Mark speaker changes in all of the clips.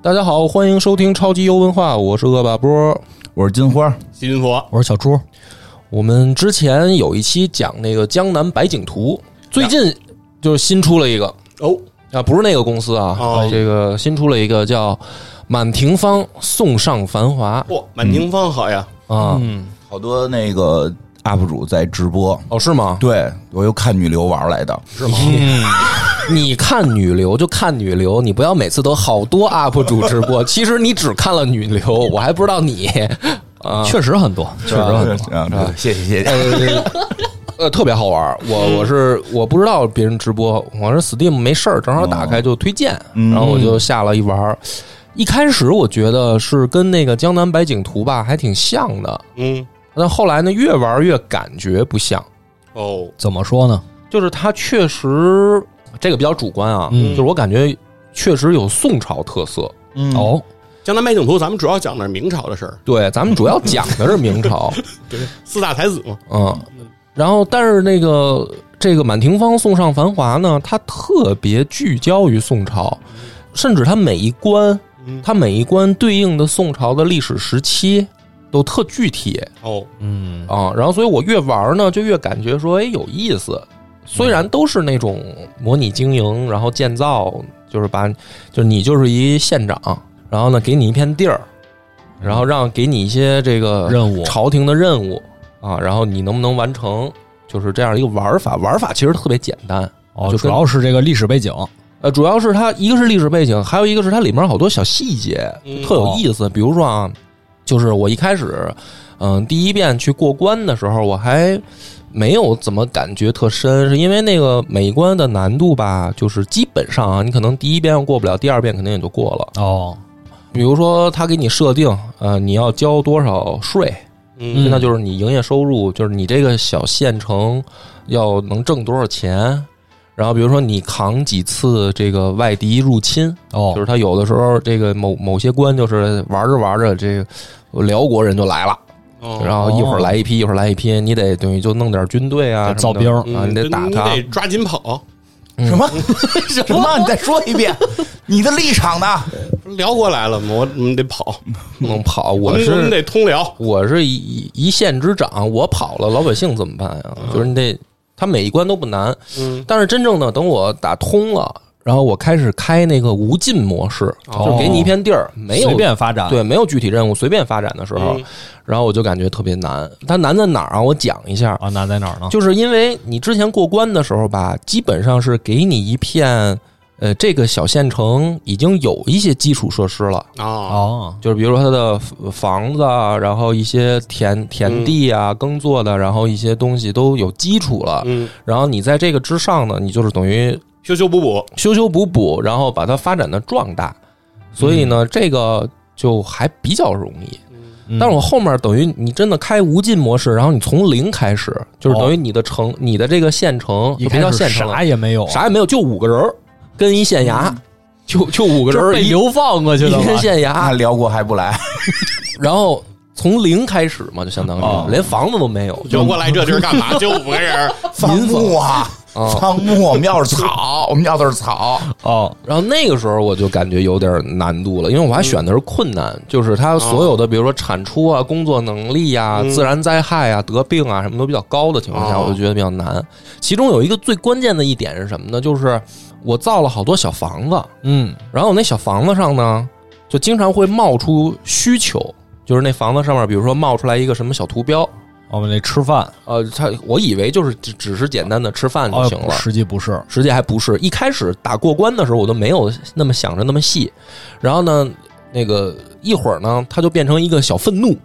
Speaker 1: 大家好，欢迎收听超级优文化，我是恶霸波。
Speaker 2: 我是金花，
Speaker 3: 新佛
Speaker 4: 我是小朱，
Speaker 1: 我们之前有一期讲那个江南百景图，最近就是新出了一个
Speaker 3: 哦，
Speaker 1: 啊，不是那个公司啊，
Speaker 3: 哦
Speaker 1: 这个新出了一个叫满庭芳送上繁华
Speaker 3: 嚯，满庭芳好呀！
Speaker 1: 啊，
Speaker 2: 好多那个 UP 主在直播，
Speaker 1: 哦，是吗？
Speaker 2: 对我又看女流玩来的，
Speaker 1: 是吗？你看女流就看女流，你不要每次都好多 UP 主直播。其实你只看了女流，我还不知道你啊，
Speaker 4: 确实很多，确实很多。哎
Speaker 2: 啊，对谢谢谢谢。
Speaker 1: 呃， 呃，特别好玩儿。
Speaker 4: 嗯
Speaker 1: 我我是我不知道别人直播，我是 Steam 没事儿，正好打开就推荐，然后我就下了一玩儿。一开始我觉得是跟那个《江南百景图》吧，还挺像的，
Speaker 3: 嗯，
Speaker 1: 但后来呢，越玩越感觉不像，
Speaker 3: 哦，
Speaker 4: 怎么说呢？
Speaker 1: 就是它确实这个比较主观啊，
Speaker 4: 嗯
Speaker 1: 就是我感觉确实有宋朝特色。
Speaker 4: 哦，
Speaker 3: 江南百景图，咱们主要讲的是明朝的事儿，
Speaker 1: 对，咱们主要讲的是明朝，
Speaker 3: 四大才子嘛。
Speaker 1: 嗯，然后但是那个这个满庭芳送上繁华呢，它特别聚焦于宋朝，甚至它每一关，它每一关对应的宋朝的历史时期都特具体
Speaker 3: 哦，
Speaker 4: 嗯，
Speaker 1: 啊。然后所以我越玩呢，就越感觉说，哎，有意思。虽然都是那种模拟经营，然后建造，就是把，就是你就是一县长，然后呢给你一片地儿，然后让给你一些这个
Speaker 4: 任务
Speaker 1: 朝廷的任务啊，然后你能不能完成，就是这样一个玩法。玩法其实特别简单，
Speaker 4: 哦，
Speaker 1: 就跟
Speaker 4: 主要是这个历史背景，
Speaker 1: 呃，主要是它一个是历史背景，还有一个是它里面好多小细节，
Speaker 3: 嗯
Speaker 1: 特有意思。比如说啊，就是我一开始，嗯、第一遍去过关的时候，我还没有怎么感觉特深，是因为那个每一关的难度吧，就是基本上啊，你可能第一遍过不了，第二遍肯定也就过了。
Speaker 4: 哦，
Speaker 1: 比如说，他给你设定，呃，你要交多少税，
Speaker 3: 嗯
Speaker 1: 那就是你营业收入，就是你这个小县城要能挣多少钱。然后比如说你扛几次这个外敌入侵，
Speaker 4: 哦，
Speaker 1: 就是他有的时候这个某某些关就是玩着玩着，这个辽国人就来了，
Speaker 3: 哦
Speaker 1: 然后一会儿来一批，一会儿来一批，你得等于就弄点军队啊
Speaker 4: 得
Speaker 1: 什么的，
Speaker 4: 造兵儿
Speaker 1: 啊，
Speaker 3: 嗯
Speaker 1: 你得打
Speaker 3: 你
Speaker 1: 他
Speaker 3: 得。抓紧跑。
Speaker 2: 什么
Speaker 4: 嗯
Speaker 2: 什 么？你再说一遍，你的立场呢？
Speaker 3: 辽国来了嘛，我们得跑，
Speaker 1: 不能跑，我
Speaker 3: 我们我们
Speaker 1: 是
Speaker 3: 得通辽。
Speaker 1: 我是一一县之长，我跑了，老百姓怎么办呀？
Speaker 4: 嗯
Speaker 1: 就是你得，他每一关都不难，
Speaker 3: 嗯，
Speaker 1: 但是真正的等我打通了，然后我开始开那个无尽模式，
Speaker 4: 哦
Speaker 1: 就是给你一片地儿，没有
Speaker 4: 随便发展，
Speaker 1: 对没有具体任务，随便发展的时候，
Speaker 3: 嗯
Speaker 1: 然后我就感觉特别难。它难在哪儿啊？我讲一下，
Speaker 4: 啊，难在哪儿呢？
Speaker 1: 就是因为你之前过关的时候吧，基本上是给你一片，呃，这个小县城已经有一些基础设施了。
Speaker 3: 啊，
Speaker 4: 哦，
Speaker 1: 就是比如说它的房房子啊，然后一些田田地啊、耕作的，然后一些东西都有基础了。
Speaker 3: 嗯，
Speaker 1: 然后你在这个之上呢，你就是等于
Speaker 3: 修修补补。
Speaker 1: 修修补补，然后把它发展的壮大。所以呢，这个就还比较容易。
Speaker 4: 嗯
Speaker 1: 但是我后面等于你真的开无尽模式，然后你从零开始，就是等于你的城、你的这个县城，
Speaker 4: 哦一
Speaker 1: 就别
Speaker 4: 开
Speaker 1: 叫
Speaker 4: 始
Speaker 1: 县城了啊
Speaker 4: 啥，也没有，嗯
Speaker 1: 啥也没有，就五个人儿跟一县衙，就就五个人
Speaker 4: 就是
Speaker 1: 儿
Speaker 4: 被
Speaker 1: 一
Speaker 4: 流放过去
Speaker 1: 一
Speaker 4: 的吧
Speaker 1: 根县
Speaker 4: 啊
Speaker 1: 衙
Speaker 2: 那，辽国还 不来？
Speaker 1: 然后从零开始嘛，就相当于、
Speaker 2: 哦
Speaker 1: 连房子都没有，
Speaker 3: 就过来这地儿干 嘛？就五个人儿，
Speaker 2: 放牧啊，
Speaker 1: 啊
Speaker 2: 放牧！我们要是草，我们要的是草。
Speaker 4: 哦，
Speaker 1: 然后那个时候我就感觉有点难度了，因为我还选的是困难，就是它所有的，比如说产出啊、工作能力呀、
Speaker 3: 嗯
Speaker 1: 自然灾害啊、得病啊什么都比较高的情况下，
Speaker 3: 哦
Speaker 1: 我就觉得比较难。其中有一个最关键的一点是什么呢？就是我造了好多小房子，
Speaker 4: 嗯，
Speaker 1: 然后我那小房子上呢，就经常会冒出需求，就是那房子上面，比如说冒出来一个什么小图标。
Speaker 4: 哦我们得吃饭
Speaker 1: 呃，它我以为就是只只是简单的吃饭就
Speaker 4: 哦
Speaker 1: 行，了，
Speaker 4: 实际不是，
Speaker 1: 实际还不是。一开始打过关的时候，我都没有那么想着那么细。然后呢，那个一会儿呢，它就变成一个小愤怒，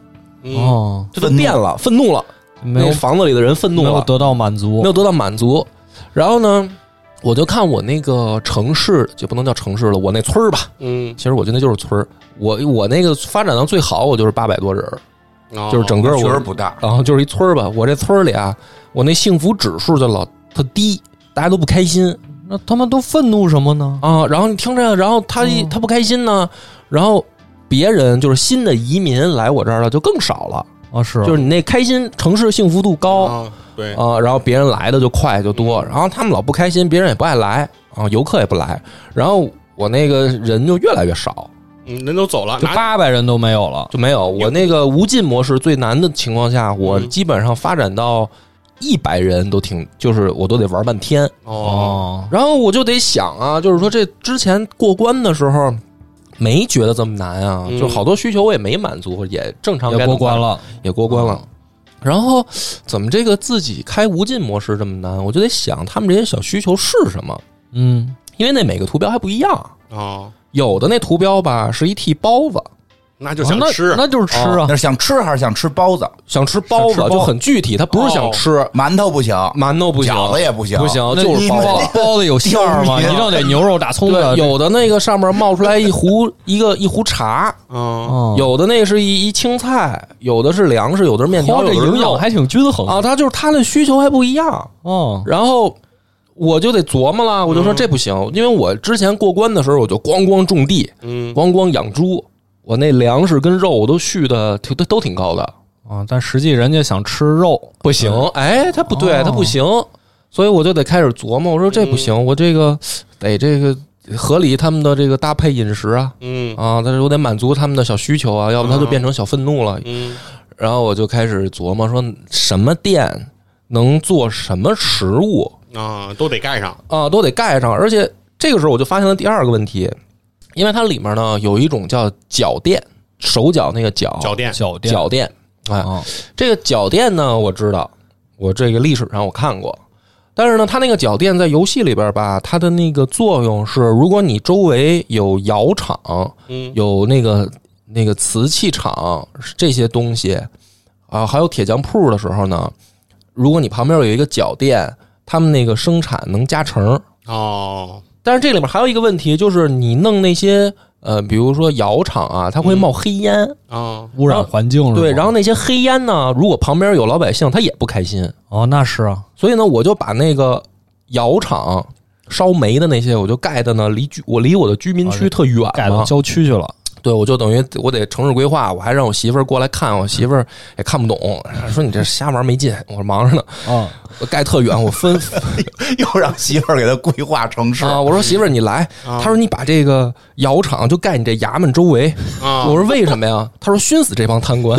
Speaker 3: 嗯，
Speaker 4: 哦，
Speaker 1: 这就变了，愤怒了。
Speaker 4: 没
Speaker 1: 那
Speaker 4: 有
Speaker 1: 个房子里的人愤怒
Speaker 4: 没有
Speaker 1: 了，
Speaker 4: 得到满
Speaker 1: 没
Speaker 4: 足，
Speaker 1: 有得到满足。然后呢，我就看我那个城市，就不能叫城市了，我那村儿吧。
Speaker 3: 嗯，
Speaker 1: 其实我觉得就是村儿。我我那个发展到最好，我就是八百多人儿，
Speaker 3: 哦
Speaker 1: 就是整个
Speaker 2: 确实
Speaker 1: 我，
Speaker 2: 不大。
Speaker 1: 然后就是一村儿吧。我这村儿里啊，我那幸福指数就老特低，大家都不开心。
Speaker 4: 那他们都愤怒什么呢？
Speaker 1: 啊，然后你听着，然后他一、他不开心呢，然后别人就是新的移民来我这儿了就更少了，
Speaker 4: 啊，是，
Speaker 1: 就是你那开心城市幸福度高
Speaker 3: 啊，对，
Speaker 1: 啊，然后别人来的就快就多，然后他们老不开心，别人也不爱来啊，游客也不来，然后我那个人就越来越少，
Speaker 3: 嗯人都走了，
Speaker 4: 就
Speaker 3: 拿
Speaker 4: 八百人都没有了。
Speaker 1: 就没有。我那个无尽模式最难的情况下，我基本上发展到一百人都挺，就是我都得玩半天。
Speaker 3: 哦，
Speaker 1: 然后我就得想啊，就是说这之前过关的时候没觉得这么难啊，
Speaker 3: 嗯
Speaker 1: 就好多需求我也没满足，也正常
Speaker 4: 也
Speaker 1: 该
Speaker 4: 过
Speaker 1: 能
Speaker 4: 关
Speaker 1: 玩，
Speaker 4: 了，嗯
Speaker 1: 也过关了。然后怎么这个自己开无尽模式这么难？我就得想他们这些小需求是什么，
Speaker 4: 嗯，
Speaker 1: 因为那每个图标还不一样，
Speaker 3: 哦，
Speaker 1: 有的那图标吧是一屉包子，
Speaker 3: 那
Speaker 1: 哦
Speaker 3: 就想
Speaker 4: 啊那
Speaker 3: 吃，
Speaker 4: 那就是吃啊
Speaker 2: 那，是想吃还是想吃包子？
Speaker 1: 想吃包子
Speaker 4: 想吃包子哦
Speaker 1: 就很具体，它不是想吃、
Speaker 2: 馒头不行，
Speaker 1: 馒头不行，
Speaker 2: 饺子也不行，
Speaker 1: 不行，
Speaker 4: 那
Speaker 1: 就是
Speaker 2: 你
Speaker 1: 包
Speaker 2: 们
Speaker 1: 子
Speaker 4: 包。 包子有馅 儿
Speaker 2: 刁
Speaker 4: 吗？一
Speaker 2: 民
Speaker 4: 定得牛肉、大葱的
Speaker 1: 对，。有的那个上面冒出来一壶一个一壶茶，
Speaker 3: 嗯，
Speaker 4: 嗯
Speaker 1: 有的那是一一青菜，有的是粮食，有的是面条，
Speaker 4: 嚯哦这
Speaker 1: 有的是
Speaker 4: 营
Speaker 1: 肉
Speaker 4: 养还挺均衡
Speaker 1: 啊，它就是它的需求还不一样。
Speaker 4: 哦，
Speaker 1: 然后我就得琢磨了，我就说这不行，因为我之前过关的时候，我就咣咣种地，
Speaker 3: 嗯，
Speaker 1: 咣咣养猪，我那粮食跟肉我都蓄的挺都都挺高的，
Speaker 4: 啊，但实际人家想吃肉，
Speaker 1: 不行，哎，它不对，
Speaker 4: 哦
Speaker 1: 它不行，所以我就得开始琢磨，我说这不行，我这个得这个合理他们的这个搭配饮食啊。
Speaker 3: 嗯
Speaker 1: 啊，但是我得满足他们的小需求啊，要不他就变成小愤怒了。
Speaker 3: 嗯
Speaker 1: 然后我就开始琢磨说，什么店能做什么食物
Speaker 3: 啊，都得盖上，
Speaker 1: 啊，都得盖上。而且这个时候我就发现了第二个问题，因为它里面呢有一种叫脚店，手脚那个脚
Speaker 3: 脚垫，
Speaker 4: 小店
Speaker 1: 脚店。哎，
Speaker 4: 啊，
Speaker 1: 这个脚店呢，我知道，我这个历史上我看过。但是呢，它那个脚店在游戏里边吧，它的那个作用是，如果你周围有窑厂，
Speaker 3: 嗯
Speaker 1: 有那个那个瓷器厂这些东西啊，还有铁匠铺的时候呢，如果你旁边有一个脚店，他们那个生产能加成。
Speaker 3: 哦，
Speaker 1: 但是这里面还有一个问题，就是你弄那些呃，比如说窑厂啊，它会冒黑烟，
Speaker 3: 啊，
Speaker 4: 污染环境是吧
Speaker 1: 对，然后那些黑烟呢，如果旁边有老百姓，他也不开心。
Speaker 4: 哦，那是啊，
Speaker 1: 所以呢，我就把那个窑厂烧煤的那些，我就盖的呢，离居我离我的居民区特远了，
Speaker 4: 盖到郊区去了，
Speaker 1: 对，我就等于我得城市规划，我还让我媳妇儿过来看，我媳妇儿也看不懂，说你这瞎玩没劲。我说忙着呢，
Speaker 4: 啊，
Speaker 1: 我盖特远，我 分
Speaker 2: 又让媳妇儿给他规划城市。
Speaker 1: 啊。我说媳妇儿你来，她说你把这个窑厂就盖你这衙门周围。
Speaker 3: 啊
Speaker 1: 我，说为什么呀？她说熏死这帮贪 官。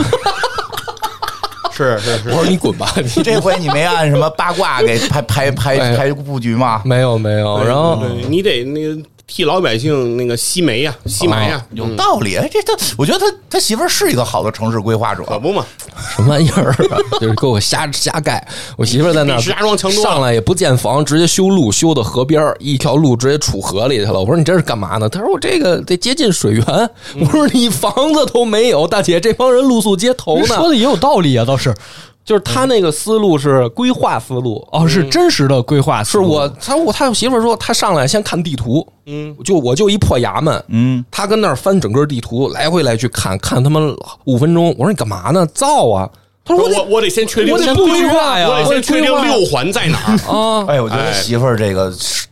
Speaker 3: 是是是
Speaker 1: 我，说你滚吧，你
Speaker 2: 这回你没按什么八卦给排排
Speaker 1: 哎
Speaker 2: 排排布局吗？
Speaker 1: 没有没有。然后
Speaker 3: 对你得那个替老百姓那个吸煤呀、吸霾呀，
Speaker 2: 有道理，哎这他，我觉得他他媳妇儿是一个好的城市规划
Speaker 3: 可
Speaker 2: 者，
Speaker 3: 不嘛，
Speaker 1: 什么玩意儿啊？ 就是给我瞎瞎盖。我媳妇儿在那儿
Speaker 3: 比石家庄强多了
Speaker 1: 上来也不建房，直接修路，修到河边儿，一条路直接杵河里去了。我说你这是干嘛呢？她说我这个得接近水源。我说你房子都没有，大姐，这帮人露宿街头
Speaker 4: 人
Speaker 1: 呢
Speaker 4: 说。的也有道理啊，倒是
Speaker 1: 就是他那个思路是规划思路，
Speaker 4: 哦，是真实的规划
Speaker 1: 嗯是
Speaker 4: 思路，
Speaker 1: 我他我他媳妇儿说他上来先看地图，
Speaker 3: 嗯，
Speaker 1: 就我就一破衙门，
Speaker 2: 嗯，
Speaker 1: 他跟那儿翻整个地图，来回来去看看他妈五分钟。我说你干嘛呢？造啊！他说我
Speaker 3: 我我
Speaker 1: 得
Speaker 3: 我得先确定，
Speaker 1: 我得
Speaker 3: 我
Speaker 1: 规划呀，
Speaker 3: 得
Speaker 1: 我
Speaker 3: 先确定
Speaker 1: 规划
Speaker 3: 六环在哪儿。
Speaker 1: 啊。
Speaker 2: 哎，我觉得媳妇儿这个是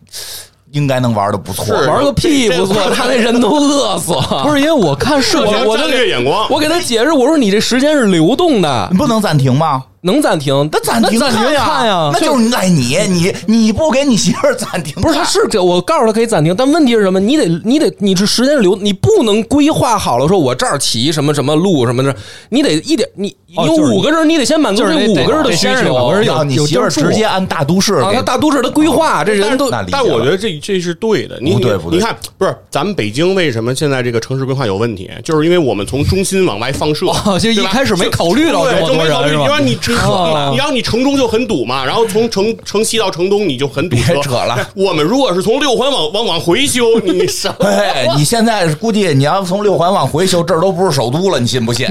Speaker 2: 应该能玩的不错，
Speaker 3: 是
Speaker 1: 玩个屁不错
Speaker 3: 这，
Speaker 1: 他那人都饿死了。
Speaker 4: 不是因为我看是
Speaker 3: 这
Speaker 1: 我
Speaker 3: 叫
Speaker 1: 我
Speaker 3: 战
Speaker 1: 就
Speaker 3: 略眼光，
Speaker 1: 我给他解释，我说你这时间是流动的
Speaker 2: 你，不能暂停吗？
Speaker 1: 能暂停，
Speaker 2: 那暂停
Speaker 4: 那暂停看呀
Speaker 2: 那就是赖你，你你不给你媳妇儿暂停看，
Speaker 1: 不是他是这，我告诉他可以暂停，但问题是什么？你得你得你是时间是流，你不能规划好了，说我这儿骑什么什么路什么的，你得一点你你
Speaker 4: 哦
Speaker 1: 有
Speaker 4: 就是
Speaker 1: 五个人，你得先满足
Speaker 4: 就是
Speaker 1: 这
Speaker 4: 那
Speaker 1: 五个人的
Speaker 4: 得
Speaker 1: 需
Speaker 4: 先是
Speaker 1: 求
Speaker 4: 五个人
Speaker 2: 让你媳妇儿直接按大都市
Speaker 1: 啊。
Speaker 2: 给
Speaker 1: 他大都市的规划，这人都
Speaker 2: 那理解了
Speaker 3: 但我觉得这这是对的，你
Speaker 2: 不对
Speaker 3: 你
Speaker 2: 不对
Speaker 3: 你看，不是咱们北京为什么现在这个城市规划有问题，就是因为我们从中心往外放射，
Speaker 4: 哦就一
Speaker 3: 对吧
Speaker 4: 开始没考虑到
Speaker 3: 对
Speaker 4: 这么
Speaker 3: 就没
Speaker 4: 多
Speaker 3: 考虑
Speaker 4: 人
Speaker 3: 你
Speaker 4: 是吧
Speaker 3: 让你城
Speaker 4: 哦
Speaker 3: 你让你城中就很堵嘛，然后从城城西到城东你就很堵车。
Speaker 2: 别扯了
Speaker 3: 我们如果是从六环往往往回修，你你上
Speaker 2: 哎，你现在估计你要从六环往回修，这儿都不是首都了，你信不信？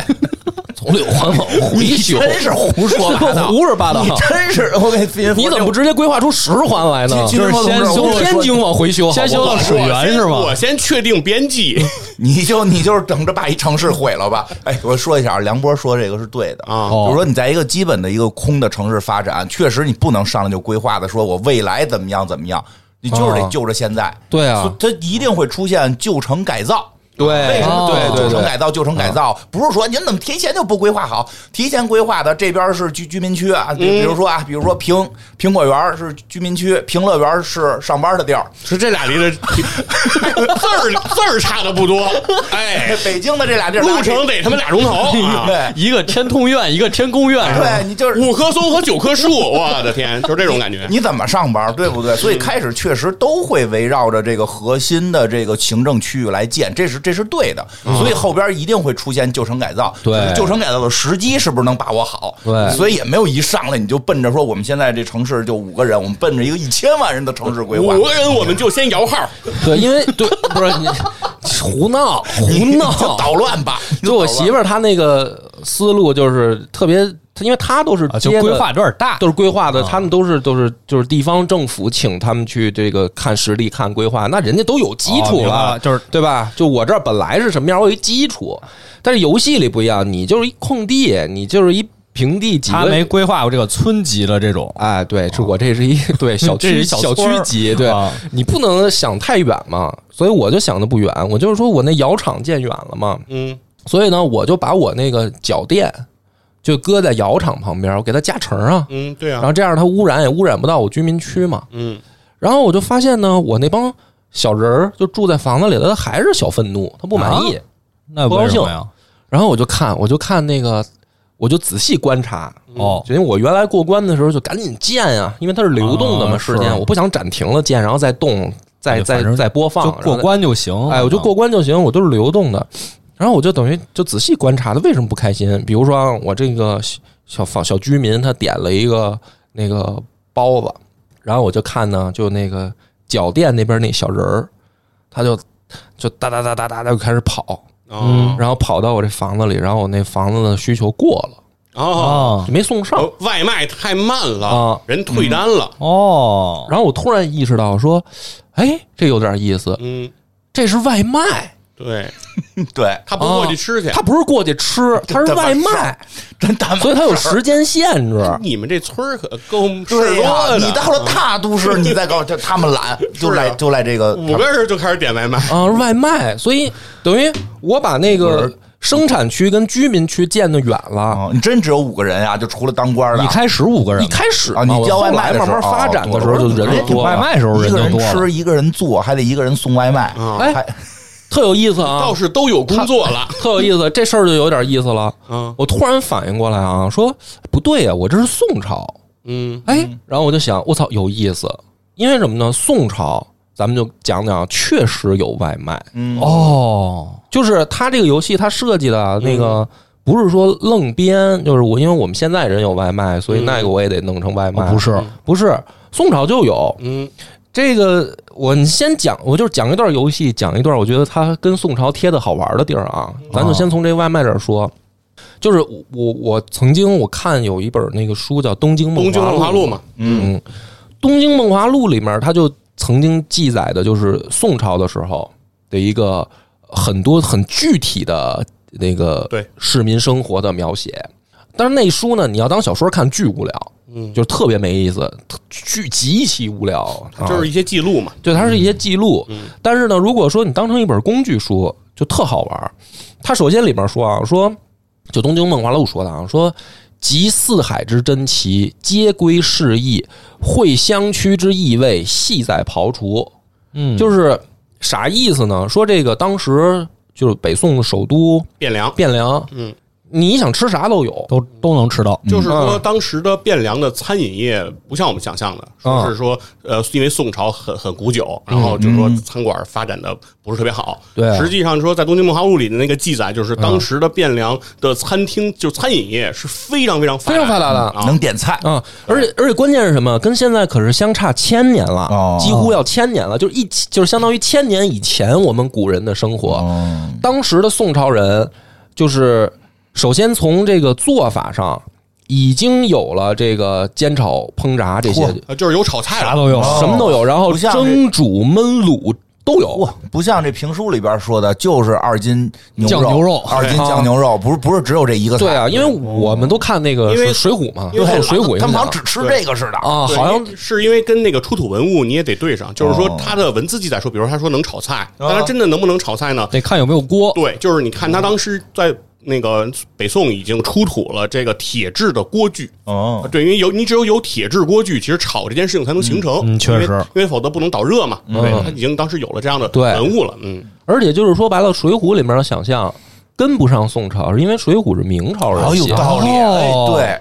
Speaker 1: 从六 环往回
Speaker 2: 你
Speaker 1: 修，
Speaker 2: 真是胡说八道，
Speaker 1: 胡说八道
Speaker 2: 你真是我给别人说
Speaker 1: 你怎么不直接规划出十环来呢？
Speaker 2: 今今天
Speaker 4: 就
Speaker 2: 我
Speaker 4: 是先
Speaker 2: 怎么
Speaker 1: 从
Speaker 2: 说
Speaker 1: 天津往回修，
Speaker 4: 先修到
Speaker 1: 好不好
Speaker 4: 水源是吗
Speaker 3: 我先确定边际
Speaker 2: 你就你就是等着把一城市毁了吧？ 哎，我说一下，梁波说这个是对的
Speaker 3: 啊
Speaker 2: 就是说你在一个基本的一个空的城市发展，确实你不能上来就规划的说我未来怎么样怎么样，你就是得
Speaker 1: 啊
Speaker 2: 就着现在。
Speaker 1: 对啊
Speaker 2: 所以它一定会出现旧城改造。
Speaker 1: 对
Speaker 4: 哦
Speaker 1: 对对
Speaker 2: 旧
Speaker 1: 啊
Speaker 2: 城
Speaker 1: 对，
Speaker 2: 改造，旧城改造，不是说您怎么提前就不规划好？提前规划的这边是居居民区啊，
Speaker 1: 嗯
Speaker 2: 比比如说啊，比如说平苹果园是居民区，平乐园是上班的地儿。
Speaker 3: 是这俩离的字儿字儿差的不多，哎，
Speaker 2: 北京的这俩地儿，
Speaker 3: 路程得他妈俩钟头 啊！
Speaker 2: 对
Speaker 4: 一个天通苑，一个天宫苑，啊是吧
Speaker 2: 对，你就是
Speaker 3: 五棵松和九棵树，我的天，就是这种感觉。
Speaker 2: 你怎么上班，对不对？所以开始确实都会围绕着这个核心的这个行政区域来建，这是这是对的。所以后边一定会出现旧城改造，
Speaker 1: 对
Speaker 2: 只是旧城改造的时机是不是能把握好？
Speaker 1: 对
Speaker 2: 所以也没有一上来你就奔着说我们现在这城市就五个人，我们奔着一个一千万人的城市规划。
Speaker 3: 五个人我们就先摇号，
Speaker 1: 对，因为对，不是你胡闹胡
Speaker 2: 你就
Speaker 1: 闹，
Speaker 2: 捣乱吧！
Speaker 1: 就我媳妇儿她那个思路就是特别，她因为她都是
Speaker 4: 啊，就
Speaker 1: 接的
Speaker 4: 规划有点大啊
Speaker 1: 都。是规划的，他们都是都是就是地方政府请他们去这个看实力、看规划，那人家都有基
Speaker 4: 哦
Speaker 1: 础
Speaker 4: 明白了就是
Speaker 1: 对吧？就我这儿本来是什么样，我有一基础，但是游戏里不一样，你就是一空地，你就是一平地几
Speaker 4: 他
Speaker 1: 个
Speaker 4: 没。规划过这个村级的这种，
Speaker 1: 哎，对，是我这是一 对小
Speaker 4: 这是
Speaker 1: 区
Speaker 4: 一小
Speaker 1: 小区
Speaker 4: 村儿
Speaker 1: 级，对
Speaker 4: 啊
Speaker 1: 你不能想太远嘛，所以我就想的不远，我就是说我那窑厂建远了嘛，
Speaker 3: 嗯，
Speaker 1: 所以呢，我就把我那个脚垫就搁在窑厂旁边，我给它加成啊，
Speaker 3: 嗯，对
Speaker 1: 然
Speaker 3: 啊，
Speaker 1: 后这样它污染也污染不到我居民区嘛，
Speaker 3: 嗯，
Speaker 1: 然后我就发现呢，我那帮小人儿就住在房子里了，他还是小愤怒，他不满
Speaker 4: 啊
Speaker 1: 意。
Speaker 4: 那
Speaker 1: 不高
Speaker 4: 为什
Speaker 1: 兴
Speaker 4: 么呀？
Speaker 1: 然后我就看，我就看那个，我就仔细观察。
Speaker 4: 哦，
Speaker 1: 因为我原来过关的时候就赶紧建啊，因为它是流动的嘛，
Speaker 4: 啊
Speaker 1: 时
Speaker 4: 是
Speaker 1: 间我不想暂停了建，然后再动，再
Speaker 4: 对
Speaker 1: 再
Speaker 4: 反正
Speaker 1: 再播放，
Speaker 4: 就
Speaker 1: 然后
Speaker 4: 过
Speaker 1: 再
Speaker 4: 关就行。啊
Speaker 1: 哎，我就过关就行，我都是流动的。然后我就等于就仔细观察他为什么不开心。比如说啊我这个小小房小居民，他点了一个那个包子，然后我就看呢，就那个脚店那边那小人儿，他就就哒哒哒哒哒哒就开始跑，
Speaker 3: 哦
Speaker 1: 然后跑到我这房子里，然后我那房子的需求过了，
Speaker 3: 哦，
Speaker 4: 啊
Speaker 1: 就没送上。
Speaker 3: 哦外卖太慢了
Speaker 1: 啊，
Speaker 3: 人退单了，
Speaker 4: 哦，
Speaker 1: 然后我突然意识到说，哎，这有点意思，
Speaker 3: 嗯，
Speaker 1: 这是外卖，
Speaker 3: 对
Speaker 2: 对，
Speaker 3: 他不过去吃去。
Speaker 1: 嗯啊他不是过去吃，他是
Speaker 2: 这他妈
Speaker 1: 外
Speaker 2: 事
Speaker 1: 卖
Speaker 2: 儿，真 他妈
Speaker 1: 所以它有
Speaker 2: 事儿
Speaker 1: 时间限制。
Speaker 3: 你们这村儿可够事
Speaker 2: 对呀、
Speaker 1: 啊
Speaker 3: 多的，
Speaker 2: 啊你到了大都市，你再搞这他们懒，就赖就赖这个
Speaker 3: 五个人就开始点外卖，
Speaker 1: 啊，外卖，所以等于我把那个生产区跟居民区建的远了。
Speaker 2: 啊！你真只有五个人呀、就除了当官的
Speaker 4: 你开始五个人
Speaker 1: 一，开始嘛
Speaker 2: 啊，你
Speaker 1: 我
Speaker 2: 叫
Speaker 1: 后
Speaker 2: 外卖
Speaker 1: 来
Speaker 2: 的
Speaker 1: 慢
Speaker 2: 时候哦哎
Speaker 1: 慢发展的时候就人就多哎
Speaker 4: 外
Speaker 1: 了，
Speaker 4: 卖时候
Speaker 2: 一
Speaker 4: 人
Speaker 2: 个
Speaker 4: 就
Speaker 2: 人
Speaker 4: 多了
Speaker 2: 吃，一个人做，还得一个人送外卖
Speaker 3: 啊
Speaker 1: 哎
Speaker 2: 还
Speaker 1: 特有意思啊
Speaker 3: 倒，是都有工作了，
Speaker 1: 特有意思，这事儿就有点意思了。
Speaker 3: 嗯
Speaker 1: 我突然反应过来啊，说不对呀、我这是宋朝，
Speaker 3: 嗯
Speaker 1: 哎，然后我就想，我操，有意思，因为什么呢？宋朝咱们就讲讲，确实有外卖，
Speaker 2: 嗯
Speaker 4: 哦，
Speaker 1: 就是它这个游戏它设计的那
Speaker 3: 嗯
Speaker 1: 个。不是说愣编，就是我，因为我们现在人有外卖，所以
Speaker 3: 嗯
Speaker 1: 那个我也得弄成外卖。
Speaker 4: 不是
Speaker 1: 不是，宋朝就有
Speaker 3: 哦嗯，
Speaker 1: 这个。我你先讲，我就是讲一段游戏，讲一段我觉得它跟宋朝贴的好玩的地儿啊。
Speaker 3: 哦
Speaker 1: 咱就先从这个外卖这儿说，就是我我我曾经我看有一本那个书叫《东京梦
Speaker 3: 东京
Speaker 1: 华
Speaker 3: 梦
Speaker 1: 录》
Speaker 3: 华录嘛，
Speaker 2: 嗯
Speaker 1: 嗯，《东京梦华录》里面它就曾经记载的就是宋朝的时候的一个很多很具体的那个
Speaker 3: 对
Speaker 1: 市民生活的描写。但是那书呢，你要当小说看，巨无聊，
Speaker 3: 嗯
Speaker 1: 就是特别没意思，特巨极其无聊，啊
Speaker 3: 就是一些记录嘛，
Speaker 1: 对，它是一些记录。
Speaker 3: 嗯
Speaker 1: 但是呢，如果说你当成一本工具书，就特好玩儿。它首先里面说啊，说就《东京梦华录》说的啊，说集四海之珍奇，皆归市邑，会乡区之异味，系在庖厨。
Speaker 4: 嗯
Speaker 1: 就是啥意思呢？说这个当时就是北宋的首都
Speaker 3: 汴梁，
Speaker 1: 汴梁，
Speaker 3: 嗯，
Speaker 1: 你想吃啥都有，
Speaker 4: 都都能吃到，
Speaker 1: 嗯
Speaker 3: 就是
Speaker 1: 啊
Speaker 3: 说，当时的汴梁的餐饮业不像我们想象的，
Speaker 1: 啊
Speaker 3: 说是说，呃，因为宋朝很很古久，然后就是说餐馆发展的不是特别好。
Speaker 1: 嗯对啊
Speaker 3: 实际上说，在《东京梦华录》里的那个记载，就是当时的汴梁的餐厅，就餐饮业是非常非常
Speaker 1: 非常发
Speaker 3: 达
Speaker 1: 达的。
Speaker 3: 啊
Speaker 2: 能点菜
Speaker 1: 啊，而且而且关键是什么？跟现在可是相差千年了，
Speaker 2: 哦
Speaker 1: 几乎要千年了，就是一就是相当于千年以前我们古人的生活。
Speaker 2: 嗯
Speaker 1: 当时的宋朝人，就是首先从这个做法上已经有了这个煎炒烹炸这些，
Speaker 2: 嚯
Speaker 3: 呃的，就是有炒菜
Speaker 4: 啥
Speaker 3: 了，
Speaker 4: 都有。
Speaker 2: 哦
Speaker 1: 什么都有，然后
Speaker 2: 不像这
Speaker 1: 蒸煮焖卤都有
Speaker 2: 哇，不像这评书里边说的，就是二斤牛肉，
Speaker 4: 酱牛肉
Speaker 2: 二斤酱牛肉，不是不是只有这一个菜，
Speaker 1: 对啊，因为我们都看那个
Speaker 3: 因为
Speaker 1: 是水浒嘛，
Speaker 3: 因为
Speaker 1: 受水浒影
Speaker 2: 他
Speaker 1: 响
Speaker 2: 们好像只吃这个似的哦
Speaker 1: 啊，
Speaker 3: 对
Speaker 1: 好像哦
Speaker 3: 因为是因为跟那个出土文物你也得对上，就是说它的文字记载说，比如说他说能炒菜，
Speaker 1: 啊
Speaker 3: 但他真的能不能炒菜呢？
Speaker 4: 得看有没有锅。
Speaker 3: 对，就是你看他当时在那个北宋已经出土了这个铁制的锅具，
Speaker 2: 哦，
Speaker 3: 啊对，因为有你只有有铁制锅具，其实炒这件事情才能形成，
Speaker 4: 嗯嗯确
Speaker 3: 因为
Speaker 4: 实
Speaker 3: 因为否则不能导热嘛。对，他已经当时有了这样的
Speaker 1: 对
Speaker 3: 文物了，嗯，
Speaker 1: 而且就是说白了，《水浒》里面的想象跟不上宋朝，是因为《水浒》是明朝人
Speaker 2: 好有
Speaker 1: 写的。
Speaker 2: 道理，
Speaker 4: 哦
Speaker 2: 哎，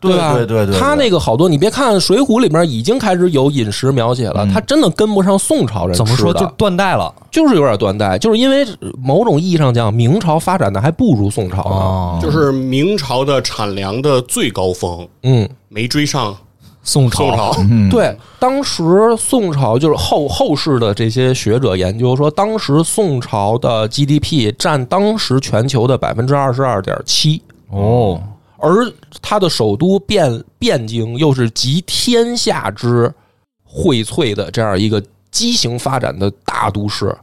Speaker 2: 对，
Speaker 1: 吧？
Speaker 2: 对对对对，
Speaker 1: 啊他那个好多，你别看《水浒》里面已经开始有饮食描写
Speaker 2: 嗯
Speaker 1: 了，他真的跟不上宋朝人吃
Speaker 4: 怎
Speaker 1: 的。
Speaker 4: 么说就断代了
Speaker 1: 就是有点断代，就是因为某种意义上讲，明朝发展的还不如宋朝呢。
Speaker 4: 哦，
Speaker 3: 啊就是明朝的产粮的最高峰
Speaker 1: 嗯，
Speaker 3: 没追上
Speaker 4: 宋
Speaker 3: 宋朝
Speaker 4: 朝，，
Speaker 2: 嗯
Speaker 1: 对，当时宋朝就是后后世的这些学者研究说，当时宋朝的 GDP 占当时全球的百分之二十二点七，
Speaker 4: 哦，
Speaker 1: 而它的首都汴汴京又是集天下之荟萃的这样一个畸形发展的大都市。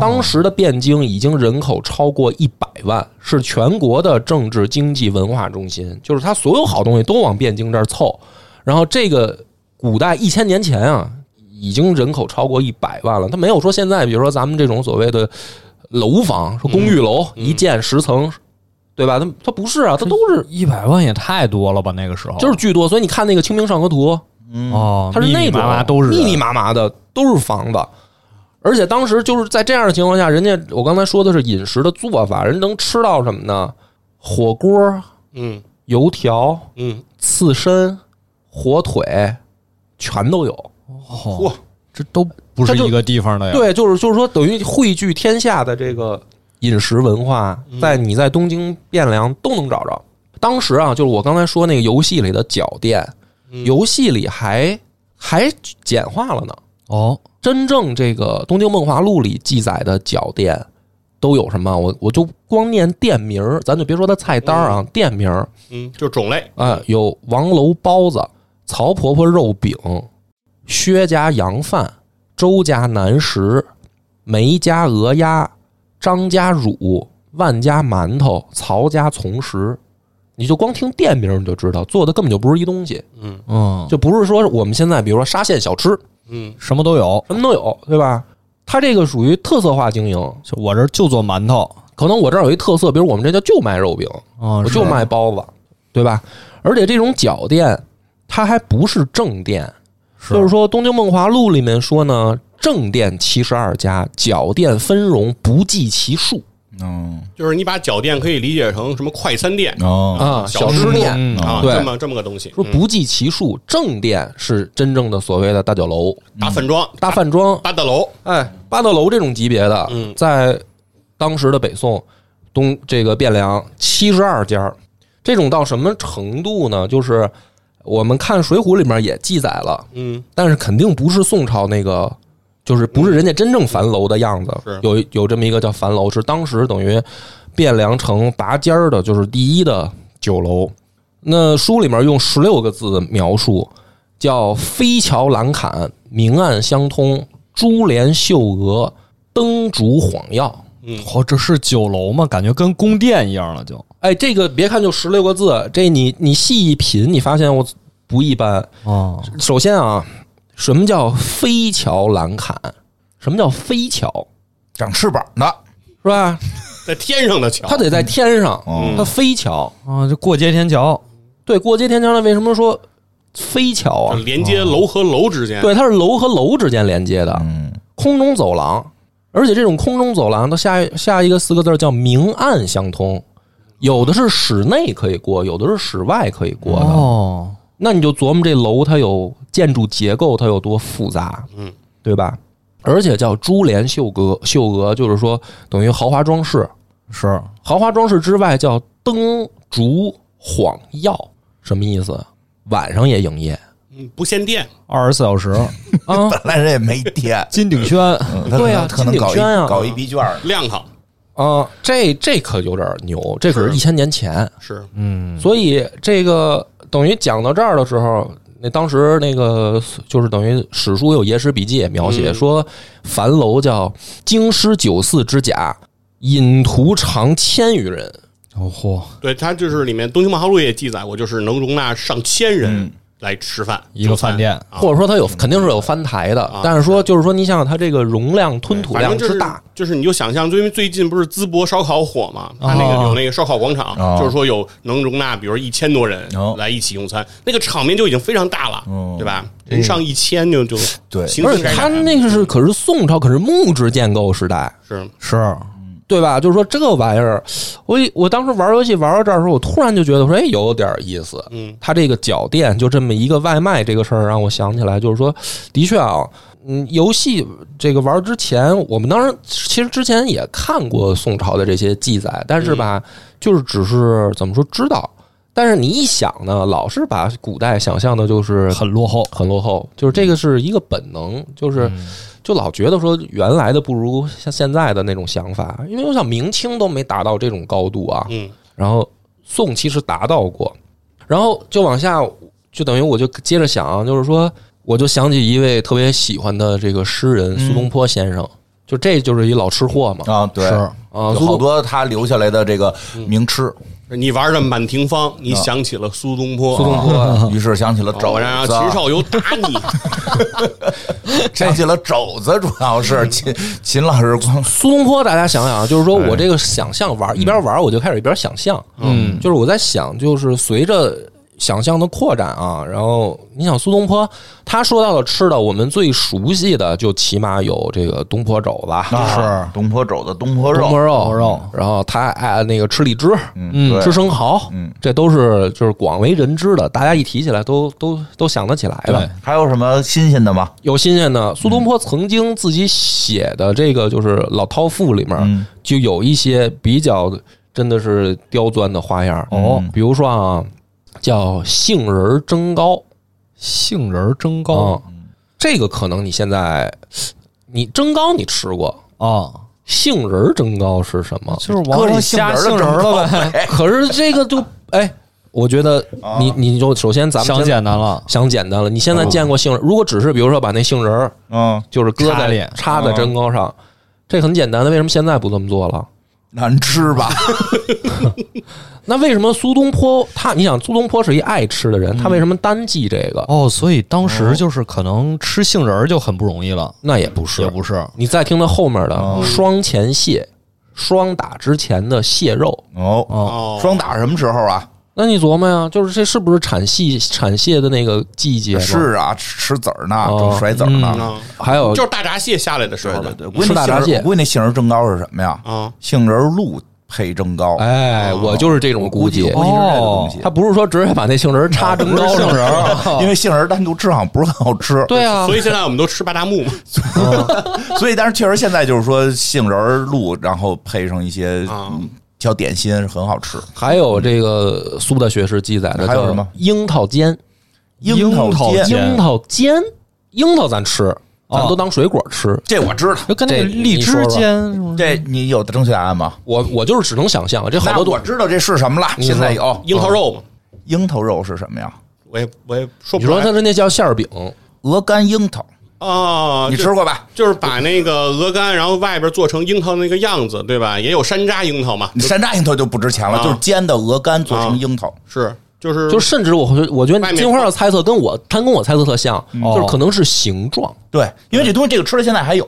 Speaker 1: 当时的汴京已经人口超过一百万，是全国的政治、经济、文化中心，就是它所有好东西都往汴京这儿凑。然后这个古代一千年前啊，已经人口超过一百万了，它没有说现在，比如说咱们这种所谓的楼房，说公寓楼、一建十层，对吧？它它不是啊，它都是
Speaker 4: 一百万也太多了吧？那个时候
Speaker 1: 就是巨多，所以你看那个《清明上河图》，
Speaker 4: 哦，
Speaker 1: 它是
Speaker 4: 密密
Speaker 1: 那种
Speaker 4: 麻麻都是
Speaker 1: 密
Speaker 4: 人
Speaker 1: 密麻麻的都是房子，而且当时就是在这样的情况下，人家我刚才说的是饮食的做法，人能吃到什么呢？火锅、
Speaker 3: 嗯
Speaker 1: 油条、
Speaker 3: 嗯，
Speaker 1: 刺身、火腿，全都有。
Speaker 4: 哦，这都不是
Speaker 1: 它就
Speaker 4: 一个地方的呀。，
Speaker 1: 对，就是就是说，等于汇聚天下的这个饮食文化，在你在东京汴梁都能找着。当时啊，就是我刚才说那个游戏里的脚店，游戏里还还简化了呢。
Speaker 4: 哦，
Speaker 1: 真正这个《东京梦华录》里记载的脚店都有什么？我我就光念店名儿，咱就别说它菜单儿啊，店名儿
Speaker 3: 嗯，就是种类，
Speaker 1: 啊、有王楼包子、曹婆婆肉饼、薛家羊饭、周家南食、梅家鹅鸭、张家乳、万家馒头、曹家从食。你就光听店名儿你就知道，做的根本就不是一东西，
Speaker 4: 嗯，
Speaker 1: 就不是说我们现在比如说沙县小吃，
Speaker 3: 嗯，
Speaker 4: 什么都有。
Speaker 1: 什么都有，对吧？它这个属于特色化经营，
Speaker 4: 就我这儿就做馒头，
Speaker 1: 可能我这儿有一特色，比如我们这叫就卖肉饼，
Speaker 4: 嗯，
Speaker 1: 我
Speaker 4: 是
Speaker 1: 就卖包子，对吧？而且这种饺店，它还不是正店，
Speaker 4: 是
Speaker 1: 就是说《东京梦华录》里面说呢，正店七十二家，饺店分荣不计其数
Speaker 2: 嗯
Speaker 3: 就是你把脚店可以理解成什么快餐店
Speaker 2: 哦，
Speaker 1: 啊，
Speaker 3: 小
Speaker 1: 小吃
Speaker 3: 吃
Speaker 1: 店。
Speaker 4: 嗯
Speaker 3: 啊，
Speaker 1: 对嗯
Speaker 3: 这么这么个东西，
Speaker 1: 说不计其数，正店是真正的所谓的大酒楼、
Speaker 3: 大饭庄、
Speaker 1: 大饭庄，
Speaker 3: 八大楼，
Speaker 1: 嗯哎，八道楼这种级别的，
Speaker 3: 嗯
Speaker 1: 在当时的北宋东这个汴梁七十二家儿，这种到什么程度呢？就是我们看《水浒》里面也记载了，
Speaker 3: 嗯，
Speaker 1: 但是肯定不是宋朝那个，就是不是人家真正樊楼的样子。
Speaker 3: 是
Speaker 1: 有有这么一个叫樊楼，是当时等于汴梁城拔尖儿的，就是第一的酒楼。那书里面用十六个字描述，叫飞桥栏坎，明暗相通，珠帘绣额，灯烛晃耀。
Speaker 4: 哦，这是酒楼吗？感觉跟宫殿一样了，就
Speaker 1: 哎，这个别看就十六个字，这你你细一品，你发现我不一般。
Speaker 4: 哦，
Speaker 1: 首先啊，什么叫飞桥栏坎？什么叫飞桥？
Speaker 2: 长翅膀的，
Speaker 1: 是吧？
Speaker 3: 在天上的桥，
Speaker 1: 它得在天上，
Speaker 2: 嗯
Speaker 1: 它飞桥。
Speaker 4: 啊，就过街天桥，
Speaker 1: 对，过街天桥那为什么说飞桥
Speaker 3: 就
Speaker 1: 啊？
Speaker 3: 连接楼和楼之间，
Speaker 1: 对，它是楼和楼之间连接的
Speaker 2: 嗯，
Speaker 1: 空中走廊，而且这种空中走廊，它下一下一个四个字儿叫明暗相通。有的是室内可以过，有的是室外可以过的。
Speaker 4: 哦，
Speaker 1: 那你就琢磨这楼它有建筑结构它有多复杂，
Speaker 3: 嗯，
Speaker 1: 对吧？而且叫珠帘绣阁，绣额就是说等于豪华装饰，
Speaker 4: 是
Speaker 1: 豪华装饰之外叫灯烛晃耀，什么意思？晚上也营业
Speaker 3: 嗯，不限电，
Speaker 4: 二十四小时，
Speaker 1: 啊？
Speaker 2: 本来人也没天，
Speaker 4: 金鼎轩哦
Speaker 2: 嗯他
Speaker 1: 对啊
Speaker 2: 可能可能搞
Speaker 1: 金鼎轩啊
Speaker 2: 一搞一笔卷儿
Speaker 3: 亮堂
Speaker 1: 啊，这这可有点牛，这可是
Speaker 3: 是
Speaker 1: 一千年前，
Speaker 3: 是
Speaker 1: 所以这个等于讲到这儿的时候，那当时那个就是等于史书有野史笔记也描写、
Speaker 3: 嗯
Speaker 1: 说，樊楼叫京师九寺之甲，引徒长千余人。
Speaker 4: 哦嚯，
Speaker 3: 对，它就是里面《东京漫画录》也记载过，就是能容纳上千人
Speaker 2: 嗯
Speaker 3: 来吃饭，
Speaker 4: 一个
Speaker 3: 就餐
Speaker 4: 饭店
Speaker 3: 啊
Speaker 1: 或者说它有肯定是有翻台的，但是说就是说，你想想它这个容量吞吐
Speaker 3: 反
Speaker 1: 量
Speaker 3: 正就
Speaker 1: 之
Speaker 3: 是
Speaker 1: 大，
Speaker 3: 就是你就想象，就因为最近不是淄博烧烤火嘛，它那
Speaker 4: 哦
Speaker 3: 个有那个烧烤广场，
Speaker 2: 哦
Speaker 3: 就是说有能容纳比如一千多人
Speaker 2: 哦
Speaker 3: 来一起用餐，那个场面就已经非常大了，
Speaker 2: 嗯
Speaker 3: 对吧？人上一千就就
Speaker 2: 对
Speaker 3: 形
Speaker 1: 而
Speaker 3: 形
Speaker 1: 且
Speaker 3: 改
Speaker 1: 它
Speaker 3: 改
Speaker 1: 那个是可是宋朝，可是木质建构时代，
Speaker 3: 是
Speaker 4: 是
Speaker 1: 对吧？就是说这个玩意儿，我一我当时玩游戏玩到这儿的时候，我突然就觉得说，哎，有点意思。
Speaker 3: 嗯，
Speaker 1: 它这个脚店就这么一个外卖这个事儿，让我想起来，就是说，的确啊，嗯，游戏这个玩之前，我们当时其实之前也看过宋朝的这些记载，但是吧，
Speaker 4: 嗯
Speaker 1: 就是只是怎么说知道。但是你一想呢，老是把古代想象的就是
Speaker 4: 很落后，嗯
Speaker 1: 很落后，就是这个是一个本能，就是就老觉得说原来的不如像现在的那种想法，因为我想明清都没达到这种高度啊，
Speaker 3: 嗯
Speaker 1: 然后宋其实达到过，然后就往下就等于我就接着想，就是说我就想起一位特别喜欢的这个诗
Speaker 2: 嗯
Speaker 1: 人苏东坡先生，就这就是一老吃货嘛
Speaker 2: 啊，对，
Speaker 4: 是
Speaker 1: 啊，
Speaker 2: 有
Speaker 1: 苏
Speaker 2: 好
Speaker 1: 东
Speaker 2: 多他留下来的这个名吃，
Speaker 3: 你玩的满庭芳，你想起了苏东坡，哦
Speaker 1: 苏东坡，
Speaker 2: 啊于是想起了
Speaker 3: 我哦让
Speaker 2: 肘
Speaker 3: 啊秦
Speaker 2: 子，
Speaker 3: 少游打你，
Speaker 2: 想起了肘子，主要是秦秦老师光
Speaker 1: 苏东坡，大家想想，啊就是说
Speaker 2: 哎
Speaker 1: 我这个想象玩，
Speaker 2: 嗯
Speaker 1: 一边玩我就开始一边想象，嗯，就是我在想，就是随着想象的扩展啊，然后你想苏东坡他说到的吃的，我们最熟悉的就起码有这个东坡肘子、
Speaker 2: 啊东坡肘子、东坡
Speaker 1: 东坡
Speaker 2: 肉，
Speaker 1: 肉、
Speaker 4: 坡肉，
Speaker 1: 然后他爱那个吃荔枝，
Speaker 2: 嗯，对
Speaker 1: 吃生蚝，
Speaker 2: 嗯，
Speaker 1: 这都是就是广为人知的，大家一提起来都都都想得起来的
Speaker 4: 对。
Speaker 2: 还有什么新鲜的吗？
Speaker 1: 有新鲜的，苏东坡曾经自己写的这个就是《老饕赋》里面，
Speaker 2: 嗯
Speaker 1: 就有一些比较真的是刁钻的花样儿
Speaker 2: 哦
Speaker 1: 比如说啊，叫杏仁儿蒸糕
Speaker 4: 杏仁蒸
Speaker 1: 啊
Speaker 2: 哦
Speaker 4: 糕、
Speaker 1: 这个可能你现在你蒸糕你吃过，
Speaker 4: 啊，
Speaker 1: 杏仁儿蒸糕是什么？
Speaker 4: 就是往里加杏仁了呗，
Speaker 1: 可是这个就哎，我觉得你你就首先咱们
Speaker 4: 想
Speaker 1: 先
Speaker 4: 简单了，
Speaker 1: 想简单了，你现在见过杏仁儿？如果只是比如说把那杏仁儿
Speaker 2: 嗯，
Speaker 1: 就是搁
Speaker 4: 插
Speaker 1: 在
Speaker 4: 脸
Speaker 1: 插在蒸糕上，这很简单的，为什么现在不这么做了？
Speaker 2: 难吃吧？
Speaker 1: 那为什么苏东坡他？你想，苏东坡是一爱吃的人，他为什么单记这个？
Speaker 4: 哦，所以当时就是可能吃杏仁儿就很不容易了，
Speaker 1: 那也不是
Speaker 4: 也，不是
Speaker 1: 你再听他后面的双前蟹，双打之前的蟹肉，
Speaker 2: 哦，
Speaker 4: 哦，
Speaker 3: 哦，
Speaker 2: 双打什么时候啊？
Speaker 1: 那你琢磨呀，就是这是不是产蟹产蟹的那个季节？，
Speaker 2: 是啊，吃吃籽儿呢，
Speaker 1: 哦
Speaker 2: 正甩籽儿呢。
Speaker 3: 啊，
Speaker 1: 还有
Speaker 3: 就是大闸蟹下来的时
Speaker 2: 对
Speaker 3: 候
Speaker 2: 对
Speaker 3: 了
Speaker 2: 对，我
Speaker 1: 吃大闸蟹
Speaker 2: 估计那杏仁蒸糕是什么呀？
Speaker 3: 啊，
Speaker 2: 杏仁露配蒸糕，
Speaker 1: 哎，我就是这种
Speaker 2: 我
Speaker 1: 估
Speaker 2: 估
Speaker 1: 计哦
Speaker 2: 计，我估计是这个东西
Speaker 1: 他。不是说直接把那杏仁儿插蒸糕上，
Speaker 2: 因为杏仁单独吃好像不是很好吃，
Speaker 1: 哦对啊，
Speaker 3: 所以现在我们都吃巴达木 嘛，
Speaker 2: 所以但是确实现在就是说杏仁露，然后配上一些
Speaker 3: 啊
Speaker 2: 嗯小点心是很好吃。
Speaker 1: 还有这个苏大学士记载的
Speaker 2: 还有
Speaker 1: 叫
Speaker 2: 什么
Speaker 1: 樱桃煎，
Speaker 2: 樱桃
Speaker 4: 樱
Speaker 2: 煎
Speaker 4: 桃，煎
Speaker 1: 樱桃煎，樱桃咱吃，咱都当水果吃。
Speaker 2: 这我知道。
Speaker 4: 就跟那个
Speaker 1: 这
Speaker 4: 荔
Speaker 1: 你说
Speaker 4: 枝
Speaker 1: 说
Speaker 4: 煎什么
Speaker 2: 这你有的正确答案吗？
Speaker 1: 我我就是只能想象，啊这好
Speaker 2: 那
Speaker 1: 多都
Speaker 2: 我知道这是什么了。
Speaker 1: 你说
Speaker 2: 现在有
Speaker 3: 樱桃肉嘛，
Speaker 2: 樱桃肉是什么呀？
Speaker 3: 我也我也说
Speaker 1: 你
Speaker 3: 不出
Speaker 1: 说它
Speaker 3: 来
Speaker 1: 是那叫馅儿饼，
Speaker 2: 鹅肝樱桃，
Speaker 3: 啊，
Speaker 2: 你
Speaker 3: 这
Speaker 2: 吃过吧？
Speaker 3: 就是把那个鹅肝，然后外边做成樱桃那个样子，对吧？也有山楂樱桃嘛，
Speaker 2: 山楂樱桃就不值钱了，
Speaker 3: 啊
Speaker 2: 就是煎的鹅肝做成樱桃。
Speaker 3: 是就是
Speaker 1: 就甚至我会我觉得
Speaker 3: 外面
Speaker 1: 金花的猜测跟我他跟我猜测特像，就是可能是形状。
Speaker 2: 对，因为这东西这个吃的现在还有，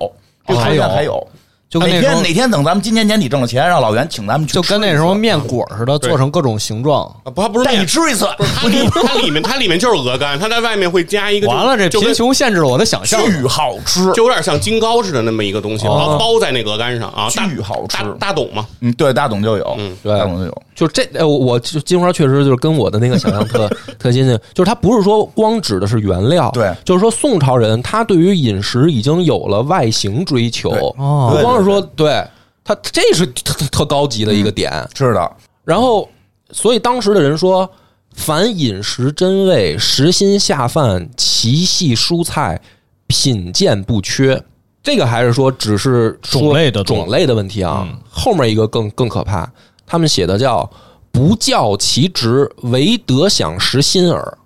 Speaker 2: 这个吃的现在还有。
Speaker 4: 就跟
Speaker 2: 哪
Speaker 4: 那时
Speaker 2: 天
Speaker 4: 候
Speaker 2: 哪天等咱们今年年底挣了钱，让老袁请咱们去吃
Speaker 4: 就
Speaker 2: 一次，
Speaker 4: 跟那什么面果似的，
Speaker 3: 对
Speaker 4: 做成各种形状。
Speaker 3: 啊不，它不是
Speaker 2: 带你
Speaker 3: 面，
Speaker 2: 吃一次，
Speaker 3: 不是它 里它里面它里面就是鹅肝，它在外面会加一个就，
Speaker 4: 完了，这
Speaker 3: 就跟
Speaker 4: 贫穷限制了我的想象。
Speaker 2: 巨好吃。
Speaker 3: 就有点像金糕似的那么一个东西，然后包在那鹅肝上啊，大
Speaker 2: 巨好吃
Speaker 3: 大大董嘛，
Speaker 2: 嗯，对，大董就有，
Speaker 1: 对
Speaker 2: 大董就有。
Speaker 1: 就这，哎我我就金花确实就是跟我的那个想象特 特接近，就是它不是说光指的是原料，
Speaker 2: 对
Speaker 1: 就是说宋朝人他对于饮食已经有了外形追求，
Speaker 2: 对
Speaker 4: 哦
Speaker 1: 不光是说对他这是特特特高级的一个点，
Speaker 2: 是的，
Speaker 1: 然后，所以当时的人说：“凡饮食真味，食心下饭，其系蔬菜，品鉴不缺。”这个还是说只是说
Speaker 4: 种类的多嗯
Speaker 1: 种类的问题啊。后面一个更更可怕，他们写的叫“不教其职，唯得享食心耳”，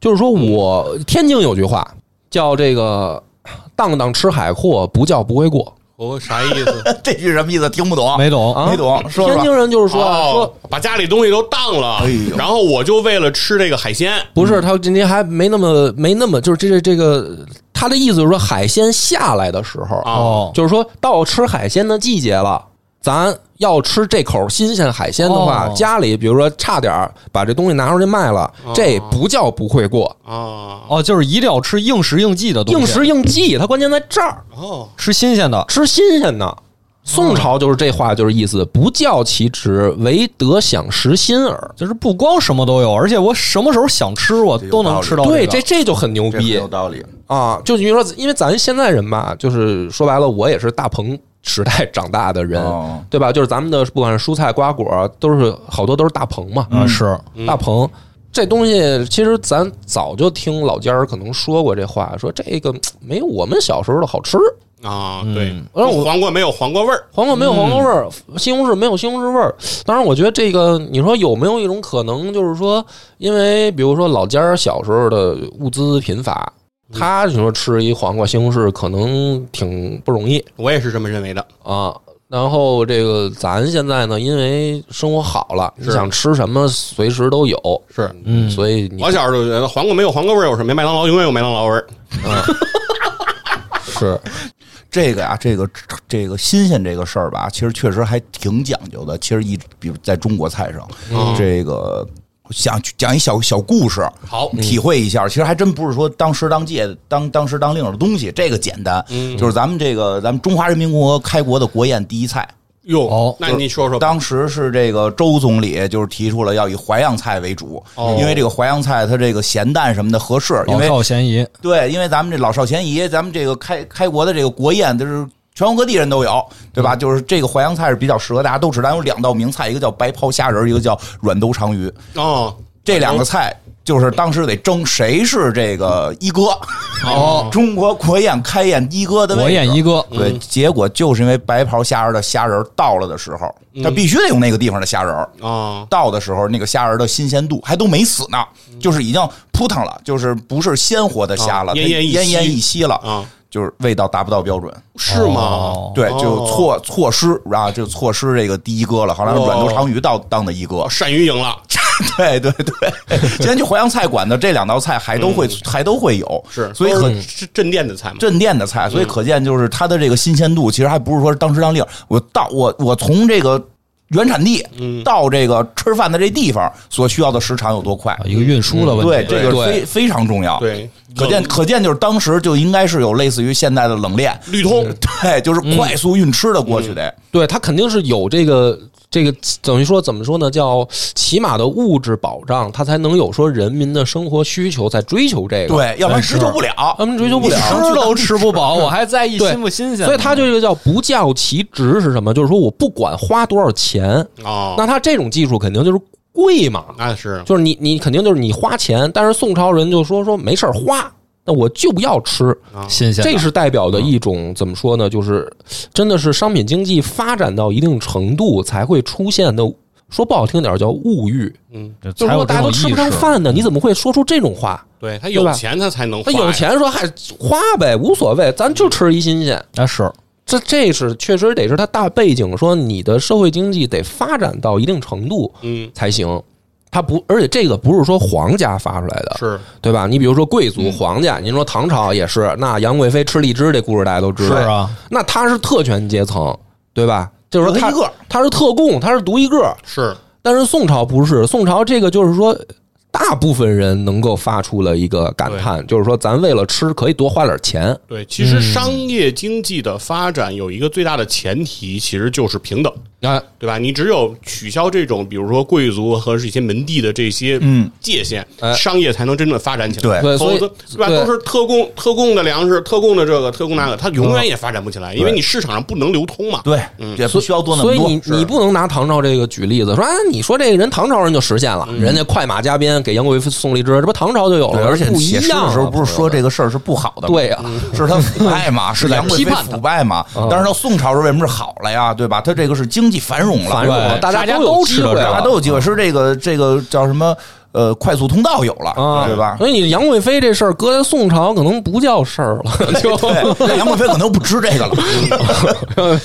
Speaker 1: 就是说我天津有句话叫这个“当当吃海阔，不叫不会过
Speaker 3: 我哦啥意思？
Speaker 2: 这句什么意思？听不懂。
Speaker 4: 没懂”
Speaker 1: 啊，
Speaker 2: 没懂说说
Speaker 1: 天津人就是说啊
Speaker 3: 哦
Speaker 1: 说
Speaker 3: 把家里东西都当了
Speaker 2: 哎呦，
Speaker 3: 然后我就为了吃这个海鲜，
Speaker 1: 不
Speaker 2: 嗯
Speaker 1: 是他，您还没那么没那么，就是这这这个他的意思就是说，海鲜下来的时候
Speaker 3: 啊
Speaker 4: 哦，
Speaker 1: 就是说到吃海鲜的季节了，咱要吃这口新鲜海鲜的话，
Speaker 4: 哦
Speaker 1: 家里比如说差点儿把这东西拿出去卖了，
Speaker 2: 哦
Speaker 1: 这不叫不会过，
Speaker 3: 啊，
Speaker 4: 哦，就是一定要吃应时应季的东西，
Speaker 1: 应时应季，它关键在这儿，
Speaker 3: 哦，
Speaker 4: 吃新鲜的。
Speaker 1: 吃新鲜的。宋朝就是这话就是意思，不教其职，唯得享食心耳。
Speaker 4: 就是不光什么都有，而且我什么时候想吃我
Speaker 2: 这有哦
Speaker 4: 都
Speaker 2: 道
Speaker 4: 能
Speaker 2: 理
Speaker 4: 吃到、
Speaker 1: 对，
Speaker 4: 这
Speaker 1: 这
Speaker 4: 个
Speaker 1: 这就很牛
Speaker 2: 这很
Speaker 1: 逼
Speaker 2: 有道理，
Speaker 1: 啊！就你说，因为咱现在人吧，就是说白了，我也是大棚时代长大的人，
Speaker 2: 哦
Speaker 1: 对吧？就是咱们的不管是蔬菜瓜果，都是好多都是大棚嘛，
Speaker 4: 啊是
Speaker 1: 大棚这东西，其实咱早就听老家儿可能说过这话，说这个嘖没有我们小时候的好吃，
Speaker 3: 啊，对，
Speaker 1: 然后我
Speaker 3: 黄瓜没有黄瓜味儿，
Speaker 1: 黄瓜没有黄瓜味儿，西红柿没有西红柿味儿。当然，我觉得这个你说有没有一种可能，就是说，因为比如说老家儿小时候的物资贫乏。他你说吃一黄瓜西红柿可能挺不容易
Speaker 3: 我也是这么认为的。
Speaker 1: 啊，然后这个咱现在呢，因为生活好了，你
Speaker 3: 是
Speaker 1: 想吃什么随时都有，
Speaker 3: 是
Speaker 4: 嗯
Speaker 1: 所以你
Speaker 3: 我小时候就觉得黄瓜没有黄瓜味儿，有什么麦当劳永远有麦当劳味儿。
Speaker 1: 是
Speaker 2: 这个呀、这个这个新鲜这个事儿吧，其实确实还挺讲究的。其实一比如在中国菜上，
Speaker 1: 嗯
Speaker 2: 这个想讲一小小故事，
Speaker 3: 好
Speaker 1: 嗯
Speaker 2: 体会一下。其实还真不是说当时当届当当时当令的东西，这个简单，
Speaker 1: 嗯
Speaker 2: 就是咱们这个咱们中华人民共和国开国的国宴第一菜。
Speaker 3: 哟，
Speaker 4: 哦
Speaker 3: 那你说说吧，
Speaker 2: 当时是这个周总理就是提出了要以淮扬菜为主，
Speaker 3: 哦
Speaker 2: 因为这个淮扬菜它这个咸淡什么的合适，因
Speaker 4: 老
Speaker 2: 为
Speaker 4: 少咸宜，
Speaker 2: 对，因为咱们这老少咸宜，咱们这个开开国的这个国宴，就是全国各地人都有，对
Speaker 4: 嗯
Speaker 2: 吧？就是这个淮扬菜是比较适合大家都吃。咱有两道名菜，一个叫白泡虾仁儿，一个叫软兜长鱼，
Speaker 3: 哦，
Speaker 2: 这两个菜。就是当时得争谁是这个一哥，
Speaker 3: 哦
Speaker 2: 中国国宴开宴一哥的位置
Speaker 4: 国宴一哥，
Speaker 3: 嗯
Speaker 2: 对，结果就是因为白袍虾仁的虾仁到了的时候，
Speaker 3: 嗯
Speaker 2: 他必须得用那个地方的虾仁儿，
Speaker 3: 哦，
Speaker 2: 到的时候，那个虾仁的新鲜度还都没死呢，就是已经扑腾了，就是不是鲜活的虾了，
Speaker 3: 嗯啊
Speaker 2: 它
Speaker 3: 奄奄一息
Speaker 2: 奄奄一息了，
Speaker 3: 啊，
Speaker 2: 就是味道达不到标准，
Speaker 3: 是吗？
Speaker 2: 对，
Speaker 3: 哦
Speaker 2: 就错错失啊，就错失这个第一哥了。好像是
Speaker 3: 哦
Speaker 2: 软头长鱼到当的一哥
Speaker 3: 哦，，鳝鱼赢了，
Speaker 2: 对对对。现在去淮扬菜馆的这两道菜还都会还都会有，
Speaker 3: 嗯是，
Speaker 2: 所以
Speaker 3: 都
Speaker 2: 可
Speaker 3: 是是镇店的菜嘛。
Speaker 2: 镇店的菜，
Speaker 1: 嗯
Speaker 2: 所以可见就是它的这个新鲜度，其实还不是说当时当令。我到我我从这个原产地
Speaker 1: 嗯
Speaker 2: 到这个吃饭的这地方所需要的时长有多快
Speaker 4: 啊，一个运输的问
Speaker 2: 对
Speaker 4: 题，
Speaker 2: 这个
Speaker 1: 对
Speaker 2: 非非常重要。
Speaker 3: 对，
Speaker 2: 可见
Speaker 3: 冷
Speaker 2: 可见就是当时就应该是有类似于现在的冷链，
Speaker 3: 绿通
Speaker 2: 对，就是快速运吃的过
Speaker 1: 嗯
Speaker 2: 去得。
Speaker 1: 对他肯定是有这个这个，等于说怎么说呢？叫起码的物质保障，他才能有说人民的生活需求，在追求这个。，
Speaker 2: 对，要不然
Speaker 4: 是
Speaker 2: 追求不了。
Speaker 1: 他们追求不了。
Speaker 4: 吃都吃不饱，我还在意
Speaker 1: 对
Speaker 4: 新不新鲜呢。
Speaker 1: 所以他就这个叫不教其职是什么？就是说我不管花多少钱，
Speaker 3: 哦，
Speaker 1: 那他这种技术肯定就是贵嘛，
Speaker 3: 那是
Speaker 1: 就是你你肯定就是你花钱，但是宋朝人就说说没事儿花，那我就不要吃，
Speaker 4: 新鲜的，
Speaker 1: 这是代表的一种怎么说呢？就是真的是商品经济发展到一定程度才会出现的，说不好听点儿叫物欲，
Speaker 4: 这
Speaker 1: 就是
Speaker 4: 才有
Speaker 1: 说大
Speaker 4: 这
Speaker 1: 家都
Speaker 4: 种意
Speaker 1: 吃
Speaker 4: 识
Speaker 1: 不上饭呢，你怎么会说出这种话？
Speaker 3: 对他
Speaker 1: 对
Speaker 3: 有
Speaker 1: 吧
Speaker 3: 钱他才能
Speaker 1: 那
Speaker 3: 花
Speaker 1: 有
Speaker 3: 呀
Speaker 1: 钱说还花呗，无所谓，咱就吃一新鲜。
Speaker 4: 那哎是
Speaker 1: 这这是确实得是它大背景，说你的社会经济得发展到一定程度
Speaker 3: 嗯
Speaker 1: 才行。它不，而且这个不是说皇家发出来的，
Speaker 3: 是嗯
Speaker 1: 对吧？你比如说贵族、皇家，您说唐朝也是，那杨贵妃吃荔枝这故事大家都知
Speaker 4: 是
Speaker 1: 道，
Speaker 4: 啊，
Speaker 1: 那他是特权阶层，对吧？就是说他
Speaker 2: 独一个，
Speaker 1: 他是特供，他是独一个。
Speaker 3: 是
Speaker 1: 但是宋朝不是，宋朝这个就是说，大部分人能够发出了一个感叹，就是说咱为了吃可以多花点钱。
Speaker 3: 对，其
Speaker 1: 嗯
Speaker 3: 实商业经济的发展有一个最大的前提，其实就是平等，
Speaker 1: 啊，
Speaker 3: 对吧？你只有取消这种，比如说贵族和一些门第的这些
Speaker 2: 嗯
Speaker 3: 界限，
Speaker 1: 哎
Speaker 3: 商业才能真正发展起来。
Speaker 2: 对
Speaker 1: 对，所
Speaker 3: 否
Speaker 1: 以
Speaker 3: 则对吧，
Speaker 1: 对
Speaker 3: 都是特供特供的粮食，特供的这个特供那个，它永远也发展不起来，因为你市场上不能流通嘛。
Speaker 2: 对，也不需要多那
Speaker 1: 嗯所
Speaker 2: 么
Speaker 1: 以你
Speaker 2: 多。
Speaker 1: 你不能拿唐朝这个举例子，说啊，你说这个人唐朝人就实现了，人家快马加鞭给杨贵妃送荔枝，这不唐朝就有
Speaker 2: 嗯对，
Speaker 1: 了，
Speaker 2: 而且
Speaker 1: 不一
Speaker 2: 写诗
Speaker 1: 样
Speaker 2: 的
Speaker 1: 啊。
Speaker 2: 时候不是说这个事儿是不好的，
Speaker 1: 对，呀、
Speaker 2: 是他腐败嘛，是杨贵妃腐败嘛。但是到宋朝时候为什么是好了呀？对吧？他这个是经济繁荣了，
Speaker 1: 繁荣了，啊
Speaker 4: 对
Speaker 1: 大
Speaker 4: 大家
Speaker 1: 都有
Speaker 4: 都
Speaker 1: 机
Speaker 4: 吃
Speaker 1: 会
Speaker 4: 得
Speaker 1: 了，
Speaker 4: 着
Speaker 2: 大家都有机会。是这个这个叫什么？呃快速通道有了，
Speaker 1: 啊，
Speaker 2: 对吧？
Speaker 1: 所以你杨贵妃这事儿搁在宋朝可能不叫事儿了， 就
Speaker 2: 对，那杨贵妃可能不吃这个了，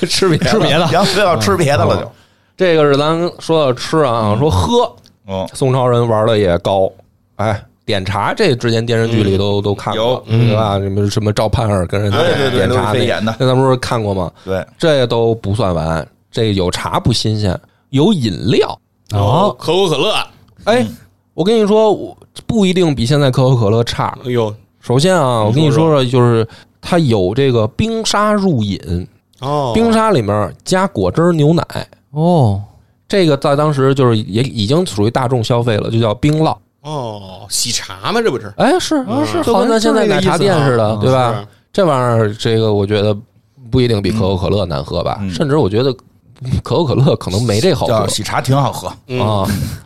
Speaker 1: 吃别的
Speaker 4: 吃别的
Speaker 2: 杨贵妃要吃别的了就。
Speaker 1: 这个是咱说到吃啊，说喝，
Speaker 2: 嗯，
Speaker 1: 宋朝人玩的也高，哎。点茶，这之前电视剧里都、都看过
Speaker 2: 嗯有，嗯
Speaker 1: 对吧？什么什么赵盼儿跟人家
Speaker 2: 对对对
Speaker 1: 点
Speaker 2: 刘
Speaker 1: 茶
Speaker 2: 亦菲
Speaker 1: 那
Speaker 2: 演的
Speaker 1: 那咱不是看过吗？
Speaker 2: 对，
Speaker 1: 这都不算完，这有茶不新鲜，有饮料。
Speaker 3: 哦，可口可乐，
Speaker 1: 哎，我跟你说，我不一定比现在可口可乐差。
Speaker 3: 哎呦，
Speaker 1: 首先啊，我跟你
Speaker 3: 你
Speaker 1: 说
Speaker 3: 说
Speaker 1: 说，就是它有这个冰沙入饮，
Speaker 3: 哦，
Speaker 1: 冰沙里面加果汁儿牛奶，
Speaker 4: 哦，
Speaker 1: 这个在当时就是也已经属于大众消费了，就叫冰酪。
Speaker 3: 哦，喜茶吗？这不是
Speaker 1: 哎，是
Speaker 3: 啊是
Speaker 1: 就跟咱现在奶茶店似的，
Speaker 4: 好像
Speaker 1: 对
Speaker 4: 就是那个意思啊
Speaker 1: 吧
Speaker 3: 是？
Speaker 1: 这玩意儿，这个我觉得不一定比可口可乐难喝吧，
Speaker 2: 嗯
Speaker 1: 甚至我觉得可口可乐可能没这好喝
Speaker 2: 叫喜茶挺好喝，
Speaker 3: 嗯
Speaker 1: 啊。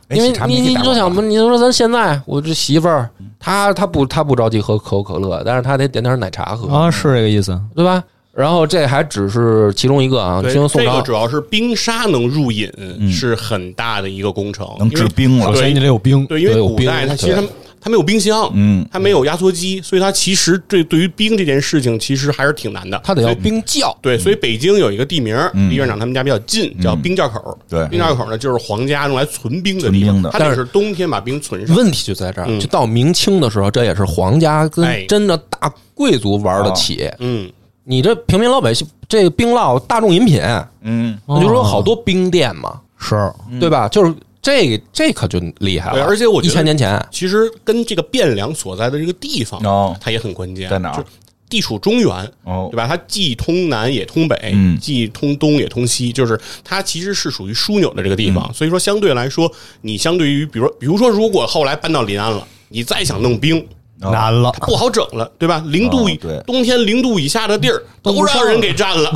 Speaker 2: 哎
Speaker 1: 因为
Speaker 2: 喜茶没
Speaker 1: 你
Speaker 2: 几
Speaker 1: 你
Speaker 2: 百
Speaker 1: 就
Speaker 2: 块
Speaker 1: 想吧，你就说咱现在我这媳妇儿，她她不她不着急喝可口可乐，但是她得点点奶茶喝，
Speaker 4: 啊，是这个意思。
Speaker 1: 对吧？然后这还只是其中一个啊，嗯
Speaker 3: 对
Speaker 1: 听宋
Speaker 3: 这
Speaker 1: 朝
Speaker 3: 个主要是冰沙能入饮，是很大的一个工程，
Speaker 2: 能
Speaker 3: 因为
Speaker 2: 制冰了
Speaker 4: 首先
Speaker 3: 对
Speaker 4: 你得有冰，
Speaker 3: 对，因
Speaker 1: 对
Speaker 3: 为
Speaker 1: 有
Speaker 3: 古代
Speaker 1: 冰
Speaker 3: 它其实
Speaker 1: 对
Speaker 3: 它它没有冰箱，
Speaker 2: 嗯，
Speaker 3: 它没有压缩机，所以它其实对对于冰这件事情其实还是挺难的。
Speaker 1: 她得要冰窖，
Speaker 3: 对，所以北京有一个地名儿，
Speaker 2: 嗯
Speaker 3: 李院长他们家比较近，叫冰窖口。
Speaker 2: 对
Speaker 3: 冰窖口呢就是皇家用来存冰的地
Speaker 2: 存冰
Speaker 3: 方
Speaker 2: 的，
Speaker 3: 它
Speaker 1: 但
Speaker 3: 得
Speaker 1: 是
Speaker 3: 是冬天把冰存上。
Speaker 1: 问题就在这儿，
Speaker 3: 嗯
Speaker 1: 就到明清的时候，这也是皇家跟
Speaker 3: 哎
Speaker 1: 真的大贵族玩得起。
Speaker 3: 嗯，
Speaker 1: 你这平民老百姓，这冰酪大众饮品，
Speaker 2: 嗯，
Speaker 1: 我
Speaker 4: 哦
Speaker 1: 就说好多冰店嘛，
Speaker 4: 是
Speaker 1: 对吧？就是这这可就厉害
Speaker 3: 对
Speaker 1: 了，
Speaker 3: 而且我
Speaker 1: 一
Speaker 3: 觉得
Speaker 1: 千年前，
Speaker 3: 其实跟这个汴梁所在的这个地方，
Speaker 2: 哦
Speaker 3: 它也很关键。
Speaker 2: 在哪儿
Speaker 3: 就地处中原，
Speaker 2: 哦
Speaker 3: 对吧？它既通南也通北，
Speaker 2: 嗯
Speaker 3: 既通东也通西，就是它其实是属于枢纽的这个地方。所以说，相对来说，你相对于比如比如说，如果后来搬到临安了，你再想弄冰。
Speaker 4: 难了，
Speaker 3: 不好整了，对吧？零度以、
Speaker 2: 哦对
Speaker 3: 冬天零度以下的地儿
Speaker 4: 都
Speaker 3: 都
Speaker 4: 不上
Speaker 3: 让人给占了，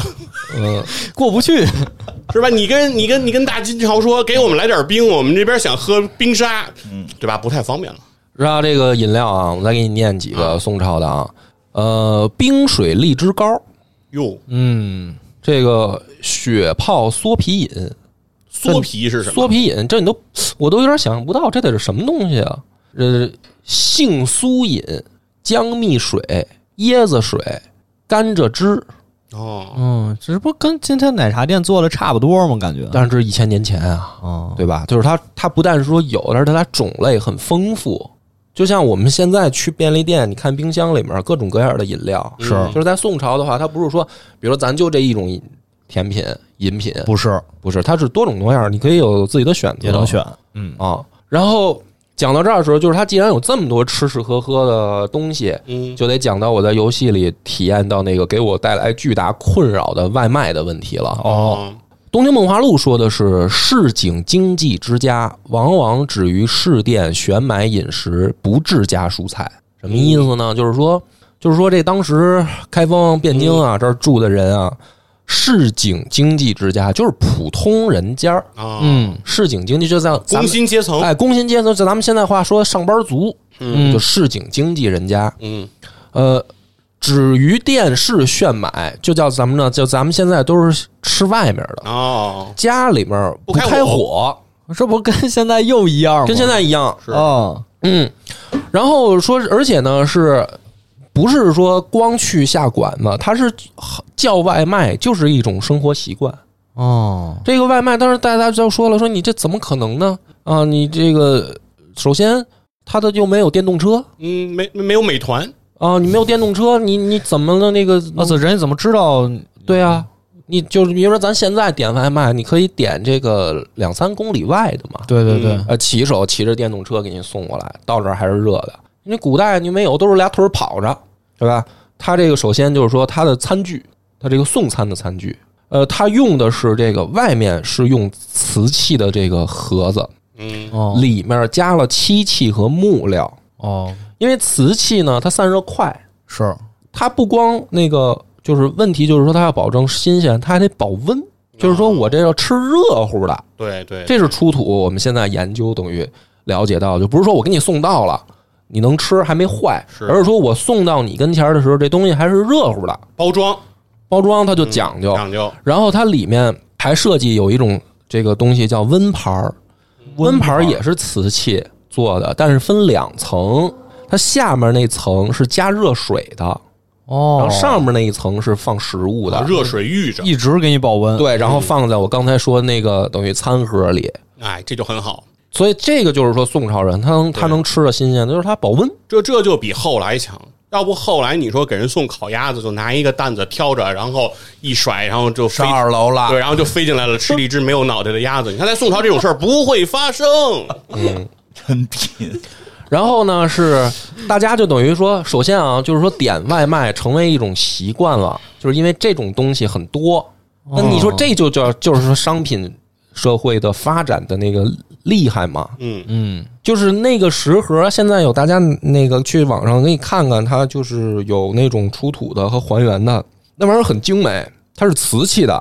Speaker 1: 嗯，
Speaker 4: 过不 去。
Speaker 3: 是吧？你跟你跟你跟大金朝说，给我们来点冰，我们这边想喝冰沙，嗯，对吧？不太方便了。
Speaker 1: 然后这个饮料啊，我再给你念几个宋朝的啊，呃，冰水荔枝糕，
Speaker 3: 哟，
Speaker 4: 嗯，
Speaker 1: 这个雪泡缩皮饮，
Speaker 3: 缩皮是什么？
Speaker 1: 缩皮饮，这你都我都有点想象不到，这得是什么东西啊？呃，杏酥饮、姜蜜水、椰子水、甘蔗汁，
Speaker 3: 哦，
Speaker 4: 嗯，这不跟今天奶茶店做的差不多吗？感觉
Speaker 1: 但是这是一千年前啊，
Speaker 4: 哦，
Speaker 1: 对吧？就是它，它不但是说有，而且它种类很丰富。就像我们现在去便利店，你看冰箱里面各种各样的饮料，
Speaker 3: 是
Speaker 1: 就是在宋朝的话，它不是说，比如说咱就这一种饮甜品、饮品，
Speaker 4: 不是
Speaker 1: 不是，它是多种多样，你可以有自己的选择，
Speaker 4: 也能选，嗯
Speaker 1: 啊。然后讲到这儿的时候，就是它既然有这么多吃吃喝喝的东西，
Speaker 3: 嗯，
Speaker 1: 就得讲到我在游戏里体验到那个给我带来巨大困扰的外卖的问题了。
Speaker 4: 哦，
Speaker 3: 哦，
Speaker 1: 《东京梦华录》说的是市井经济之家，往往止于市店选买饮食，不至家蔬菜。什么意思呢？就是说，就是说，这当时开封、汴京
Speaker 3: 嗯
Speaker 1: 啊，这儿住的人啊，市井经济之家就是普通人家儿。
Speaker 3: 啊，
Speaker 4: 嗯
Speaker 1: 市井经济就像咱
Speaker 3: 工
Speaker 1: 们
Speaker 3: 薪阶层，
Speaker 1: 哎，工薪阶层，就咱们现在话说上班族，
Speaker 4: 嗯
Speaker 1: 就市井经济人家。
Speaker 3: 嗯，
Speaker 1: 呃，止于电视炫买，就叫咱们呢，就咱们现在都是吃外面的。
Speaker 3: 哦，
Speaker 1: 家里面不
Speaker 3: 不
Speaker 1: 开
Speaker 3: 开
Speaker 1: 火，
Speaker 4: 这不跟现在又一样吗？
Speaker 1: 跟现在一样。
Speaker 3: 是
Speaker 4: 啊，
Speaker 1: 嗯，然后说，而且呢是。不是说光去下馆子，它是叫外卖，就是一种生活习惯。
Speaker 4: 哦，
Speaker 1: 这个外卖，当时大家就说了，说你这怎么可能呢？啊，你这个首先它的又没有电动车
Speaker 3: 嗯，没没有美团，
Speaker 1: 啊，你没有电动车，你你怎么了？那个
Speaker 4: 那这人家怎么知道？
Speaker 1: 对啊，你就是比如说咱现在点外卖，你可以点这个两三公里外的嘛，
Speaker 4: 对对
Speaker 3: 嗯
Speaker 4: 对，
Speaker 1: 呃，骑手骑着电动车给你送过来，到这儿还是热的。因为古代你没有，都是俩腿儿跑着，对吧？它这个首先就是说它的餐具，它这个送餐的餐具，呃，它用的是这个外面是用瓷器的这个盒子，
Speaker 3: 嗯，
Speaker 4: 哦
Speaker 1: 里面加了漆器和木料，
Speaker 4: 哦，
Speaker 1: 因为瓷器呢它散热快，
Speaker 4: 是
Speaker 1: 它不光那个就是问题，就是说它要保证新鲜，它还得保温。就是说我这要吃热乎的，
Speaker 3: 对对，
Speaker 1: 这是出土我们现在研究等于了解到，就不是说我给你送到了，你能吃还没坏，
Speaker 3: 是
Speaker 1: 而是说我送到你跟前儿的时候，这东西还是热乎的，
Speaker 3: 包装
Speaker 1: 包装它就讲究，
Speaker 3: 嗯讲究，
Speaker 1: 然后它里面还设计有一种这个东西叫温盘儿，温盘儿也是瓷器。做的，但是分两层，它下面那层是加热水的，然
Speaker 4: 哦
Speaker 1: 后，上面那一层是放食物的。
Speaker 3: 热水浴着，
Speaker 4: 一直给你保温，，
Speaker 1: 对，然后放在我刚才说那个等于餐盒里，
Speaker 3: 哎，这就很好。
Speaker 1: 所以这个就是说宋朝人他能他能吃的新鲜，就是他保温。
Speaker 3: 这这就比后来强。要不后来你说给人送烤鸭子，就拿一个担子挑着，然后一甩，然后就飞
Speaker 2: 上二楼
Speaker 4: 啊
Speaker 2: 了
Speaker 3: 对，，然后就飞进来了，吃了一只没有脑袋的鸭子。你看，在宋朝这种事儿不会发生。
Speaker 2: 真品。
Speaker 1: 然后呢，是大家就等于说，首先啊，就是说点外卖成为一种习惯了，就是因为这种东西很多。那你说这就叫就是说商品社会的发展的那个厉害嘛？
Speaker 3: 嗯，
Speaker 1: 就是那个食盒，现在有大家那个去网上给你看看，它就是有那种出土的和还原的，那玩意儿很精美，它是瓷器的，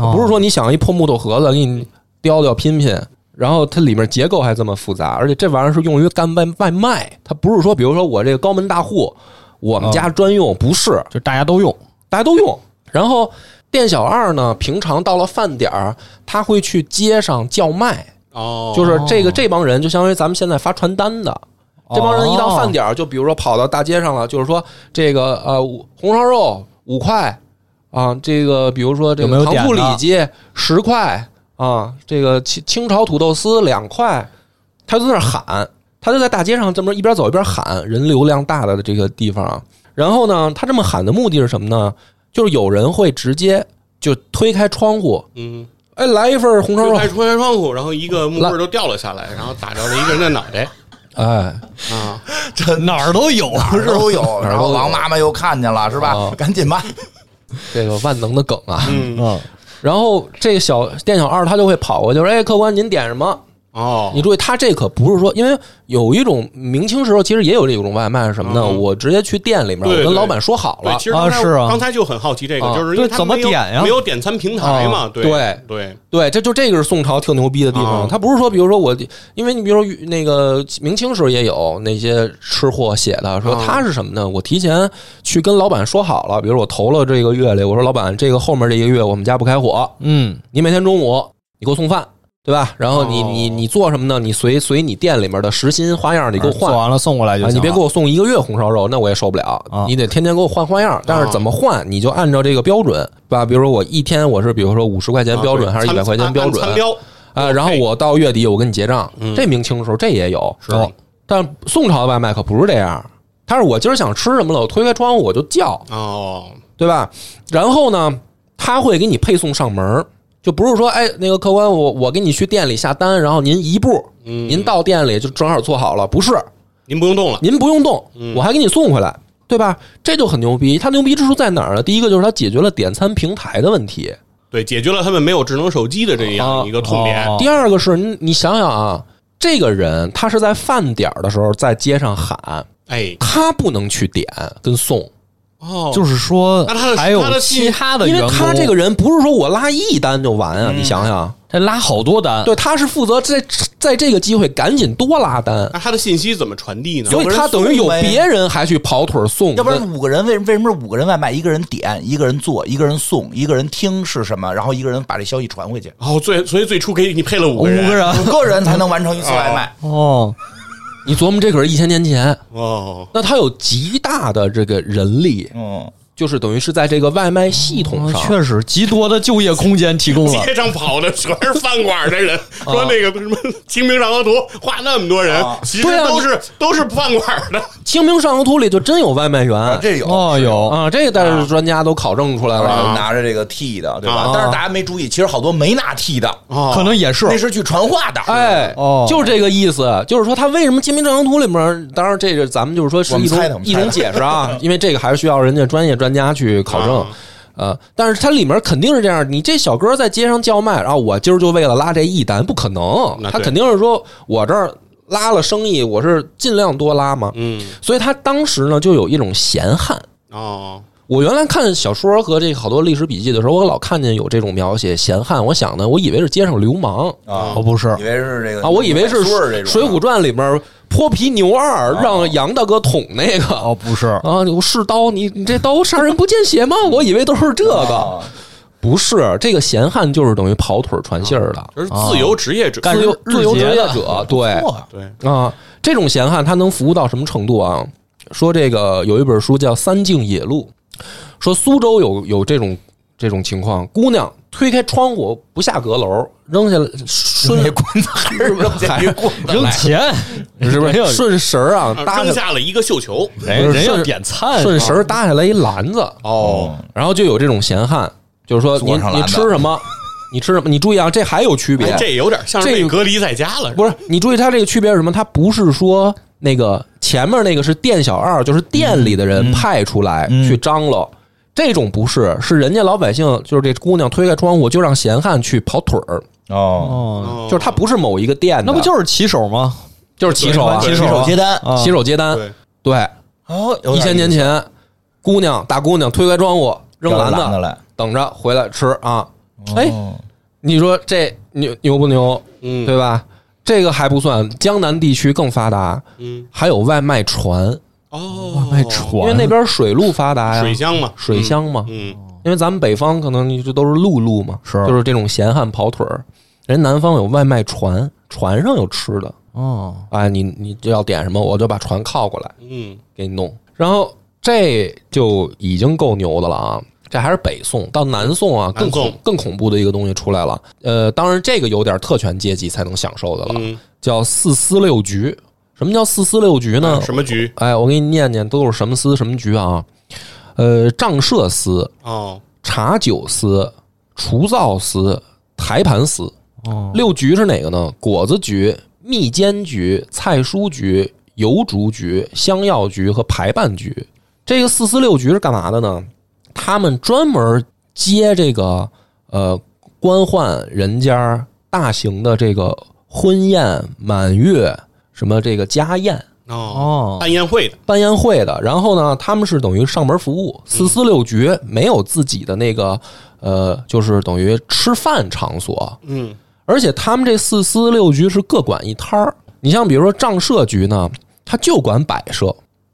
Speaker 4: 哦
Speaker 1: 不是说你想一破木头盒子给你雕雕拼拼，然后它里面结构还这么复杂，而且这玩意儿是用于干外外卖，它不是说比如说我这个高门大户，我们家专用，不是
Speaker 4: 就大家都用，
Speaker 1: 大家都用。然后店小二呢，平常到了饭点儿，他会去街上叫卖，
Speaker 3: 哦，
Speaker 1: 就是这个这帮人就相当于咱们现在发传单的。
Speaker 4: 哦
Speaker 1: 这帮人一到饭点儿，就比如说跑到大街上了，就是说这个呃五红烧肉五块啊，这个比如说这
Speaker 4: 有没
Speaker 1: 个
Speaker 4: 有
Speaker 1: 糖
Speaker 4: 点
Speaker 1: 醋里
Speaker 4: 的
Speaker 1: 脊十块啊，这个清清炒土豆丝两块，他就在那儿喊，他就在大街上这么一边走一边喊，人流量大的这个地方啊。然后呢，他这么喊的目的是什么呢？就是有人会直接就推开窗户，
Speaker 3: 嗯，
Speaker 1: 哎，来一份红烧
Speaker 3: 就
Speaker 1: 肉
Speaker 3: 开，窗开窗户，然后一个木棍儿就掉了下来，然后打着了一个人的脑袋
Speaker 1: 哎，
Speaker 3: 啊。
Speaker 4: 哪儿都有，
Speaker 2: 哪儿都有，
Speaker 1: 哪儿都有
Speaker 2: 然后王妈妈又看见了，是吧
Speaker 1: 啊？
Speaker 2: 赶紧吧，
Speaker 1: 这个万能的梗啊。
Speaker 3: 嗯，
Speaker 4: 嗯，
Speaker 1: 然后这个小店小二他就会跑过去说：“哎，客官，您点什么？”
Speaker 3: 哦，
Speaker 1: 你注意，他这可不是说，因为有一种明清时候其实也有这种外卖是什么呢？
Speaker 3: 嗯
Speaker 1: 我直接去店里面，
Speaker 3: 对
Speaker 1: 我跟
Speaker 3: 对
Speaker 1: 老板说好
Speaker 3: 对，
Speaker 1: 了
Speaker 3: 其，实刚才
Speaker 4: 啊是啊
Speaker 3: 刚才就很好奇这个，
Speaker 1: 啊
Speaker 3: 就是因为
Speaker 4: 对
Speaker 3: 他
Speaker 4: 怎么
Speaker 3: 没有
Speaker 4: 点呀
Speaker 3: 没有点餐平台嘛，
Speaker 1: 啊
Speaker 3: 对
Speaker 1: 对
Speaker 3: 对，
Speaker 1: 对，这就这个是宋朝特牛逼的地方
Speaker 3: 啊。
Speaker 1: 他不是说，比如说我，因为你比如说那个明清时候也有那些吃货写的，说
Speaker 3: 啊
Speaker 1: 他是什么呢？我提前去跟老板说好了，比如我投了这个月里，我说老板，这个后面这一个月我们家不开火，
Speaker 4: 嗯，
Speaker 1: 你每天中午你给我送饭，对吧？然后你
Speaker 3: 哦
Speaker 1: 你你做什么呢？你随随你店里面的时薪花样，你给我换
Speaker 4: 做。完了送过来就
Speaker 1: 啊，
Speaker 4: 行了，
Speaker 1: 你别给我送一个月红烧肉，那我也受不了。
Speaker 4: 啊
Speaker 1: 你得天天给我换花
Speaker 3: 啊
Speaker 1: 样，但是怎么换，你就按照这个标准，对吧？比如说我一天我是比如说五十块钱标准，
Speaker 3: 啊
Speaker 1: 还是一百
Speaker 3: 餐
Speaker 1: 块钱
Speaker 3: 餐
Speaker 1: 标准
Speaker 3: 餐标嗯
Speaker 1: 啊？然后我到月底我跟你结账，这明清时候这也有。
Speaker 3: 是
Speaker 1: 哦但宋朝的外卖可不是这样，他是我今儿想吃什么了，我推开窗户我就叫，
Speaker 3: 哦，
Speaker 1: 对吧？然后呢，他会给你配送上门儿，就不是说哎那个客官我我给你去店里下单，然后您一步
Speaker 3: 嗯
Speaker 1: 您到店里就正好做好了，不是？
Speaker 3: 您不用动了，
Speaker 1: 您不用动，
Speaker 4: 嗯
Speaker 1: 我还给你送回来，对吧？这就很牛逼。它牛逼之处在哪儿呢？第一个就是它解决了点餐平台的问题，
Speaker 3: 对，解决了他们没有智能手机的这
Speaker 1: 啊
Speaker 3: 样一个痛点。
Speaker 4: 哦
Speaker 1: 第二个是你你想想啊，这个人他是在饭点儿的时候在街上喊，
Speaker 3: 哎，
Speaker 1: 他不能去点跟送。
Speaker 3: 哦，
Speaker 4: 就是说
Speaker 3: 那他的
Speaker 4: 还有
Speaker 3: 他的信
Speaker 4: 其他的
Speaker 1: 因
Speaker 4: 员
Speaker 1: 为
Speaker 4: 工，
Speaker 1: 他这个人不是说我拉一单就完啊，你想想，
Speaker 4: 他拉好多单，
Speaker 1: 对，他是负责在在这个机会赶紧多拉
Speaker 2: 啊
Speaker 1: 单，
Speaker 3: 那他的信息怎么传递呢？
Speaker 1: 所以他等于有别人还去跑腿儿送，
Speaker 2: 要不然五个人为为什么是五个人外卖？一个人点，一个人做，一个人送，一个人听是什么，然后一个人把这消息传回去，
Speaker 3: 哦，最所以最初给你配了五
Speaker 4: 五
Speaker 3: 个人，
Speaker 4: 个人，
Speaker 2: 五个人才能完成一次外卖。
Speaker 4: 哦，
Speaker 1: 你琢磨这可是一千年前，
Speaker 3: 哦，
Speaker 1: 那他有极大的这个人力，
Speaker 2: 嗯，
Speaker 1: 就是等于是在这个外卖系统上，
Speaker 4: 哦确实极多的就业空间提供了，
Speaker 3: 街上跑的全是饭馆的人，说那个什么《清明上河图》画那么多人
Speaker 2: 啊，
Speaker 3: 其实
Speaker 1: 啊对啊
Speaker 3: 都是都是饭馆的。
Speaker 1: 清明上河图》里就真有外卖员啊
Speaker 2: 这有
Speaker 4: 哦， 有，
Speaker 1: 这个但是专家都考证出来了。
Speaker 2: 啊拿着这个 T 的，对吧
Speaker 3: 啊？
Speaker 2: 但是大家没注意，其实好多没拿 T 的，
Speaker 3: 哦
Speaker 1: 啊
Speaker 4: 可能也是
Speaker 2: 那是去传话的。
Speaker 1: 哎，
Speaker 4: 哦
Speaker 1: 就是这个意思，就是说他为什么《清明上河图》里面，当然这个咱们就是说是一
Speaker 2: 我们猜的
Speaker 1: 种
Speaker 2: 我们
Speaker 1: 一
Speaker 2: 猜的
Speaker 1: 种解释啊， 因为这个还是需要人家专业专家去考证
Speaker 3: 啊，
Speaker 1: 呃，但是它里面肯定是这样，你这小哥在街上叫卖，然后我今儿就为了拉这一单，不可能
Speaker 3: 那，对
Speaker 1: 他肯定是说我这儿拉了生意，我是尽量多拉嘛，
Speaker 3: 嗯
Speaker 1: 所以他当时呢就有一种闲汉，
Speaker 3: 哦，
Speaker 1: 我原来看小说和这个好多历史笔记的时候，我老看见有这种描写闲汉，我想呢，我以为是街上流氓
Speaker 2: 啊
Speaker 4: 哦，，不是
Speaker 2: 以，为是这个
Speaker 1: 啊，我以为是
Speaker 2: 说这
Speaker 1: 《
Speaker 2: 种
Speaker 1: 水浒传》里面泼皮牛二让杨大哥捅那个
Speaker 4: 哦，不是，
Speaker 1: 啊，我是刀，你你这刀杀人不见血吗？我以为都是这个
Speaker 2: 啊
Speaker 1: 不是这个闲汉就是等于跑腿儿传信儿的，
Speaker 3: 就是自由职业者，
Speaker 4: 干
Speaker 1: 自由
Speaker 4: 日
Speaker 1: 自由职
Speaker 4: 结
Speaker 1: 业
Speaker 4: 的
Speaker 1: 者，对
Speaker 2: 哇，
Speaker 3: 对，
Speaker 1: 啊，这种闲汉他能服务到什么程度啊？说这个有一本书叫《三径野路》，说苏州有有这种这种情况，姑娘推开窗户不下阁楼，扔下来顺
Speaker 2: 那棍子 还是扔下一棍子
Speaker 4: 扔
Speaker 2: 来，
Speaker 4: 钱，
Speaker 1: 是不
Speaker 4: 人
Speaker 1: 是
Speaker 4: 要
Speaker 1: 顺绳儿啊
Speaker 3: 啊
Speaker 1: 搭
Speaker 3: 扔
Speaker 1: 下啊
Speaker 3: 下了一个绣球，
Speaker 4: 人人要点餐，啊
Speaker 1: 顺绳儿搭下来一篮子，
Speaker 3: 哦，
Speaker 1: 然后就有这种闲汉，就是说你
Speaker 2: 坐上篮
Speaker 1: 你
Speaker 2: 子
Speaker 1: 吃什么，你吃什么，你注意啊，这还有区别
Speaker 3: 哎，这有点像
Speaker 1: 这
Speaker 3: 被
Speaker 1: 个
Speaker 3: 隔离在家了，
Speaker 1: 不是，你注意它这个区别是什么？它不是说那个前面那个是店小二，就是店里的人派出来
Speaker 2: 嗯
Speaker 1: 去张罗，这种不是，是人家老百姓，就是这姑娘推开窗户就让闲汉去跑腿儿，
Speaker 2: 哦，
Speaker 4: 哦，
Speaker 3: 哦
Speaker 1: 就是他不是某一个店的，
Speaker 4: 那不就是骑手吗？
Speaker 1: 就是骑手啊，
Speaker 4: 嗯骑
Speaker 2: 手
Speaker 4: 手啊
Speaker 2: 接单
Speaker 4: 啊
Speaker 1: 骑手接单，
Speaker 3: 对，
Speaker 1: 对，
Speaker 2: 哦，有
Speaker 1: 一
Speaker 2: 点
Speaker 1: 千年前，姑娘大姑娘推开窗户
Speaker 2: 意
Speaker 1: 扔
Speaker 2: 思
Speaker 1: 篮
Speaker 2: 子
Speaker 1: 子，
Speaker 2: 来，
Speaker 1: 等着回来吃啊，哎，
Speaker 2: 哦
Speaker 1: 你说这牛牛不牛，
Speaker 3: 嗯，
Speaker 1: 对吧？这个还不算，江南地区更发达，
Speaker 3: 嗯，
Speaker 1: 还有外卖船。
Speaker 3: 哦，
Speaker 4: 卖船，
Speaker 1: 因为那边水路发达呀，
Speaker 3: 水乡嘛，
Speaker 1: 啊水乡嘛。
Speaker 3: 嗯，
Speaker 1: 因为咱们北方可能这都是陆路嘛，
Speaker 4: 是
Speaker 1: 就是这种闲汉跑腿儿。人南方有外卖船，船上有吃的，
Speaker 4: 哦，
Speaker 1: 哎，你你就要点什么，我就把船靠过来
Speaker 3: 嗯
Speaker 1: 给你弄。然后这就已经够牛的了啊！这还是北宋，到南宋啊，更
Speaker 3: 南宋
Speaker 1: 恐更恐怖的一个东西出来了。呃，当然这个有点特权阶级才能享受的了，
Speaker 3: 嗯
Speaker 1: 叫四司六局。什么叫四司六局呢
Speaker 3: 嗯，？什么局？
Speaker 1: 哎，我给你念念都是什么司什么局啊？呃，账设司、
Speaker 3: 哦，
Speaker 1: 茶酒司、除灶司、台盘司。
Speaker 4: 哦，
Speaker 1: 六局是哪个呢？果子局、蜜煎局、菜蔬局、油烛局、香药局和排办局。这个四司六局是干嘛的呢？他们专门接这个呃官宦人家大型的这个婚宴、满月什么这个家宴。
Speaker 3: 哦
Speaker 4: 哦，
Speaker 3: 办宴会的，
Speaker 1: 办宴会的，然后呢，他们是等于上门服务，四
Speaker 3: 嗯
Speaker 1: 司六局没有自己的那个呃，就是等于吃饭场所，
Speaker 3: 嗯，
Speaker 1: 而且他们这四司六局是各管一摊儿。你像比如说账社局呢，他就管摆设、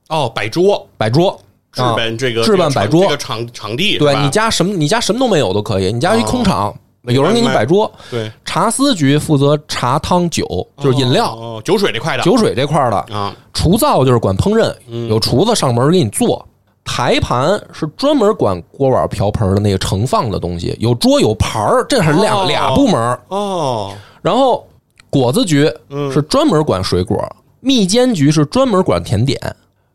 Speaker 3: 哦，摆桌，
Speaker 1: 摆桌、
Speaker 3: 置
Speaker 1: 啊
Speaker 3: 办这个
Speaker 1: 置办
Speaker 3: 这个
Speaker 1: 摆
Speaker 3: 场
Speaker 1: 桌
Speaker 3: 这个场场地，
Speaker 1: 对
Speaker 3: 是吧
Speaker 1: 你家什么你家什么都没有都可以，你家一空场，
Speaker 3: 明白
Speaker 1: 有人给你
Speaker 3: 明白
Speaker 1: 摆桌。
Speaker 3: 对，
Speaker 1: 茶司局负责茶汤酒，就是饮料、
Speaker 3: 哦，哦酒水这块的，
Speaker 1: 酒水这块儿的。
Speaker 3: 啊，
Speaker 1: 厨灶就是管烹饪，
Speaker 3: 嗯
Speaker 1: 有厨子上门给你做。台盘是专门管锅碗瓢盆的那个盛放的东西，有桌有盘儿，这还是俩、
Speaker 3: 哦
Speaker 1: 俩部门儿。
Speaker 3: 哦，
Speaker 1: 然后果子局
Speaker 3: 嗯
Speaker 1: 是专门管水果，蜜煎局是专门管甜点，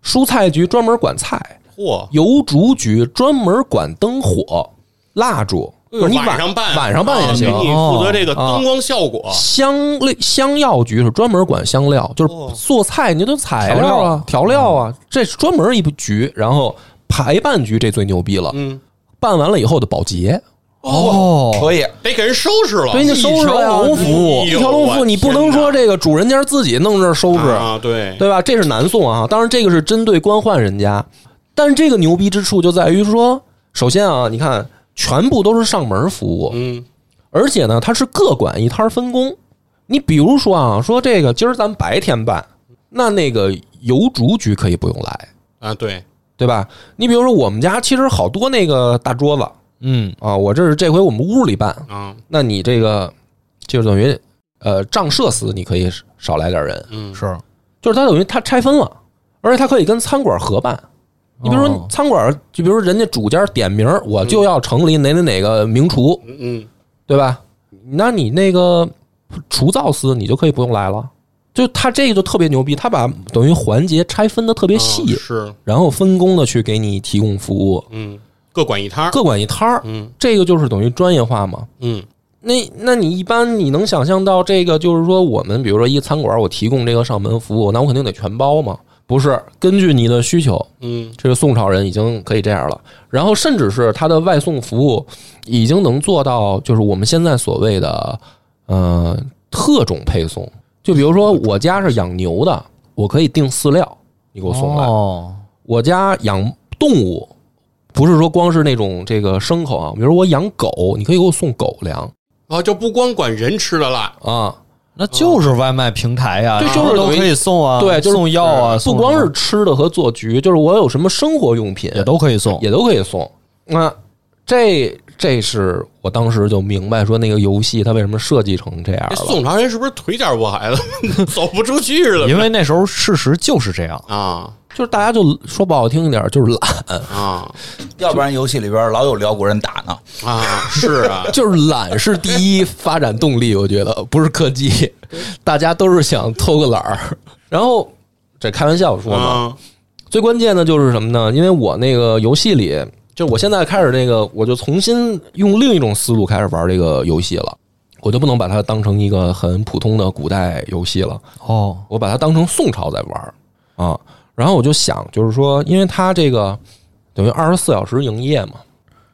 Speaker 1: 蔬菜局专门管菜，
Speaker 3: 嚯，
Speaker 1: 油烛局专门管灯火、蜡烛。
Speaker 3: 哎呦
Speaker 1: 不是你
Speaker 3: 晚上办，
Speaker 1: 晚上办也
Speaker 3: 啊
Speaker 1: 行。哦
Speaker 3: 你你负责这个灯光效果，
Speaker 1: 香类香料局是专门管香料，就是做菜你就材料啊、调料啊，这是专门一部局。然后排办局这最牛逼了，
Speaker 3: 嗯，
Speaker 1: 办完了以后的保洁，
Speaker 4: 哦，
Speaker 2: 可以，
Speaker 3: 得给人收拾了，
Speaker 1: 对你收拾了呀
Speaker 4: 一条龙
Speaker 3: 服务
Speaker 1: 一条龙服务，
Speaker 3: 哎呦
Speaker 1: 你不能说这个主人家自己弄这收拾，
Speaker 3: 啊，对，
Speaker 1: 对吧？这是南宋啊，当然这个是针对官宦人家，但是这个牛逼之处就在于说，首先啊，你看全部都是上门服务，
Speaker 3: 嗯，
Speaker 1: 而且呢，它是各管一摊儿分工。你比如说啊，说这个今儿咱白天办，那那个邮竹局可以不用来，
Speaker 3: 啊，对，
Speaker 1: 对吧？你比如说我们家其实好多那个大桌子
Speaker 4: 嗯，
Speaker 1: 啊，我这是这回我们屋里办，
Speaker 3: 啊，
Speaker 1: 那你这个就等于呃账设司你可以少来点人，
Speaker 3: 嗯，
Speaker 4: 是，
Speaker 1: 就是它等于它拆分了，而且它可以跟餐馆合办。你比如说
Speaker 4: 哦嗯
Speaker 1: 餐馆，就比如说人家主家点名儿，我就要城里哪哪哪个名厨，
Speaker 3: 嗯嗯，
Speaker 1: 对吧？那你那个除灶司，你就可以不用来了。就他这个就特别牛逼，他把等于环节拆分的特别
Speaker 3: 啊
Speaker 1: 细，
Speaker 3: 是，
Speaker 1: 然后分工的去给你提供服务，
Speaker 3: 嗯，各管一摊儿，
Speaker 1: 各管一摊儿。
Speaker 3: 嗯
Speaker 1: 这个就是等于专业化嘛。
Speaker 3: 嗯，
Speaker 1: 那那你一般你能想象到这个，就是说我们比如说一个餐馆，我提供这个上门服务，那我肯定得全包嘛？不是，根据你的需求，
Speaker 3: 嗯，
Speaker 1: 这个宋朝人已经可以这样了，然后甚至是他的外送服务已经能做到，就是我们现在所谓的呃特种配送。就比如说我家是养牛的，我可以订饲料，你给我送来；
Speaker 4: 哦，
Speaker 1: 我家养动物，不是说光是那种这个牲口啊，比如我养狗，你可以给我送狗粮
Speaker 3: 啊，就不光管人吃的辣，
Speaker 1: 啊。
Speaker 4: 那就是外卖平台呀，
Speaker 1: 对
Speaker 4: 然后
Speaker 1: 就是
Speaker 4: 都
Speaker 1: 等于
Speaker 4: 可以送啊，
Speaker 1: 对，就是
Speaker 4: 送药啊，
Speaker 1: 不
Speaker 4: 送
Speaker 1: 光
Speaker 4: 什
Speaker 1: 是
Speaker 4: 么
Speaker 1: 吃的和做局，就是我有什么生活用品
Speaker 4: 也都可以送，
Speaker 1: 也都可以送。那这这是我当时就明白说那个游戏它为什么设计成这样
Speaker 3: 这
Speaker 1: 了。
Speaker 3: 宋朝人是不是腿脚不好了， 走不出去了？
Speaker 4: 因为那时候事实就是这样。
Speaker 3: 啊
Speaker 1: 就是大家就说不好听一点，就是懒，
Speaker 3: 啊
Speaker 2: 要不然游戏里边老有辽国人打呢。
Speaker 3: 啊！是 啊，
Speaker 1: 就是懒是第一发展动力，我觉得不是科技，大家都是想偷个懒儿。然后这开玩笑说嘛，
Speaker 3: 啊
Speaker 1: 最关键的就是什么呢？因为我那个游戏里，就我现在开始那个，我就重新用另一种思路开始玩这个游戏了。我就不能把它当成一个很普通的古代游戏了，
Speaker 4: 哦，
Speaker 1: 我把它当成宋朝在玩儿啊。然后我就想，就是说，因为它这个等于二十四小时营业嘛，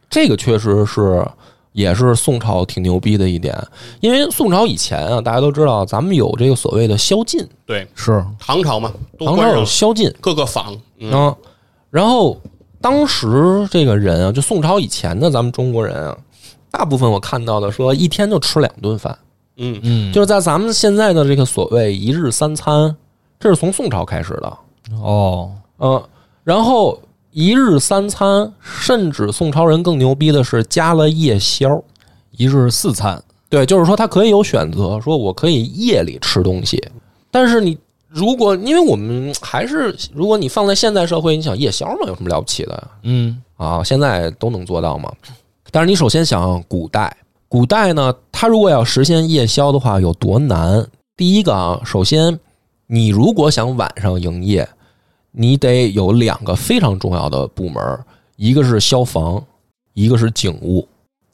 Speaker 1: 这个确实是也是宋朝挺牛逼的一点。因为宋朝以前啊，大家都知道，咱们有这个所谓的宵禁，
Speaker 3: 对，
Speaker 4: 是
Speaker 3: 唐朝嘛，都
Speaker 1: 唐朝
Speaker 3: 关上
Speaker 1: 有
Speaker 3: 了
Speaker 1: 宵禁，
Speaker 3: 各个坊，嗯
Speaker 1: 嗯，然后当时这个人啊，就宋朝以前的咱们中国人啊，大部分我看到的说一天就吃两顿饭，
Speaker 3: 嗯
Speaker 4: 嗯
Speaker 1: 就是在咱们现在的这个所谓一日三餐，这是从宋朝开始的，
Speaker 4: 哦，
Speaker 1: 嗯，然后一日三餐，甚至宋朝人更牛逼的是加了夜宵，
Speaker 4: 一日四餐，
Speaker 1: 对，就是说他可以有选择，说我可以夜里吃东西，但是你如果因为我们还是如果你放在现代社会，你想夜宵嘛，有什么了不起的呀？
Speaker 4: 嗯
Speaker 1: 啊，现在都能做到嘛。但是你首先想古代，古代呢，它如果要实现夜宵的话，有多难？第一个啊，首先你如果想晚上营业，你得有两个非常重要的部门儿，一个是消防，一个是警务。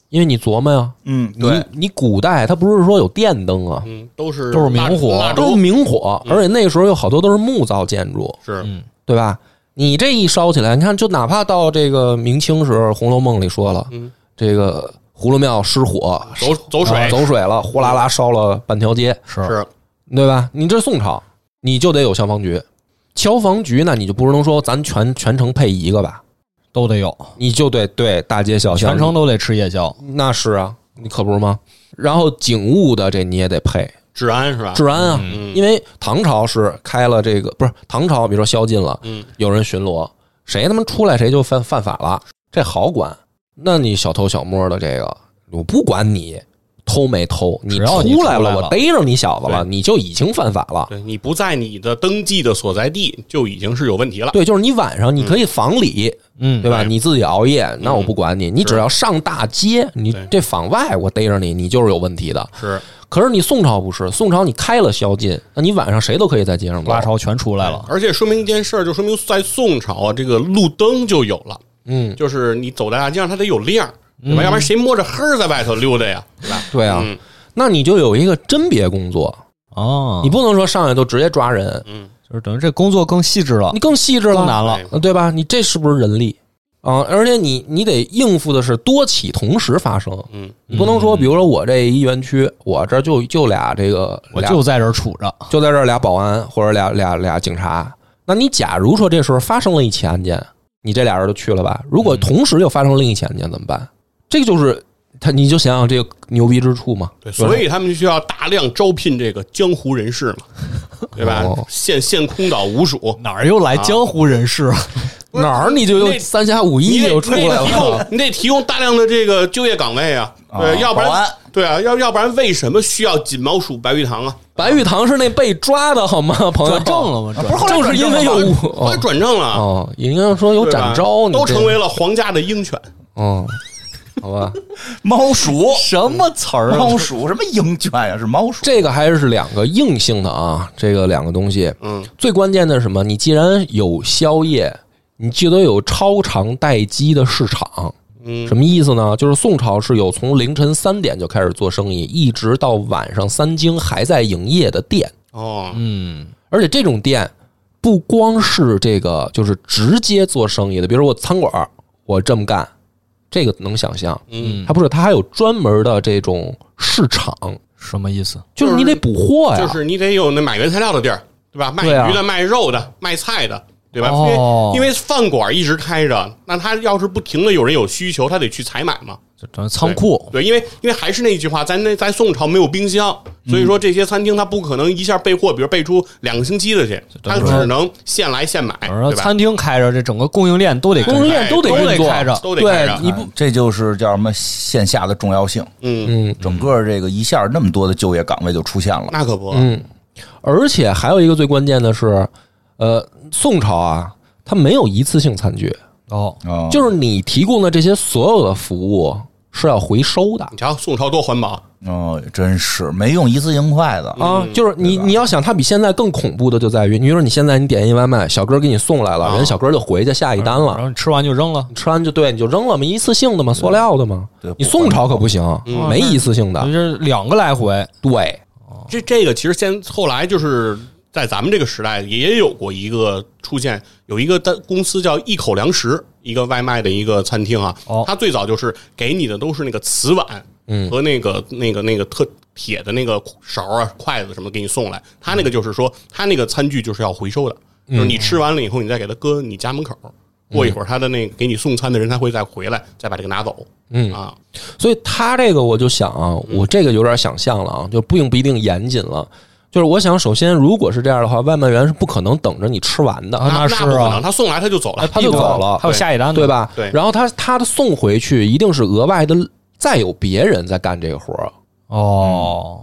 Speaker 1: 因为你琢磨呀、
Speaker 2: 嗯，
Speaker 1: 你你古代它不是说有电灯啊，
Speaker 3: 嗯，都是
Speaker 4: 都是明
Speaker 3: 蜡
Speaker 4: 火
Speaker 3: 蜡
Speaker 1: 都
Speaker 3: 烛嗯
Speaker 1: 是明火，而且那时候有好多都是木造建筑，
Speaker 3: 是
Speaker 4: 嗯，
Speaker 1: 对吧？你这一烧起来，你看，就哪怕到这个明清时候，《红楼梦》里说了，
Speaker 3: 嗯
Speaker 1: 这个葫芦庙失火，
Speaker 3: 走走水
Speaker 1: 啊走水了，呼啦啦烧了半条街，
Speaker 4: 是
Speaker 3: 是
Speaker 1: 对吧？你这宋朝，你就得有消防局，消防局那你就不能说咱全全城配一个吧，
Speaker 4: 都得有，
Speaker 1: 你就得对大街小巷
Speaker 4: 全程都得吃夜宵。
Speaker 1: 那是啊，你可不是吗？然后警务的这你也得配，
Speaker 3: 治安是吧？
Speaker 1: 治安啊，
Speaker 3: 嗯
Speaker 1: 因为唐朝是开了这个，不是唐朝，比如说宵禁了，
Speaker 3: 嗯，
Speaker 1: 有人巡逻，谁他妈出来谁就犯犯法了，这好管。那你小偷小摸的这个，我不管你偷没偷，你
Speaker 4: 只要你
Speaker 1: 来
Speaker 4: 出来了
Speaker 1: 我逮着你小子了，你就已经犯法了。
Speaker 3: 对你不在你的登记的所在地就已经是有问题了。
Speaker 1: 对，就是你晚上你可以防里，
Speaker 4: 嗯
Speaker 1: 对吧？
Speaker 3: 对
Speaker 1: 你自己熬夜，那我不管你，你只要上大街，你
Speaker 3: 对
Speaker 1: 这坊外我逮着你，你就是有问题的。
Speaker 3: 是
Speaker 1: 可是你宋朝不是，宋朝你开了宵禁，那你晚上谁都可以在街上走
Speaker 4: 瓜。潮全出来了，
Speaker 3: 而且说明一件事儿，就说明在宋朝啊，这个路灯就有了，
Speaker 1: 嗯，
Speaker 3: 就是你走在大街上，它得有亮儿，对吧？要不然谁摸着黑儿在外头溜达呀？对吧？
Speaker 1: 对啊，
Speaker 3: 嗯
Speaker 1: 那你就有一个甄别工作，
Speaker 4: 哦，
Speaker 1: 你不能说上来就直接抓人，
Speaker 3: 嗯，
Speaker 4: 就是等于这工作更细致了
Speaker 1: 你，更细致
Speaker 4: 啊更
Speaker 1: 了，
Speaker 4: 难了。
Speaker 3: 对
Speaker 1: 呃对吧？你这是不是人力啊？而且你你得应付的是多起同时发生，
Speaker 3: 嗯，
Speaker 1: 你不能说，比如说我这一园区，我这就就俩这个，
Speaker 4: 我
Speaker 1: 俩
Speaker 4: 就在这儿杵着，
Speaker 1: 就在这儿俩保安或者俩俩俩警察。那你假如说这时候发生了一起案件，你这俩人就去了吧？
Speaker 4: 嗯
Speaker 1: 如果同时又发生另一起案件怎么办？这个就是他，你就想想这个牛逼之处嘛。
Speaker 3: 对，
Speaker 1: 就是
Speaker 3: 所以他们就需要大量招聘这个江湖人士嘛， 对吧
Speaker 1: 哦？
Speaker 3: 限限空岛五署，
Speaker 4: 哪儿又来江湖人士 啊？
Speaker 1: 哪儿你就
Speaker 3: 那
Speaker 1: 又三侠五
Speaker 3: 你
Speaker 1: 义
Speaker 3: 得
Speaker 1: 就出来了
Speaker 3: 你得提。供，你啊得提供大量的这个就业岗位啊，对，要不
Speaker 2: 保
Speaker 3: 然
Speaker 2: 安
Speaker 3: 对啊，要要不然为什么需要锦毛鼠白玉堂啊？
Speaker 1: 白玉堂是那被抓的好吗，朋友？
Speaker 4: 转正了吗？
Speaker 2: 不是后来
Speaker 4: 转
Speaker 1: 正是因为有
Speaker 2: 转
Speaker 3: 后来
Speaker 1: 哦
Speaker 3: 转正了，
Speaker 1: 哦，应该说有
Speaker 3: 对吧
Speaker 1: 展昭，你
Speaker 3: 都
Speaker 1: 这
Speaker 3: 成为了皇家的鹰犬。
Speaker 1: 哦，好吧，
Speaker 2: 猫鼠，
Speaker 4: 什么词儿啊？
Speaker 2: 猫鼠什么鹰犬呀？是猫鼠。哎
Speaker 1: 这个还是两个硬性的啊，这个两个东西，
Speaker 3: 嗯，
Speaker 1: 最关键的是什么？你既然有宵夜，你就得有超长待机的市场。
Speaker 3: 嗯
Speaker 1: 什么意思呢？就是宋朝是有从凌晨三点就开始做生意，一直到晚上三更还在营业的店。
Speaker 3: 哦，
Speaker 4: 嗯，
Speaker 1: 而且这种店不光是这个，就是直接做生意的，比如我餐馆儿，我这么干，这个能想象。
Speaker 3: 嗯，
Speaker 1: 它不是，它还有专门的这种市场，
Speaker 4: 什么意思？
Speaker 1: 就是你得补货呀。
Speaker 3: 就是你得有那买原材料的地儿，对吧？卖
Speaker 1: 对啊
Speaker 3: 鱼的、卖肉的、卖菜的，对吧？
Speaker 4: 哦
Speaker 3: 因为因为饭馆一直开着，那他要是不停的有人有需求，他得去采买嘛。
Speaker 4: 就等于仓库，
Speaker 3: 对，因为因为还是那句话，在那在宋朝没有冰箱，所以说这些餐厅它不可能一下备货，比如备出两个星期的去，它只能现来现买，
Speaker 4: 等于说
Speaker 3: 对吧？
Speaker 4: 餐厅开着，这整个供应链都得跟
Speaker 1: 供应链都得
Speaker 4: 都
Speaker 1: 运作
Speaker 4: 开着，
Speaker 3: 都得开
Speaker 1: 对
Speaker 3: 着，
Speaker 1: 你不
Speaker 2: 这就是叫什么线下的重要性。
Speaker 3: 嗯，
Speaker 1: 嗯
Speaker 2: 整个这个一下那么多的就业岗位就出现了，
Speaker 3: 那可不，
Speaker 1: 嗯，而且还有一个最关键的是，呃，宋朝啊，它没有一次性餐具，
Speaker 4: 哦，
Speaker 2: 啊，
Speaker 1: 就是你提供的这些所有的服务是要回收的。
Speaker 3: 你瞧宋朝多环保，
Speaker 2: 哦，真是没用一次性筷子，
Speaker 1: 啊，就是你，你要想它比现在更恐怖的就在于，你比如说你现在你点一外卖，小哥给你送来了，
Speaker 3: 啊
Speaker 1: 人小哥就回去下一单
Speaker 4: 然
Speaker 1: 了，
Speaker 4: 后你吃完就扔了，
Speaker 1: 你吃完就对你就扔了嘛，一次性的嘛，塑料的嘛
Speaker 2: 对。
Speaker 1: 你宋朝可不行，没一次性的
Speaker 4: 你。这两个来回，
Speaker 1: 对，
Speaker 3: 这这个其实现后来就是在咱们这个时代也有过一个出现，有一个单公司叫一口粮食，一个外卖的一个餐厅啊，
Speaker 4: 哦
Speaker 3: 它最早就是给你的都是那个瓷碗，嗯，和那个那个那个特铁的那个勺啊、筷子什么给你送来，它那个就是说，它那个餐具就是要回收的，就是你吃完了以后，你再给它搁你家门口。过一会儿，他的那个给你送餐的人，他会再回来，再把这个拿走。嗯啊，
Speaker 1: 所以他这个我就想啊，我这个有点想象了啊，就不用不一定严谨了。就是我想，首先如果是这样的话，外卖员是不可能等着你吃完的，
Speaker 4: 啊
Speaker 3: 那
Speaker 4: 那是
Speaker 3: 不可能，
Speaker 4: 啊，
Speaker 3: 他送来他就走了，
Speaker 1: 他就走了，
Speaker 4: 还有下一单呢
Speaker 1: 对？吧？
Speaker 3: 对
Speaker 1: 然后他他的送回去一定是额外的，再有别人在干这个活儿。
Speaker 4: 哦，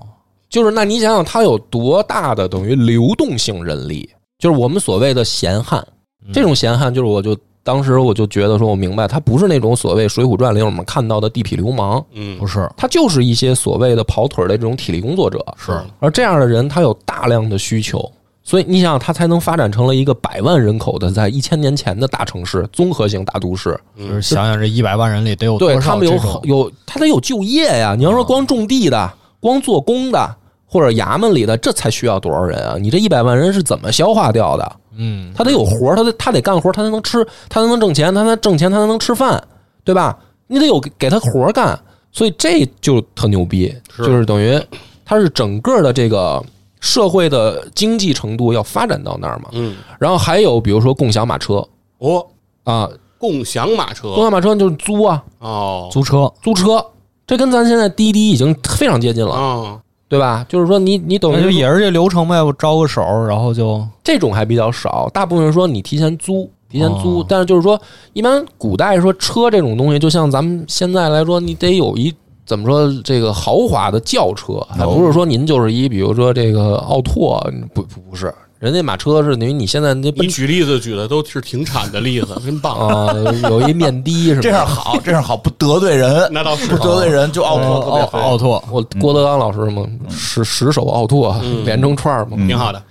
Speaker 1: 就是那你想想，它有多大的等于流动性人力？就是我们所谓的闲汉，
Speaker 3: 嗯
Speaker 1: 这种闲汉，就是我就当时我就觉得说，我明白，他不是那种所谓《水浒传》里我们看到的地痞流氓，
Speaker 3: 嗯
Speaker 4: 不，是，
Speaker 1: 他就是一些所谓的跑腿儿的这种体力工作者。
Speaker 3: 是
Speaker 1: 而这样的人，他有大量的需求，所以你想想，他才能发展成了一个百万人口的，在一千年前的大城市、综合型大都市。
Speaker 4: 就是想想这一百万人里得有
Speaker 1: 嗯对
Speaker 4: 多
Speaker 1: 他
Speaker 4: 少
Speaker 1: 们
Speaker 4: 这
Speaker 1: 有
Speaker 4: 种啊
Speaker 1: 好有，他得有就业呀。你要说光种地的、光做工的或者衙门里的，这才需要多少人啊？你这一百万人是怎么消化掉的？
Speaker 4: 嗯，
Speaker 1: 他得有活儿，他得他得干活儿，他才能吃，他才能挣钱，他才挣钱，他才能吃饭，对吧？你得有给给他活儿干，所以这就特牛逼，
Speaker 3: 是
Speaker 1: 就是等于他是整个的这个社会的经济程度要发展到那儿嘛。
Speaker 3: 嗯，
Speaker 1: 然后还有比如说共享马车
Speaker 3: 哦，
Speaker 1: 啊，
Speaker 3: 共享马
Speaker 1: 共
Speaker 3: 车
Speaker 1: 享马车就是租啊，
Speaker 3: 哦，
Speaker 4: 租车
Speaker 1: 租车，这跟咱现在滴滴已经非常接近了，
Speaker 3: 啊，
Speaker 1: 对吧？就是说你你等
Speaker 4: 那就
Speaker 1: 于
Speaker 4: 也是这流程呗，我招个手，然后就
Speaker 1: 这种还比较少，大部分说你提前租，提前租。
Speaker 4: 哦
Speaker 1: 但是就是说，一般古代说车这种东西，就像咱们现在来说，你得有一怎么说这个豪华的轿车，还不是说您就是一比如说这个奥拓，不不不是，人家马车是等于你现在那奔
Speaker 3: 你举例子举的都是挺惨的例子， 真棒！
Speaker 1: 啊、有一面的什么的
Speaker 2: 这样好，这样好，不得罪人，
Speaker 3: 那倒是
Speaker 2: 不得罪人就奥拓特
Speaker 4: 嗯奥
Speaker 2: 别好。
Speaker 4: 奥拓
Speaker 1: 我郭德纲老师嘛，十十手奥拓连成串儿
Speaker 4: 嗯
Speaker 1: 嘛，
Speaker 3: 挺好的，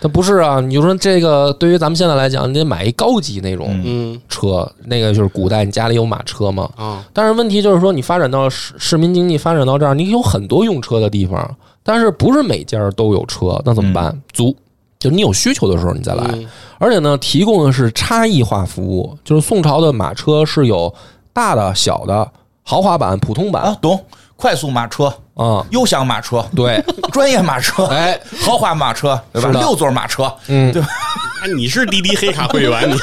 Speaker 1: 它不是啊，你就说这个对于咱们现在来讲，你得买一高级那种
Speaker 3: 嗯
Speaker 1: 车，那个就是古代你家里有马车嘛。
Speaker 3: 啊，
Speaker 1: 但是问题就是说，你发展到市市民经济发展到这儿，你有很多用车的地方，但是不是每家都有车，那怎么
Speaker 4: 嗯
Speaker 1: 办？租，就你有需求的时候你再来。
Speaker 3: 嗯
Speaker 1: 而且呢，提供的是差异化服务，就是宋朝的马车是有大的、小的、豪华版、普通版
Speaker 2: 啊，懂？快速马车、
Speaker 4: 哦
Speaker 1: 啊、
Speaker 2: 优享马车、
Speaker 1: 对，
Speaker 2: 专业马车、
Speaker 1: 哎，
Speaker 2: 豪华马车，对吧？
Speaker 1: 是的
Speaker 2: 六座马车
Speaker 1: 嗯，
Speaker 3: 哎你是滴滴黑卡会员，你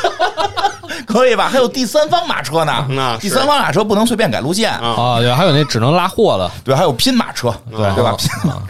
Speaker 2: 可以吧？还有第三方马车呢，
Speaker 1: 嗯
Speaker 3: 那是
Speaker 2: 第三方马车不能随便改路线，
Speaker 3: 啊
Speaker 4: 啊，对，还有那只能拉货的，
Speaker 2: 对，还有拼马车，
Speaker 4: 对
Speaker 2: 对吧
Speaker 1: 啊？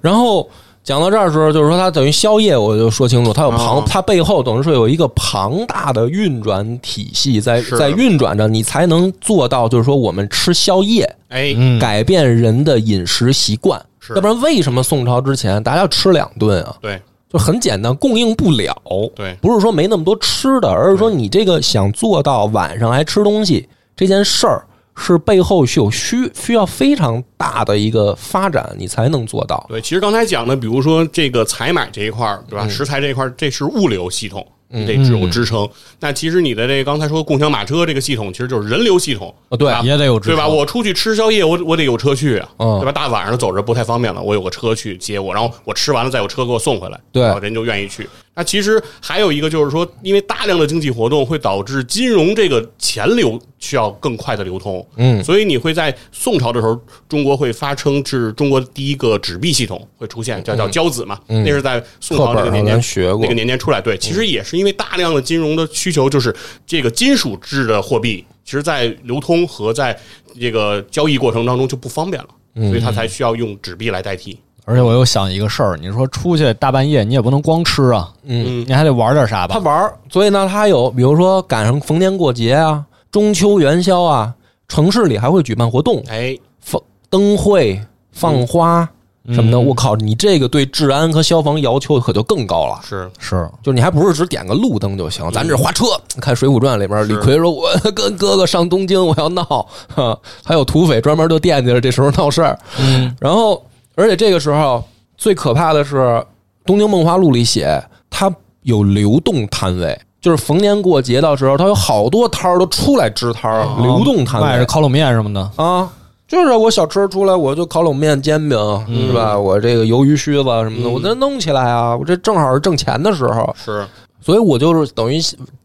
Speaker 1: 然后讲到这儿的时候，就是说它等于宵夜，我就说清楚，它有庞，
Speaker 3: 哦
Speaker 1: 它背后等于是有一个庞大的运转体系在
Speaker 3: 是
Speaker 1: 在运转着，你才能做到，就是说我们吃宵夜，
Speaker 3: 哎，
Speaker 4: 嗯，
Speaker 1: 改变人的饮食习惯。
Speaker 3: 是
Speaker 1: 要不然为什么宋朝之前大家要吃两顿啊？
Speaker 3: 对
Speaker 1: 就很简单，供应不了。
Speaker 3: 对
Speaker 1: 不是说没那么多吃的，而是说你这个想做到晚上还吃东西这件事儿，是背后是有需需要非常大的一个发展，你才能做到。
Speaker 3: 对，其实刚才讲的，比如说这个采买这一块儿，对
Speaker 4: 嗯
Speaker 3: 吧？食材这一块儿，这是物流系统。你得只有支撑，那其实你的这个刚才说共享马车这个系统，其实就是人流系统，
Speaker 1: 啊，对
Speaker 3: 啊
Speaker 4: 哦也得有支
Speaker 3: 对吧？
Speaker 4: 撑
Speaker 3: 我出去吃宵夜，我我得有车去啊，
Speaker 1: 嗯
Speaker 3: 对吧？大晚上走着不太方便了，我有个车去接我，然后我吃完了再有车给我送回来，
Speaker 1: 对
Speaker 3: 然后人就愿意去。那其实还有一个就是说，因为大量的经济活动会导致金融这个钱流需要更快的流通，
Speaker 1: 嗯
Speaker 3: 所以你会在宋朝的时候，中国会发称是中国第一个纸币系统会出现，叫叫交子嘛，
Speaker 1: 嗯
Speaker 3: 那是在宋
Speaker 1: 课
Speaker 3: 朝那
Speaker 1: 本
Speaker 3: 个
Speaker 1: 上
Speaker 3: 年
Speaker 1: 咱
Speaker 3: 间
Speaker 1: 学过
Speaker 3: 那个，年间出来，对，其实也是因为大量的金融的需求，就是这个金属制的货币，其实在流通和在这个交易过程当中就不方便了，所以它才需要用纸币来代替。
Speaker 4: 而且我又想一个事儿，你说出去大半夜，你也不能光吃啊，
Speaker 3: 嗯
Speaker 4: 你还得玩点啥
Speaker 1: 他
Speaker 4: 吧？
Speaker 1: 玩儿，所以呢，他有比如说赶上逢年过节啊、中秋元宵啊，城市里还会举办活动，
Speaker 3: 哎，
Speaker 1: 放灯会、放花什么的。我靠，你这个对治安和消防要求可就更高了。
Speaker 3: 是
Speaker 4: 是，
Speaker 1: 就你还不是只点个路灯就
Speaker 4: 嗯
Speaker 1: 行，咱这花车。看《水浒传》里边，李逵说：“我 跟哥哥上东京，我要闹。” 哈，还有土匪专门就惦记着这时候闹事儿。嗯，然后而且这个时候最可怕的是，《东京梦华录》里写它有流动摊位，就是逢年过节到时候，它有好多摊儿都出来支摊儿，流动摊
Speaker 4: 哦卖着
Speaker 1: 位
Speaker 4: 烤冷嗯面什么的，
Speaker 1: 啊。就是我小吃出来，我就烤冷面、煎饼，
Speaker 4: 嗯
Speaker 1: 是吧？我这个鱿鱼须子什么的，我再弄起来啊！我这正好是挣钱的时候，
Speaker 3: 是，
Speaker 1: 所以我就是等于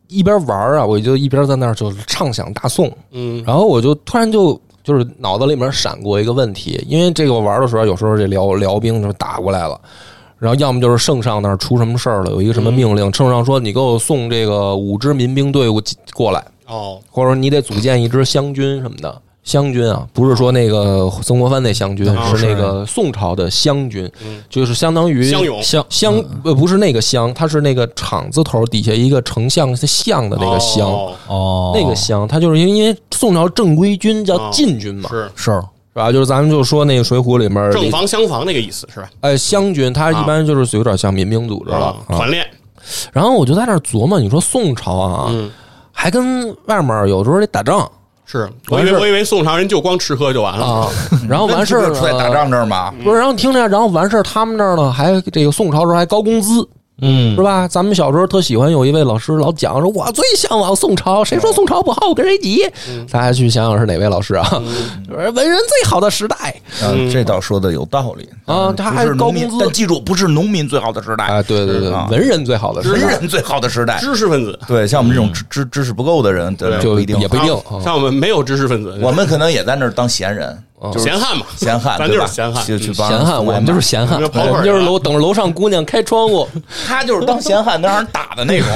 Speaker 1: 一边玩儿啊，我就一边在那儿就是畅想大宋，
Speaker 3: 嗯
Speaker 1: 然后我就突然就就是脑子里面闪过一个问题，因为这个我玩的时候，有时候这辽辽兵就打过来了。然后要么就是圣上那儿出什么事儿了，有一个什么命令，圣上说你给我送这个五支民兵队伍进过来，
Speaker 3: 哦，
Speaker 1: 或者说你得组建一支湘军什么的。湘军啊，不是说那个曾国藩那湘军，
Speaker 3: 啊
Speaker 1: 是那
Speaker 4: 是
Speaker 1: 个宋朝的湘军，
Speaker 3: 嗯
Speaker 1: 就是相当于
Speaker 3: 乡勇
Speaker 1: 乡乡呃不是那个乡，它是那个厂字头底下一个丞相相的那个乡，
Speaker 3: 哦
Speaker 4: 哦，
Speaker 1: 那个乡，它就是因为因为宋朝正规军叫禁军嘛，
Speaker 3: 嗯是
Speaker 4: 是
Speaker 1: 是吧？就是咱们就说那个《水浒》里面
Speaker 3: 正房厢房那个意思是吧？
Speaker 1: 呃湘军，它一般就是有点像民兵组织了。
Speaker 3: 啊
Speaker 1: 啊
Speaker 3: 团练，
Speaker 1: 然后我就在那儿琢磨，你说宋朝啊，
Speaker 3: 嗯
Speaker 1: 还跟外面有时候得打仗
Speaker 3: 是我以为我以为宋朝人就光吃喝就完了，
Speaker 1: 啊，然后完事
Speaker 2: 那
Speaker 1: 儿
Speaker 2: 不就出来打
Speaker 1: 呢
Speaker 2: 仗这儿吗？
Speaker 1: 不是，然后听着，然后完事儿，他们那儿呢还这个宋朝时候还高工资，
Speaker 4: 嗯
Speaker 1: 是吧？咱们小时候特喜欢有一位老师老讲说，我最向往宋朝，谁说宋朝不好，我跟谁急？大家去想想是哪位老师啊？说文人最好的时代
Speaker 2: 嗯，这倒说的有道理
Speaker 1: 啊
Speaker 2: 嗯
Speaker 1: 他还
Speaker 2: 不是
Speaker 1: 高
Speaker 2: 农民
Speaker 1: 工资
Speaker 2: 但记住，不是农民最好的时代，
Speaker 1: 啊，对对对
Speaker 2: 啊，
Speaker 1: 文人最好的时
Speaker 2: 文
Speaker 1: 代，
Speaker 2: 人啊最好的时代。
Speaker 3: 知识分子
Speaker 2: 对，像我们这种知知知识不够的人，对
Speaker 1: 就
Speaker 2: 不一定
Speaker 1: 也。不一定
Speaker 3: 像
Speaker 1: 啊
Speaker 3: 像我们没有知识分子，
Speaker 2: 我们可能也在那儿当闲人，
Speaker 1: 哦
Speaker 2: 就是
Speaker 3: 闲汉嘛，
Speaker 2: 闲汉，
Speaker 3: 咱
Speaker 2: 对
Speaker 3: 就是
Speaker 2: 吧
Speaker 3: 闲汉嗯
Speaker 2: 去去帮人
Speaker 1: 闲汉，
Speaker 2: 送
Speaker 1: 我
Speaker 2: 外
Speaker 1: 们就是
Speaker 2: 卖
Speaker 1: 闲汉，
Speaker 3: 我们就跑腿儿
Speaker 1: 我们
Speaker 2: 啊
Speaker 1: 就是楼等着楼上姑娘开窗 户，
Speaker 2: 他就是当闲汉，能让人打的 那种，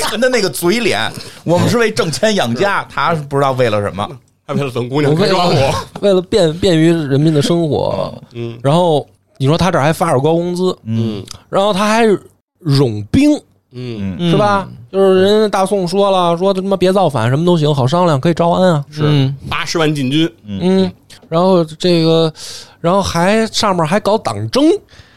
Speaker 2: 看他那个嘴脸。我们是为挣钱养家，他是不知道为了什么。
Speaker 3: 还为了等姑
Speaker 1: 我
Speaker 3: 娘
Speaker 1: 为
Speaker 3: 别抓我，
Speaker 1: 了为了便便于人民的生活，
Speaker 3: 嗯
Speaker 1: 然后你说他这儿还发着高工资，
Speaker 3: 嗯
Speaker 1: 然后他还冗兵，
Speaker 3: 嗯
Speaker 2: 嗯，
Speaker 1: 是吧？就是人家大宋说了，说他妈别造反，什么都行，好商量，可以招安啊。
Speaker 3: 是八十万禁军，
Speaker 1: 嗯，然后这个，然后还上面还搞党争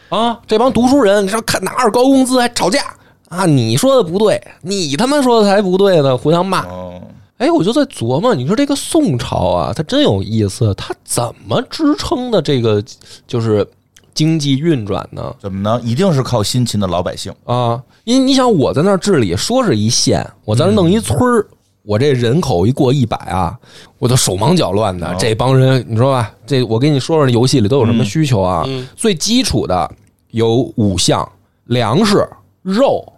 Speaker 1: 啊，这帮读书人，你说看拿着高工资还吵架啊？你说的不对，你他妈说的才不对呢，互相骂。
Speaker 2: 哦，
Speaker 1: 哎，我就在琢磨，你说这个宋朝啊，它真有意思，它怎么支撑的这个就是经济运转呢？
Speaker 2: 怎么呢？一定是靠辛勤的老百姓。
Speaker 1: 啊，因为你想我在那儿治理，说是一县，我在那儿弄一村儿，我这人口一过一百啊，我都手忙脚乱的。这帮人，你说吧，这我跟你说说，这游戏里都有什么需求啊？最基础的有五项：粮食、肉、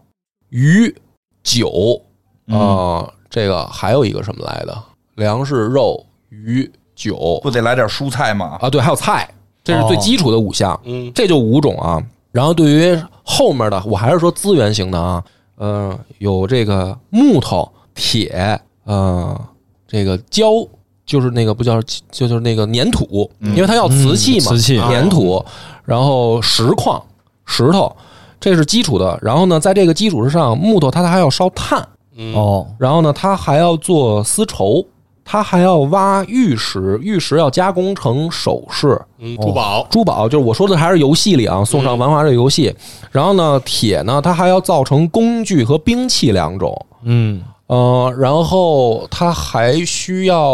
Speaker 1: 鱼、酒啊、这个还有一个什么来的？粮食、肉、鱼、酒
Speaker 2: 不得来点蔬菜吗？
Speaker 1: 啊，对，还有菜，这是最基础的五项。
Speaker 3: 嗯
Speaker 1: 这就五种啊。然后对于后面的，我还是说资源型的啊，嗯、有这个木头、铁，呃，这个胶，就是那个不叫，就就是那个粘土，因为它要瓷器嘛，啊
Speaker 4: 嗯瓷器
Speaker 1: 粘土，然后石矿、石头，这是基础的。然后呢，在这个基础之上，木头它还要烧炭，
Speaker 4: 哦，
Speaker 1: 然后呢，它还要做丝绸。它还要挖玉石，玉石要加工成首饰，
Speaker 3: 嗯，珠宝
Speaker 1: 珠宝，就是我说的还是游戏里啊，《送上繁华》这个游戏。然后呢，铁呢，它还要造成工具和兵器两种。
Speaker 4: 嗯，
Speaker 1: 呃，然后它还需要，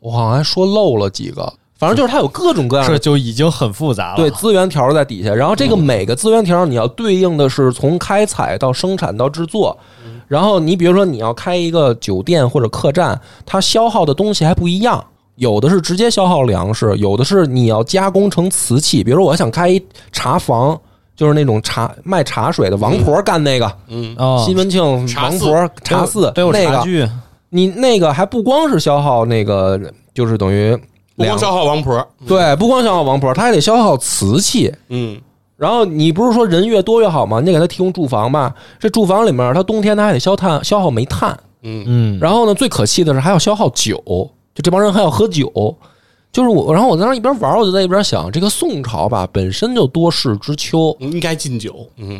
Speaker 1: 我好像还说漏了几个，反正就是它有各种各样
Speaker 4: 这
Speaker 1: 的。
Speaker 4: 就已经很复杂了，
Speaker 1: 对，资源条在底下，然后这个
Speaker 4: 嗯
Speaker 1: 每个资源条你要对应的是从开采到生产到制作，
Speaker 4: 嗯
Speaker 1: 然后你比如说你要开一个酒店或者客栈，它消耗的东西还不一样，有的是直接消耗粮食，有的是你要加工成瓷器，比如说我想开一茶房，就是那种茶卖茶水的王婆干那个，
Speaker 3: 嗯，
Speaker 4: 啊，
Speaker 1: 西门庆
Speaker 3: 茶
Speaker 1: 王
Speaker 3: 肆
Speaker 1: 婆茶肆
Speaker 4: 都有
Speaker 1: 那
Speaker 4: 茶
Speaker 1: 个，
Speaker 4: 具，
Speaker 1: 你那个还不光是消耗那个，就是等于
Speaker 3: 不光
Speaker 1: 两
Speaker 3: 消耗王婆，
Speaker 4: 嗯
Speaker 1: 对，不光消耗王婆，它还得消耗瓷器。
Speaker 3: 嗯，
Speaker 1: 然后你不是说人越多越好吗？你得给他提供住房吧。这住房里面，它冬天它还得消碳，消耗煤炭。
Speaker 4: 嗯，
Speaker 1: 然后呢，最可气的是还要消耗酒，就这帮人还要喝酒。就是我，然后我在那儿一边玩，我就在一边想，这个宋朝吧本身就多事之秋，
Speaker 3: 应该禁酒，嗯，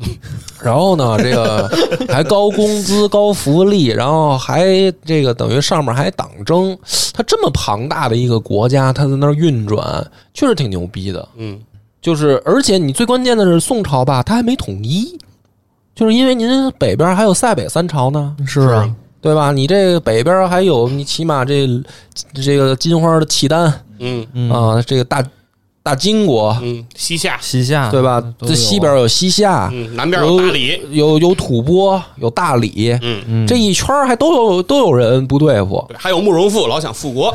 Speaker 1: 然后呢，这 个还高工资、高福利，然后还这个等于上面还党争，它这么庞大的一个国家，它在那儿运转，确实挺牛逼的。
Speaker 3: 嗯，
Speaker 1: 就是而且你最关键的是宋朝吧，它还没统一，就是因为您北边还有塞北三朝呢，
Speaker 4: 是啊，
Speaker 1: 对吧？你这北边还有你起码这这个金花的契丹啊、
Speaker 3: 嗯
Speaker 4: 嗯，
Speaker 1: 这个大大金国，
Speaker 3: 嗯，西夏，
Speaker 4: 西夏
Speaker 1: 对吧？
Speaker 4: 都
Speaker 1: 这
Speaker 4: 有啊
Speaker 1: 西边有西夏，
Speaker 3: 嗯，南边有大理，
Speaker 1: 有有吐蕃，有大理，
Speaker 3: 嗯，
Speaker 4: 嗯
Speaker 1: 这一圈儿还都有都有人不对付，
Speaker 3: 对还有慕容复，老想复国，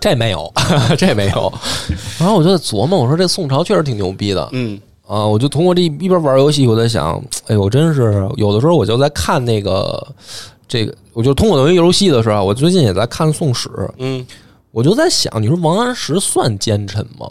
Speaker 1: 这没有， 这没有。 然后我就在琢磨，我说这宋朝确实挺牛逼的
Speaker 3: 嗯
Speaker 1: 啊！我就通过这一边玩游戏，我在想，哎呦，真是有的时候我就在看那个这个，我就通过等于游戏的时候，我最近也在看《宋史》，
Speaker 3: 嗯，
Speaker 1: 我就在想，你说王安石算奸臣吗？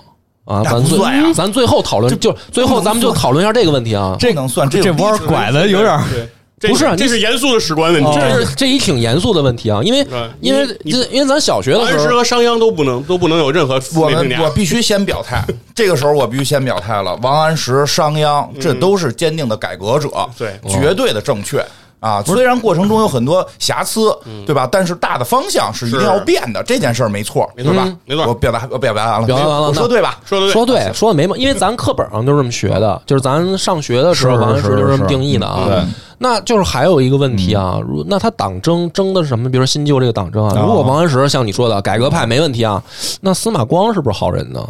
Speaker 1: 啊，
Speaker 2: 那
Speaker 1: 咱
Speaker 2: 不
Speaker 1: 最
Speaker 2: 算呀
Speaker 1: 咱最后讨论，就最后咱们就讨论一下这个问题啊。
Speaker 2: 这能算
Speaker 4: 这
Speaker 2: 有
Speaker 4: 弯
Speaker 2: 历史
Speaker 4: 拐的有点儿，
Speaker 3: 对，这
Speaker 1: 不是啊
Speaker 3: 这
Speaker 1: 你哦
Speaker 3: 是严肃的史观问题，
Speaker 1: 这是这一挺严肃的问题啊，因为
Speaker 3: 嗯
Speaker 1: 因为
Speaker 3: 你
Speaker 1: 这因为咱小学
Speaker 3: 王
Speaker 1: 的时
Speaker 3: 安石
Speaker 1: 候，
Speaker 3: 和商鞅都不能都不能有任何负
Speaker 2: 我
Speaker 3: 面评
Speaker 2: 们
Speaker 3: 价
Speaker 2: 我，必须先 表态，这个时候我必须先表态了。王安石、商鞅，
Speaker 1: 嗯
Speaker 2: 这都是坚定的改革者，
Speaker 3: 对
Speaker 2: 绝对的正确啊。虽然过程中有很多瑕疵，
Speaker 1: 嗯
Speaker 2: 对吧？但是大的方向是一定要变的，这件事儿没错，
Speaker 3: 没错
Speaker 2: 对吧
Speaker 3: 嗯？没错
Speaker 2: 我表达我表达完了，
Speaker 1: 表达完了
Speaker 2: 我说对吧？
Speaker 3: 说的
Speaker 1: 说对，说的没毛，因为咱课本上都是这么学的，就是咱上学的时候，
Speaker 4: 是
Speaker 1: 王安石
Speaker 4: 是
Speaker 1: 就是这么
Speaker 4: 是
Speaker 1: 定义的啊。那就是还有一个问题啊，如那他党争争的是什么？比如说新旧这个党争啊，如果王安石像你说的改革派没问题啊，那司马光是不是好人呢？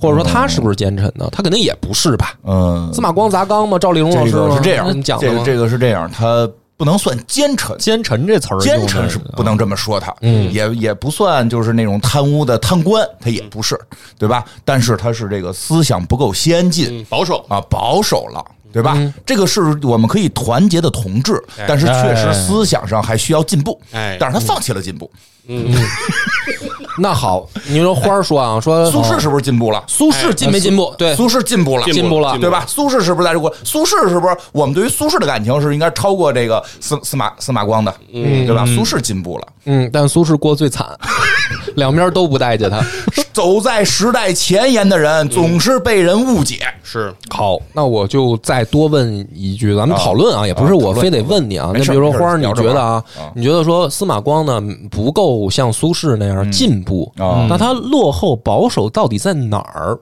Speaker 1: 或者说他是不是奸臣呢？他肯定也不是吧？
Speaker 2: 嗯
Speaker 1: 司，马光砸缸吗？赵丽蓉老
Speaker 2: 这
Speaker 1: 师
Speaker 2: 个
Speaker 1: 吗
Speaker 2: 是这
Speaker 1: 那
Speaker 2: 样，
Speaker 1: 你讲
Speaker 2: 这
Speaker 1: 的吗
Speaker 2: 个？这个是这样，他不能算奸臣。
Speaker 4: 奸臣这词儿，
Speaker 2: 奸臣是不能这么说他，
Speaker 1: 嗯
Speaker 2: 也也不算就是那种贪污的贪官，他也不是，对吧？但是他是这个思想不够先进，
Speaker 3: 嗯，保守，
Speaker 2: 啊，保守了，对吧？
Speaker 1: 嗯
Speaker 2: 这个是我们可以团结的同志，
Speaker 1: 哎
Speaker 2: 但是确实思想上还需要进步。
Speaker 3: 哎
Speaker 2: 但是他放弃了进步。
Speaker 3: 嗯，
Speaker 1: 那好，你说花儿说啊，说呃
Speaker 2: 苏轼是不是进步了？哎呃
Speaker 1: 苏轼进没进步？对，
Speaker 2: 苏轼进步了，
Speaker 1: 进步了
Speaker 2: 对吧？？苏轼是不是在这国？苏轼是不是我们对于苏轼的感情是应该超过这个司司马司马光的，对吧？苏轼进步了，
Speaker 1: 嗯，但苏轼过最惨， 两边都不待见他。
Speaker 2: 走在时代前沿的人总是被人误解。
Speaker 3: 是，
Speaker 1: 好，那我就再多问一句，咱们讨论啊，也不是我非得问你啊。
Speaker 2: 没
Speaker 1: 那
Speaker 2: 事
Speaker 1: 比如说花儿，你
Speaker 2: 没事
Speaker 1: 觉得啊
Speaker 2: 聊着玩啊，
Speaker 1: 你觉得说司马光呢不够像苏轼那样进步，
Speaker 2: 啊
Speaker 1: 那他落后保守到底在哪儿？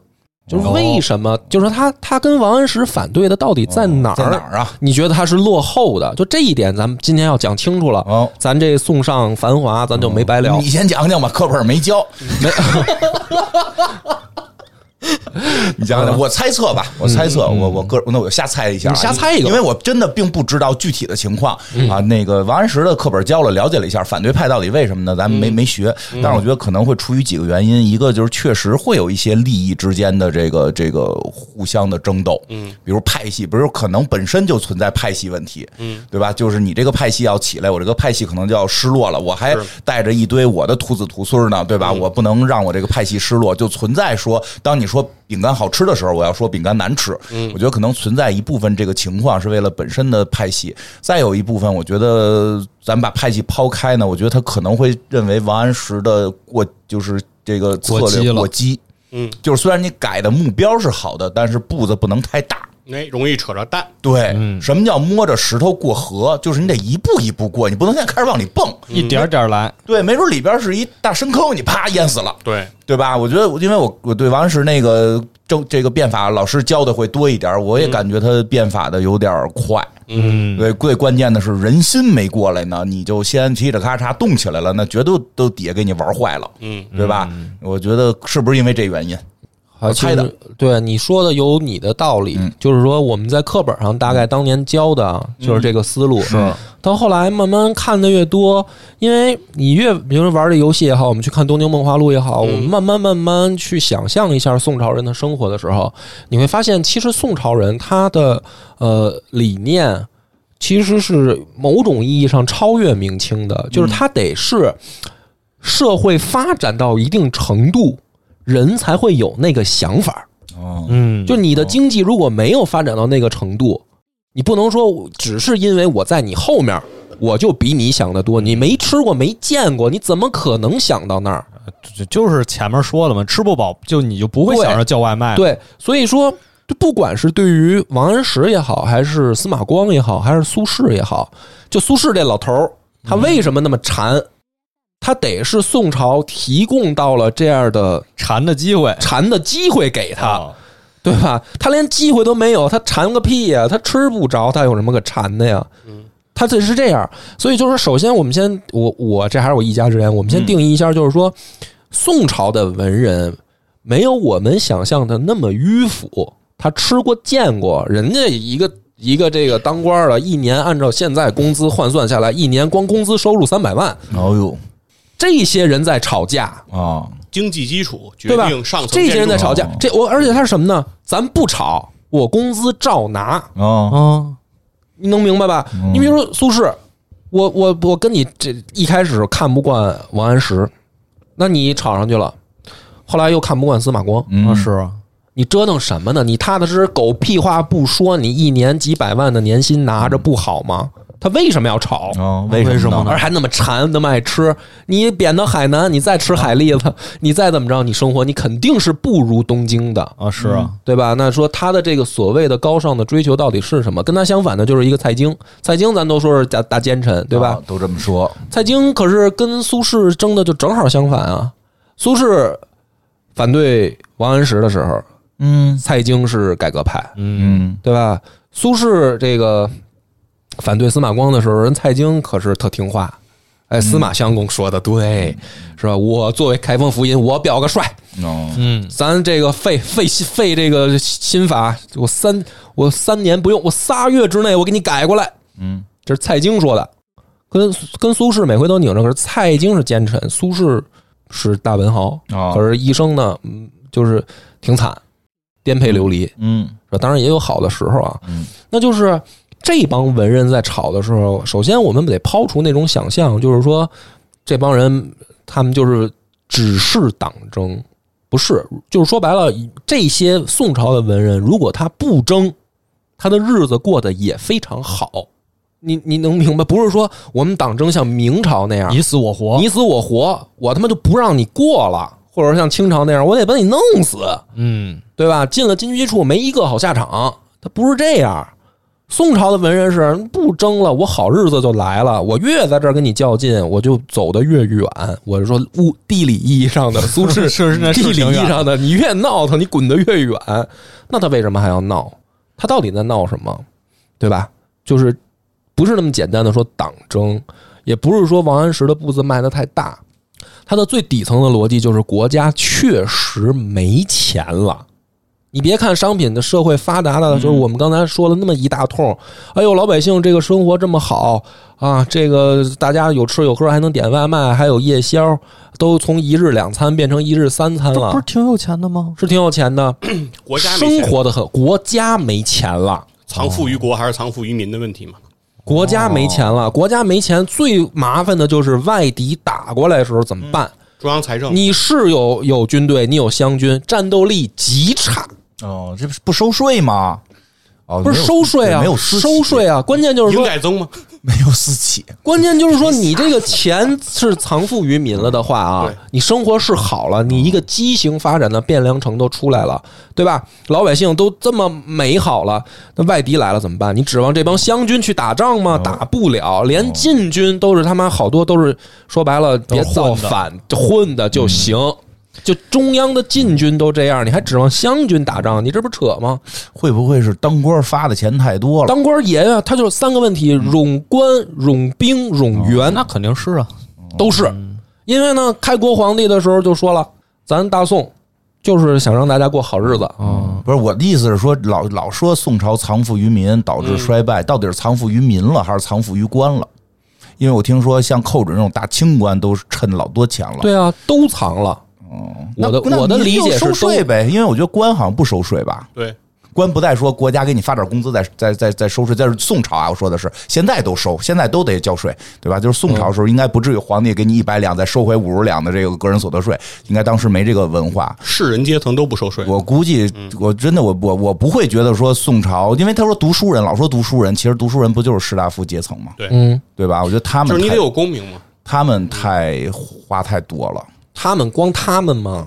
Speaker 1: 就是
Speaker 2: 哦
Speaker 1: 为什么？就是说他他跟王安石反对的到底在哪儿？
Speaker 2: 在哪儿啊？
Speaker 1: 你觉得他是落后的？就这一点，咱们今天要讲清楚了。
Speaker 2: 哦
Speaker 1: 咱这送上繁华，咱就没白聊。
Speaker 2: 你先讲讲吧，课本没教。 你讲讲，我猜测吧，我猜测，我我个那我就瞎猜一下啊，
Speaker 1: 你瞎猜一个吧
Speaker 2: 因为我真的并不知道具体的情况啊。那个王安石的课本教了，了解了一下反对派到底为什么呢？咱们没没学，但是我觉得可能会出于几个原因，一个就是确实会有一些利益之间的这个这个互相的争斗，嗯，比如派系，比如可能本身就存在派系问题，嗯，对吧？就是你这个派系要起来，我这个派系可能就要失落了，我还带着一堆我的徒子徒孙呢，对
Speaker 4: 嗯
Speaker 2: 吧？我不能让我这个派系失落，就存在说，当你说饼干好吃的时候，我要说饼干难吃，
Speaker 4: 嗯
Speaker 2: 我觉得可能存在一部分这个情况是为了本身的派系，再有一部分，我觉得咱们把派系抛开呢，我觉得他可能会认为王安石的过就是这个策
Speaker 4: 过激
Speaker 2: 略
Speaker 4: 了
Speaker 2: 过激，
Speaker 3: 嗯，
Speaker 2: 就是虽然你改的目标是好的，但是步子不能太大。
Speaker 3: 哎，容易扯着蛋，
Speaker 2: 对，
Speaker 4: 嗯
Speaker 2: 什么叫摸着石头过河？就是你得一步一步过，你不能现在开始往里蹦。
Speaker 4: 一点点来，
Speaker 2: 对，没准里边是一大深坑，你啪淹死了，
Speaker 3: 对，
Speaker 2: 对吧？我觉得，因为我我对王安石那个正这个变法老师教的会多一点，我也感觉他变法的有点快。
Speaker 4: 嗯，
Speaker 2: 对，最关键的是人心没过来呢，你就先嘁哩咔嚓动起来了，那绝对都底下给你玩坏了，
Speaker 3: 嗯，
Speaker 2: 对吧？我觉得是不是因为这原因？
Speaker 1: 啊，其
Speaker 2: 猜的
Speaker 1: 实对你说的有你的道理，就是说我们在课本上大概当年教的啊就是这个思路。是到后来慢慢看的越多，因为你越比如说玩这游戏也好，我们去看《东京梦华录》也好，我们慢慢慢慢去想象一下宋朝人的生活的时候，你会发现，其实宋朝人他的呃理念。其实是某种意义上超越明清的，就是他得是社会发展到一定程度，人才会有那个想法儿。
Speaker 2: 哦，
Speaker 4: 嗯，
Speaker 1: 就你的经济如果没有发展到那个程度，你不能说我只是因为我在你后面儿，我就比你想的多。你没吃过，没见过，你怎么可能想到那儿？
Speaker 4: 就就是前面说了嘛，吃不饱就你就不会
Speaker 1: 对
Speaker 4: 想着叫外卖。，
Speaker 1: 对，所以说，就不管是对于王安石也好，还是司马光也好，还是苏轼也好，就苏轼这老头儿，他为什么那么馋？他得是宋朝提供到了这样的
Speaker 4: 馋的机会
Speaker 1: 馋的机会给他，
Speaker 4: 啊
Speaker 1: 对吧？他连机会都没有，他馋个屁呀、他吃不着，他有什么可馋的呀？他这是这样，所以就是说，首先我们先，我我这还是我一家之言，我们先定义一下，就是说，宋朝的文人没有我们想象的那么迂腐，他吃过见过，人家一个一个这个当官的，一年按照现在工资换算下来，一年光工资收入三百万，
Speaker 2: 哦呦
Speaker 1: 这些人在吵架，
Speaker 2: 啊，
Speaker 3: 经济基础决
Speaker 1: 对吧
Speaker 3: 定上层
Speaker 1: 这
Speaker 3: 建筑，
Speaker 1: 些人在吵架
Speaker 2: 哦，
Speaker 1: 这我而且他是什么呢？咱不吵，我工资照拿，
Speaker 2: 哦，
Speaker 4: 啊，
Speaker 1: 你能明白吧？你比如说苏轼，我我我跟你这一开始看不惯王安石，那你吵上去了，后来又看不惯司马光，
Speaker 2: 嗯
Speaker 4: 啊是啊，
Speaker 1: 你折腾什么呢？你踏踏实实狗屁话不说，你一年几百万的年薪拿着不好吗？他为什么要吵？
Speaker 2: 哦，为
Speaker 4: 为什
Speaker 2: 么
Speaker 4: 么呢
Speaker 1: 而还那么馋，那么爱吃。你贬到海南，你再吃海蛎子，你再怎么着，你生活你肯定是不如东京的。
Speaker 4: 啊是
Speaker 2: 嗯
Speaker 4: 啊，
Speaker 1: 对吧？那说他的这个所谓的高尚的追求到底是什么？跟他相反的就是一个蔡京，蔡京咱都说是大大奸臣，对吧？
Speaker 2: 啊都这么说，
Speaker 1: 蔡京可是跟苏轼争的就正好相反啊。苏轼反对王安石的时候，
Speaker 2: 嗯
Speaker 1: 蔡京是改革派，
Speaker 4: 嗯，
Speaker 2: 嗯，
Speaker 1: 对吧？苏轼这个反对司马光的时候，人蔡京可是特听话。哎，
Speaker 2: 嗯
Speaker 1: 司马相公说的对，是吧？我作为开封府尹，我表个率，
Speaker 2: 哦，
Speaker 1: 咱这个废废废这个新法，我三我三年不用，我仨月之内我给你改过来。
Speaker 2: 嗯，
Speaker 1: 这是蔡京说的，跟跟苏轼每回都拧着。可是蔡京是奸臣，苏轼是大文豪，
Speaker 2: 哦
Speaker 1: 可是一生呢，嗯，就是挺惨，颠沛流离。
Speaker 2: 嗯
Speaker 1: 是吧当然也有好的时候啊。
Speaker 2: 嗯
Speaker 1: 那就是这帮文人在吵的时候，首先我们得抛除那种想象，就是说这帮人他们就是只是党争，不是，就是说白了，这些宋朝的文人，如果他不争，他的日子过得也非常好。你你能明白？不是说我们党争像明朝那样，
Speaker 4: 啊你死我活，
Speaker 1: 你死我活，我他妈就不让你过了，或者像清朝那样，我得把你弄死。
Speaker 4: 嗯
Speaker 1: 对吧？进了军机处没一个好下场，他不是这样。宋朝的文人是不争了，我好日子就来了。我越在这儿跟你较劲，我就走得越远。我是说物地理意义上的苏轼，
Speaker 4: 是是那是
Speaker 1: 地理
Speaker 4: 挺
Speaker 1: 意
Speaker 4: 远
Speaker 1: 义上的，你越闹腾，你滚得越远。那他为什么还要闹？他到底在闹什么？对吧？就是不是那么简单的说党争，也不是说王安石的步子迈得太大。他的最底层的逻辑就是国家确实没钱了。你别看商品的社会发达了，就是
Speaker 3: 嗯
Speaker 1: 我们刚才说了那么一大通，哎呦，老百姓这个生活这么好啊，这个大家有吃有喝，还能点外卖，还有夜宵，都从一日两餐变成一日三餐
Speaker 4: 这不
Speaker 1: 了
Speaker 4: 是，挺有钱的吗？
Speaker 1: 是挺有钱的，
Speaker 3: 国家没
Speaker 1: 生
Speaker 3: 钱
Speaker 1: 活的很，国家没钱了。
Speaker 3: 藏富于国还是藏富于民的问题嘛？
Speaker 1: 国家没钱了，
Speaker 2: 哦
Speaker 1: 国家没钱，最麻烦的就是外敌打过来的时候怎么办？
Speaker 2: 嗯
Speaker 3: 中央财政
Speaker 1: 你是有有军队，你有湘军，战斗力极差，
Speaker 2: 哦，这不是不收税吗？哦，
Speaker 1: 不是
Speaker 2: 没有
Speaker 1: 收税啊，
Speaker 2: 没有私企
Speaker 1: 收税啊，关键就是
Speaker 3: 应
Speaker 1: 说，
Speaker 3: 该增吗？
Speaker 2: 没有私企，
Speaker 1: 关键就是说，你这个钱是藏富于民了的话啊
Speaker 3: 对，
Speaker 1: 你生活是好了，你一个畸形发展的汴梁城都出来了，对吧？老百姓都这么美好了，那外敌来了怎么办？你指望这帮湘军去打仗吗？打不了，连晋军都是他妈好多都是说白了，别造反混的就行。就中央的禁军都这样，你还指望湘军打仗？你这不扯吗？
Speaker 2: 会不会是当官发的钱太多了？
Speaker 1: 当官爷呀、他就是三个问题：冗官、冗兵、冗员。
Speaker 4: 那肯定是啊，
Speaker 2: 哦
Speaker 1: 都是，因为呢，开国皇帝的时候就说了，咱大宋就是想让大家过好日子。
Speaker 4: 嗯，
Speaker 2: 不是我的意思是说，老老说宋朝藏富于民导
Speaker 1: 嗯
Speaker 2: 致衰败，到底是藏富于民了还是藏富于官了？因为我听说像寇准这种大清官都是趁老多钱了。，
Speaker 1: 对啊，都藏了。
Speaker 2: 哦那
Speaker 1: 我的
Speaker 2: 那
Speaker 1: 我的
Speaker 2: 你
Speaker 1: 理
Speaker 2: 就
Speaker 1: 解是
Speaker 2: 收
Speaker 1: 都
Speaker 2: 税呗，因为我觉得官好像不收税吧。
Speaker 3: 对，
Speaker 2: 官不再说国家给你发点工资再再再再收税，但是宋朝啊，我说的是现在都收，现在都得交税，对吧？就是宋
Speaker 3: 嗯
Speaker 2: 朝的时候，应该不至于皇帝给你一百两再收回五十两的这个个人所得税，应该当时没这个文化。
Speaker 3: 士人阶层都不收税。
Speaker 2: 我估计，
Speaker 3: 嗯
Speaker 2: 我真的我我我不会觉得说宋朝，因为他说读书人老说读书人，其实读书人不就是士大夫阶层嘛，
Speaker 3: 对
Speaker 1: 嗯，
Speaker 2: 对吧？我觉得他
Speaker 3: 就是
Speaker 2: 们
Speaker 3: 你得
Speaker 2: 太
Speaker 3: 有功名嘛，
Speaker 2: 他们太花太多了。
Speaker 1: 他们光他们嘛，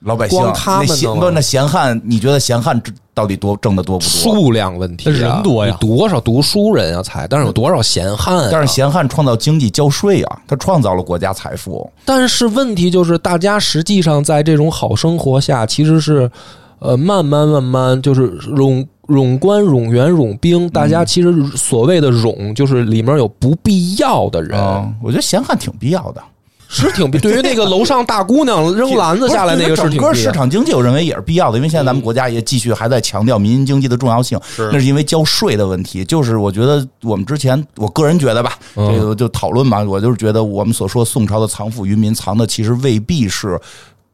Speaker 2: 老百姓
Speaker 1: 光他们
Speaker 2: 那
Speaker 1: 呢
Speaker 2: 闲不是那闲汉，你觉得闲汉这到底多挣的多不多？
Speaker 1: 数量问题、啊，
Speaker 4: 人多呀
Speaker 1: 你多少读书人啊才，但是有多少闲汉、啊？
Speaker 2: 但是闲汉创造经济交税啊，他创造了国家财富。
Speaker 1: 但是问题就是，大家实际上在这种好生活下，其实是，呃，慢慢慢慢就是冗冗官、冗员、冗兵，大
Speaker 2: 嗯
Speaker 1: 家其实所谓的冗，就是里面有不必要的人，
Speaker 2: 嗯，我觉得闲汉挺必要的。
Speaker 1: 是 挺必。对于那个楼上大姑娘扔篮子下来那个是
Speaker 2: 整
Speaker 1: 挺
Speaker 2: 个
Speaker 1: 必
Speaker 2: 市
Speaker 1: 要。嗯
Speaker 2: 场经济，我认为也是必要的，因为现在咱们国家也继续还在强调民营经济的重要性，
Speaker 3: 是
Speaker 2: 那是因为交税的问题。就是我觉得我们之前，我个人觉得吧，
Speaker 1: 嗯
Speaker 2: 这个就讨论吧，我就是觉得我们所说宋朝的藏富于民，藏的其实未必是。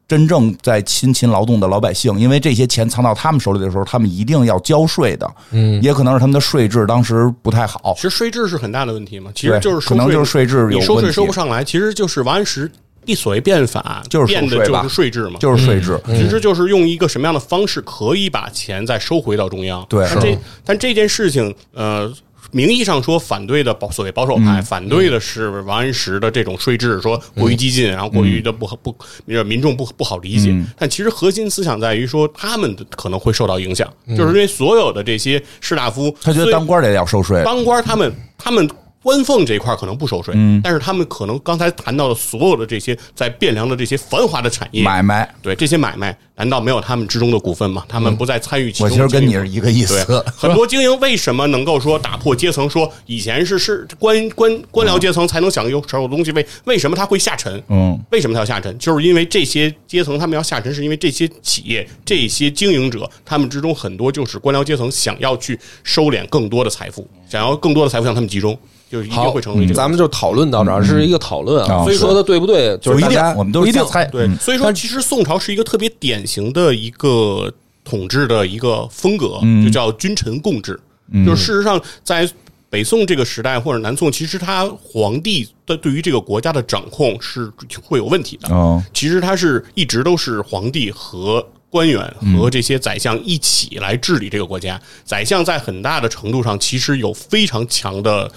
Speaker 2: 真正在辛勤劳动的老百姓，因为这些钱藏到他们手里的时候，他们一定要交税的。
Speaker 1: 嗯，
Speaker 2: 也可能是他们的税制当时不太好
Speaker 3: 其，实税制是很大的问题嘛，其
Speaker 2: 对
Speaker 3: 实就是收
Speaker 2: 可能
Speaker 3: 税
Speaker 2: 就是税制
Speaker 3: 你
Speaker 2: 有
Speaker 3: 收
Speaker 2: 问
Speaker 3: 税
Speaker 2: 题，
Speaker 3: 收不上来，其实就是王安石一所谓变法，
Speaker 2: 就是
Speaker 3: 变
Speaker 2: 收
Speaker 3: 的
Speaker 2: 税吧
Speaker 3: 就是税制嘛，
Speaker 2: 就是税
Speaker 1: 嗯
Speaker 2: 制。
Speaker 3: 其实就是用一个什么样的方式可以把钱再收回到中央。
Speaker 2: 对
Speaker 3: 但这但这件事情，呃，名义上说反对的保所谓保守
Speaker 2: 嗯
Speaker 3: 派，反对的是王安石的这种税制，说过于激进，然后过
Speaker 2: 嗯
Speaker 3: 于的不合不呃民众不不好理解。但其实核心思想在于说，他们可能会受到影响，就是因为所有的这些士大夫，
Speaker 2: 他觉得
Speaker 3: 虽
Speaker 2: 当官儿的也要收税，
Speaker 3: 当官儿他们他们官俸这一块儿可能不收税，
Speaker 2: 嗯
Speaker 3: 但是他们可能刚才谈到的所有的这些在汴梁的这些繁华的产业，
Speaker 2: 买卖。
Speaker 3: 对这些买卖，难道没有他们之中的股份吗？他们不再参与其中
Speaker 2: 嗯我
Speaker 3: 经
Speaker 2: 其
Speaker 3: 营吗。
Speaker 2: 实跟你是一个意思。
Speaker 3: 对，很多经营为什么能够说打破阶层？说以前是是官官官僚阶层才能享有享有东西，为为什么它会下沉？
Speaker 2: 嗯，
Speaker 3: 为什么它要下沉？就是因为这些阶层他们要下沉，是因为这些企业、这些经营者，他们之中很多就是官僚阶层想要去收敛更多的财富，想要更多的财富向他们集中，就是一定
Speaker 1: 好
Speaker 3: 会成为这个。
Speaker 1: 嗯咱们就讨论到这儿，是一个讨论啊。
Speaker 2: 啊
Speaker 1: 所以说的对不对？就
Speaker 2: 不
Speaker 1: 是
Speaker 2: 一
Speaker 1: 大
Speaker 2: 定
Speaker 1: 家，
Speaker 2: 我们都
Speaker 1: 不
Speaker 2: 是
Speaker 1: 一定
Speaker 2: 瞎猜。
Speaker 3: 对，
Speaker 2: 嗯
Speaker 3: 所以说其实宋朝是一个特别典型的一个统治的一个风格，就叫君臣共治。就是事实上，在北宋这个时代或者南宋，其实他皇帝的对于这个国家的掌控是会有问题的。
Speaker 2: 哦，
Speaker 3: 其实他是一直都是皇帝和官员
Speaker 1: 嗯
Speaker 3: 和这些宰相一起来治理这个国家。宰相在很大的程度上其实有非常强的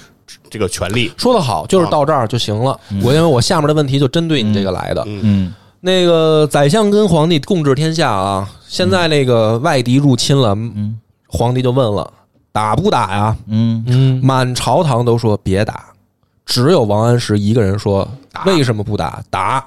Speaker 3: 这个权力。
Speaker 1: 说的好，就是到这儿就行了。我因为我下面的问题就针对你这个来的。
Speaker 2: 嗯，
Speaker 1: 那个宰相跟皇帝共治天下啊，现在那个外敌入侵了，皇帝就问了，打不打呀？
Speaker 2: 嗯，
Speaker 4: 嗯，
Speaker 1: 满朝堂都说别打，只有王安石一个人说为什么不打？打，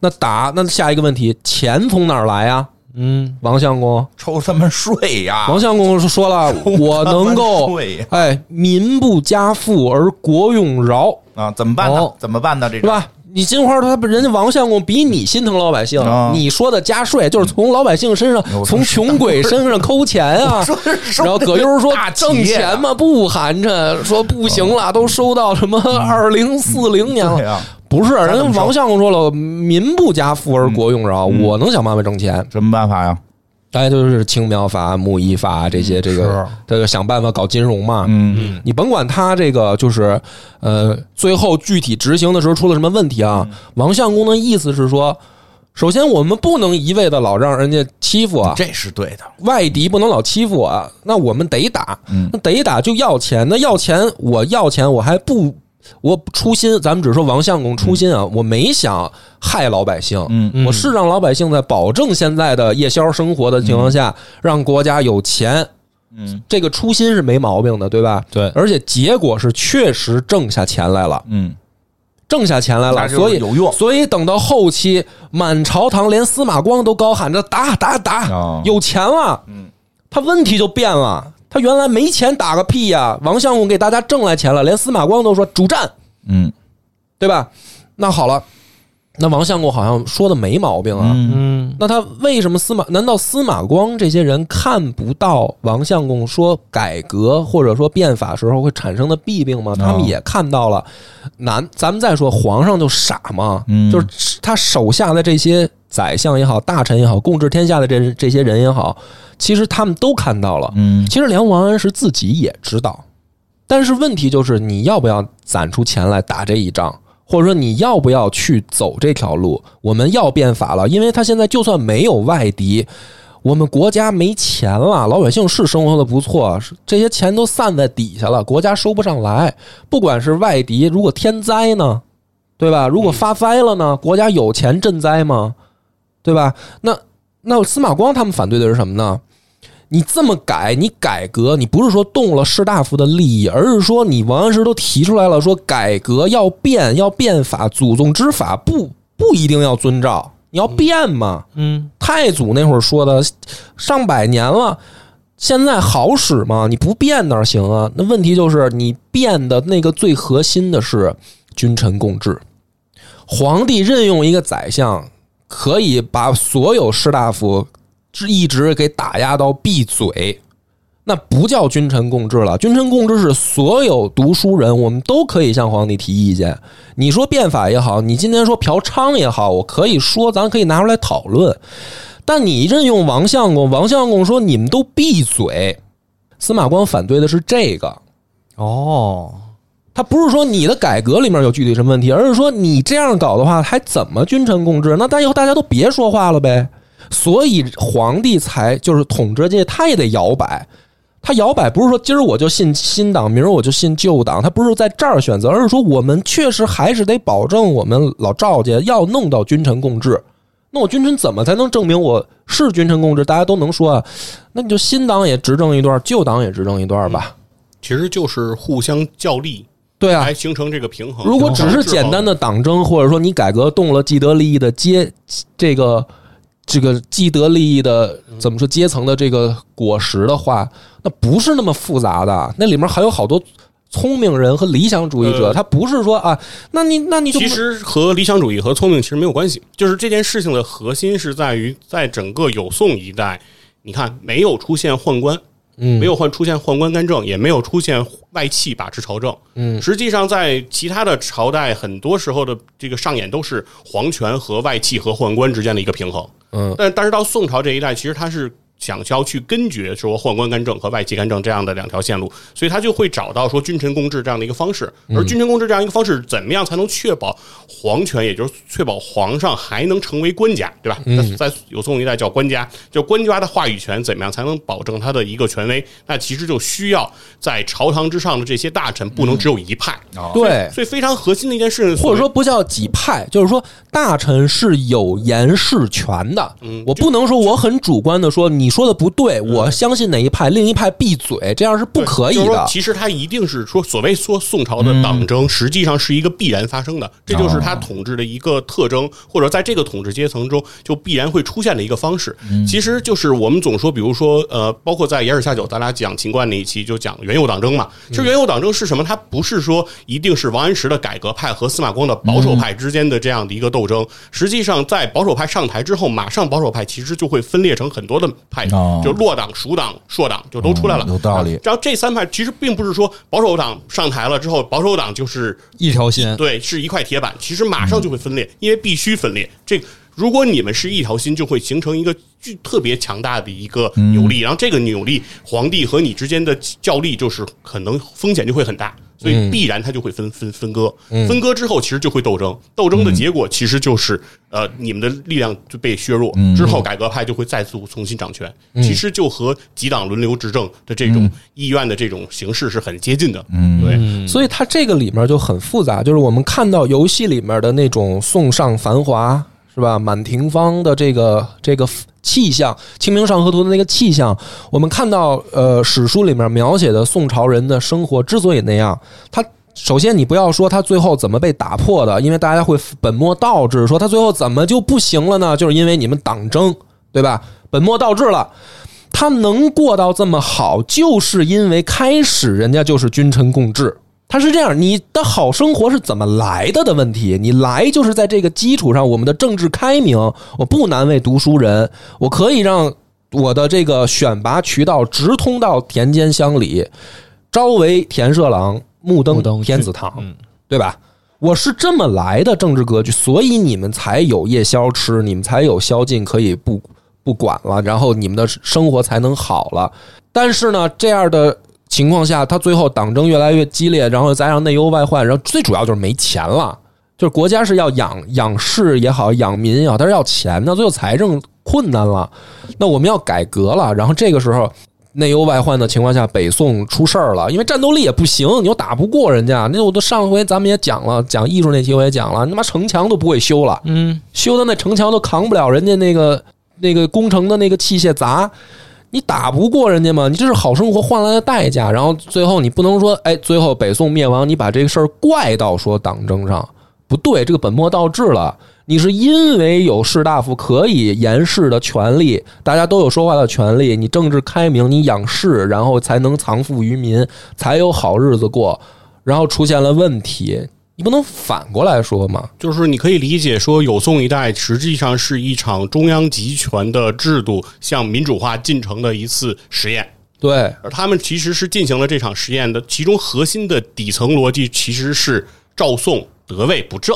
Speaker 1: 那打那下一个问题，钱从哪儿来啊？
Speaker 4: 嗯，
Speaker 1: 王相公，
Speaker 2: 抽他们税呀！
Speaker 1: 王相公说 了，我能够
Speaker 2: 税呀
Speaker 1: 哎民不加赋而国用饶，
Speaker 2: 啊，怎么办呢
Speaker 1: 哦？
Speaker 2: 怎么办呢？这
Speaker 1: 是
Speaker 2: 种
Speaker 1: 吧？你金花他人家王相公比你心疼老百姓，
Speaker 2: 啊
Speaker 1: 你说的加税就是从老百姓身上、
Speaker 2: 我
Speaker 1: 从穷鬼身上抠钱 啊。然后葛优说
Speaker 2: 大：“企
Speaker 1: 挣
Speaker 2: 业啊
Speaker 1: 钱嘛不寒碜，说不行了，都收到什么二零四零年
Speaker 2: 嗯对
Speaker 1: 了。
Speaker 2: 呀，
Speaker 1: 不是，
Speaker 2: 怎
Speaker 1: 人
Speaker 2: 么
Speaker 1: 家
Speaker 2: 嗯说
Speaker 1: 王相公说了，民不加富而国用饶，我能想办法挣钱。
Speaker 2: 什么办法呀？
Speaker 1: 大家就是青苗法、牧役法这些，这个这个想办法搞金融嘛。
Speaker 2: 嗯，
Speaker 1: 你甭管他这个就是，呃，最后具体执行的时候出了什么问题啊？
Speaker 2: 嗯
Speaker 1: 王相公的意思是说，首先我们不能一味的老让人家欺负啊，
Speaker 2: 这是对的。
Speaker 1: 外敌不能老欺负我啊，那我们得打
Speaker 2: 嗯，
Speaker 1: 那得打就要钱，那要钱我要钱我还不。我初心，咱们只说王相公初心啊，我没想害老百姓，
Speaker 2: 嗯
Speaker 1: 我是让老百姓在保证现在的夜宵生活的情况下，让国家有钱，
Speaker 2: 嗯
Speaker 1: 这个初心是没毛病的，对吧？
Speaker 4: 对，
Speaker 1: 而且结果是确实挣下钱来了，
Speaker 2: 嗯，
Speaker 1: 挣下钱来
Speaker 2: 那
Speaker 1: 了，
Speaker 2: 就是
Speaker 1: 所以
Speaker 2: 有用
Speaker 1: 所以等到后期，满朝堂连司马光都高喊着打打打，
Speaker 2: 哦
Speaker 1: 有钱了，
Speaker 2: 嗯，
Speaker 1: 他问题就变了。他原来没钱打个屁呀、王相公给大家挣来钱了，连司马光都说主战，
Speaker 2: 嗯，
Speaker 1: 对吧？那好了，那王相国好像说的没毛病啊。
Speaker 2: 嗯，
Speaker 4: 嗯，
Speaker 1: 那他为什么司马？难道司马光这些人看不到王相公说改革或者说变法时候会产生的弊病吗？
Speaker 2: 哦
Speaker 1: 他们也看到了。难，咱们再说皇上就傻嘛，
Speaker 2: 嗯
Speaker 1: 就是他手下的这些宰相也好、大臣也好、共治天下的这这些人也好，其实他们都看到了。
Speaker 2: 嗯
Speaker 1: 其实连王安石自己也知道，但是问题就是你要不要攒出钱来打这一仗，或者说你要不要去走这条路？我们要变法了，因为他现在就算没有外敌，我们国家没钱了，老百姓是生活的不错，是这些钱都散在底下了，国家收不上来。不管是外敌，如果天灾呢，对吧？如果发灾了呢，国家有钱赈灾吗？对吧？那那司马光他们反对的是什么呢？你这么改，你改革，你不是说动了士大夫的利益，而是说你王安石都提出来了，说改革要变，要变法，祖宗之法不不一定要遵照，你要变嘛。
Speaker 4: 嗯，
Speaker 1: 太祖那会儿说的，上百年了，现在好使吗？你不变哪儿行啊？那问题就是你变的那个最核心的是君臣共治，皇帝任用一个宰相，可以把所有士大夫一直给打压到闭嘴。那不叫君臣共治了，君臣共治是所有读书人，我们都可以向皇帝提意见。你说变法也好，你今天说嫖娼也好，我可以说，咱可以拿出来讨论。但你任用王相公，王相公说你们都闭嘴。司马光反对的是这个，
Speaker 4: 哦，
Speaker 1: 他不是说你的改革里面有具体什么问题，而是说你这样搞的话，还怎么君臣共治？那大以后大家都别说话了呗。所以皇帝才就是统治界，他也得摇摆。他摇摆不是说今儿我就信新党，明儿我就信旧党，他不是在这儿选择，而是说我们确实还是得保证我们老赵家要弄到君臣共治。那我君臣怎么才能证明我是君臣共治？大家都能说啊，那你就新党也执政一段，旧党也执政一段吧。
Speaker 3: 其实就是互相较力，
Speaker 1: 对啊，
Speaker 3: 来形成这个平衡。
Speaker 1: 如果只是简单的党争，或者说你改革动了既得利益的阶这个这个既得利益的
Speaker 3: 嗯
Speaker 1: 怎么说阶层的这个果实的话，那不是那么复杂的，那里面还有好多聪明人和理想主义者，
Speaker 3: 呃
Speaker 1: 他不是说啊，那你那你就
Speaker 3: 其实和理想主义和聪明其实没有关系，就是这件事情的核心是在于，在整个有宋一代，你看没有出现宦官，
Speaker 1: 嗯
Speaker 3: 没有换出现宦官干政，也没有出现外戚把持朝政。
Speaker 1: 嗯
Speaker 3: 实际上在其他的朝代，很多时候的这个上演都是皇权和外戚和宦官之间的一个平衡。
Speaker 1: 嗯
Speaker 3: 但但是到宋朝这一代，其实他是想要去根绝说宦官干政和外戚干政这样的两条线路，所以他就会找到说君臣共治这样的一个方式。
Speaker 1: 嗯
Speaker 3: 而君臣共治这样一个方式，怎么样才能确保皇权，也就是确保皇上还能成为官家，对吧？
Speaker 1: 嗯
Speaker 3: 在在有宋一代叫官家，就官家的话语权怎么样才能保证他的一个权威？那其实就需要在朝堂之上的这些大臣不能只有一派。
Speaker 2: 哦
Speaker 1: 对，
Speaker 3: 所以非常核心的一件事，
Speaker 1: 嗯或者说不叫几派，就是说大臣是有言事权的。
Speaker 3: 嗯
Speaker 1: 我不能说我很主观的说你说的不对，我相信哪一派，另一派闭嘴，这样是不
Speaker 3: 对
Speaker 1: 可以
Speaker 3: 就是说
Speaker 1: 的。
Speaker 3: 其实它一定是说，所谓说宋朝的党
Speaker 1: 嗯
Speaker 3: 争，实际上是一个必然发生的，这就是
Speaker 1: 哦
Speaker 3: 它统治的一个特征，或者在这个统治阶层中就必然会出现的一个方式。
Speaker 1: 嗯
Speaker 3: 其实就是我们总说，比如说呃，包括在《野史下酒》，咱俩讲秦观那一期就讲元佑党争嘛。
Speaker 1: 嗯
Speaker 3: 其实元佑党争是什么？它不是说一定是王安石的改革派和司马光的保守派之间的这样的一个斗争。实际上，在保守派上台之后，马上保守派其实就会分裂成很多的派，
Speaker 2: 哦
Speaker 3: 就落党、蜀党、硕党就都出来了啊
Speaker 2: 哦。有道理
Speaker 3: 然后这三派其实并不是说保守党上台了之后，保守党就是
Speaker 4: 一条心，
Speaker 3: 对是一块铁板，其实马上就会分裂，因为必须分裂。这如果你们是一条心，就会形成一个巨特别强大的一个扭力，然后这个扭力，皇帝和你之间的较力就是可能风险就会很大。所以必然它就会分分分割，分割之后其实就会斗争，斗争的结果其实就是呃你们的力量就被削弱，之后改革派就会再度重新掌权，其实就和几党轮流执政的这种意愿的这种形式是很接近的，嗯，对，
Speaker 1: 所以它这个里面就很复杂，就是我们看到游戏里面的那种宋尚繁华，是吧？满庭芳的这个这个气象，《清明上河图》的那个气象，我们看到呃史书里面描写的宋朝人的生活之所以那样，他。首先，你不要说他最后怎么被打破的，因为大家会本末倒置，说他最后怎么就不行了呢？就是因为你们党争，对吧？本末倒置了。他能过到这么好，就是因为开始人家就是君臣共治，它是这样，你的好生活是怎么来的的问题。你来就是在这个基础上，我们的政治开明，我不难为读书人，我可以让我的这个选拔渠道直通到田间乡里，朝为田舍郎，暮
Speaker 4: 不
Speaker 1: 登
Speaker 4: 登
Speaker 1: 天子堂，对吧？我是这么来的政治格局，所以你们才有夜宵吃，你们才有宵禁可以不不管了，然后你们的生活才能好了。但是呢，这样的情况下，他最后党争越来越激烈，然后再让内忧外患，然后最主要就是没钱了。就是国家是要养养士也好，养民也好，但是要钱呢，最后财政困难了。那我们要改革了，然后这个时候内忧外患的情况下，北宋出事儿了，因为战斗力也不行，你又打不过人家。那我都上回咱们也讲了，讲艺术那期我也讲了，你他妈城墙都不会修了，
Speaker 4: 嗯，
Speaker 1: 修的那城墙都扛不了人家那个那个工程的那个器械砸，你打不过人家嘛？你这是好生活换来的代价。然后最后你不能说，哎，最后北宋灭亡，你把这个事儿怪到说党争上，不对，这个本末倒置了。你是因为有士大夫可以言事的权利，大家都有说话的权利，你政治开明，你养士，然后才能藏富于民，才有好日子过。然后出现了问题，你不能反过来说嘛？
Speaker 3: 就是你可以理解说，有宋一代实际上是一场中央集权的制度向民主化进程的一次实验，
Speaker 1: 对，
Speaker 3: 而他们其实是进行了这场实验的，其中核心的底层逻辑其实是呃赵宋得位不正。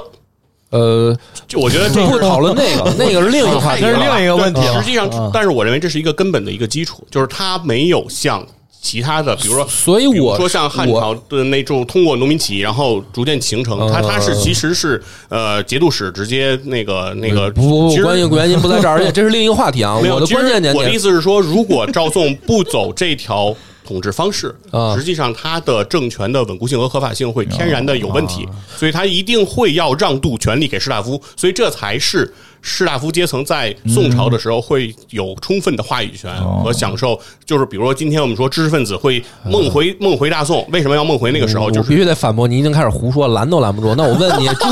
Speaker 1: 呃，
Speaker 3: 就我觉得这
Speaker 1: 不
Speaker 3: 个。
Speaker 1: 讨论那个，那个是另一个话
Speaker 3: 太
Speaker 1: 题
Speaker 3: 远
Speaker 4: 这是
Speaker 3: 了
Speaker 4: 另一个问题
Speaker 3: 对
Speaker 4: 了
Speaker 3: 实际上
Speaker 4: 嗯，
Speaker 3: 但是我认为这是一个根本的一个基础，就是他没有像其他的，比如说
Speaker 1: 所以
Speaker 3: 比如
Speaker 1: 我
Speaker 3: 说像汉朝的那种通过农民起义，然后逐渐形成，它它
Speaker 1: 啊
Speaker 3: 是其实是呃节度使直接那个那个
Speaker 1: 不不
Speaker 3: 其
Speaker 1: 不，
Speaker 3: 实
Speaker 1: 关键关键不在这儿，而且这是另一个话题啊。
Speaker 3: 没有
Speaker 1: 我的
Speaker 3: 其实
Speaker 1: 关键点
Speaker 3: 我的意
Speaker 1: 点，
Speaker 3: 思是说，如果赵宋不走这条统治方式
Speaker 1: 啊，
Speaker 3: 实际上他的政权的稳固性和合法性会天然的有问
Speaker 1: 啊
Speaker 3: 题，所以他一定会要让渡权力给士大夫，所以这才是士大夫阶层在宋朝的时候会有充分的话语
Speaker 1: 嗯
Speaker 3: 权
Speaker 1: 哦
Speaker 3: 和享受。就是比如说，今天我们说知识分子会梦
Speaker 1: 嗯
Speaker 3: 回梦回大宋，为什么要梦回那个时候？就
Speaker 1: 我
Speaker 3: 是
Speaker 1: 必须得反驳你，已经开始胡说，拦都拦不住。那我问你， 朱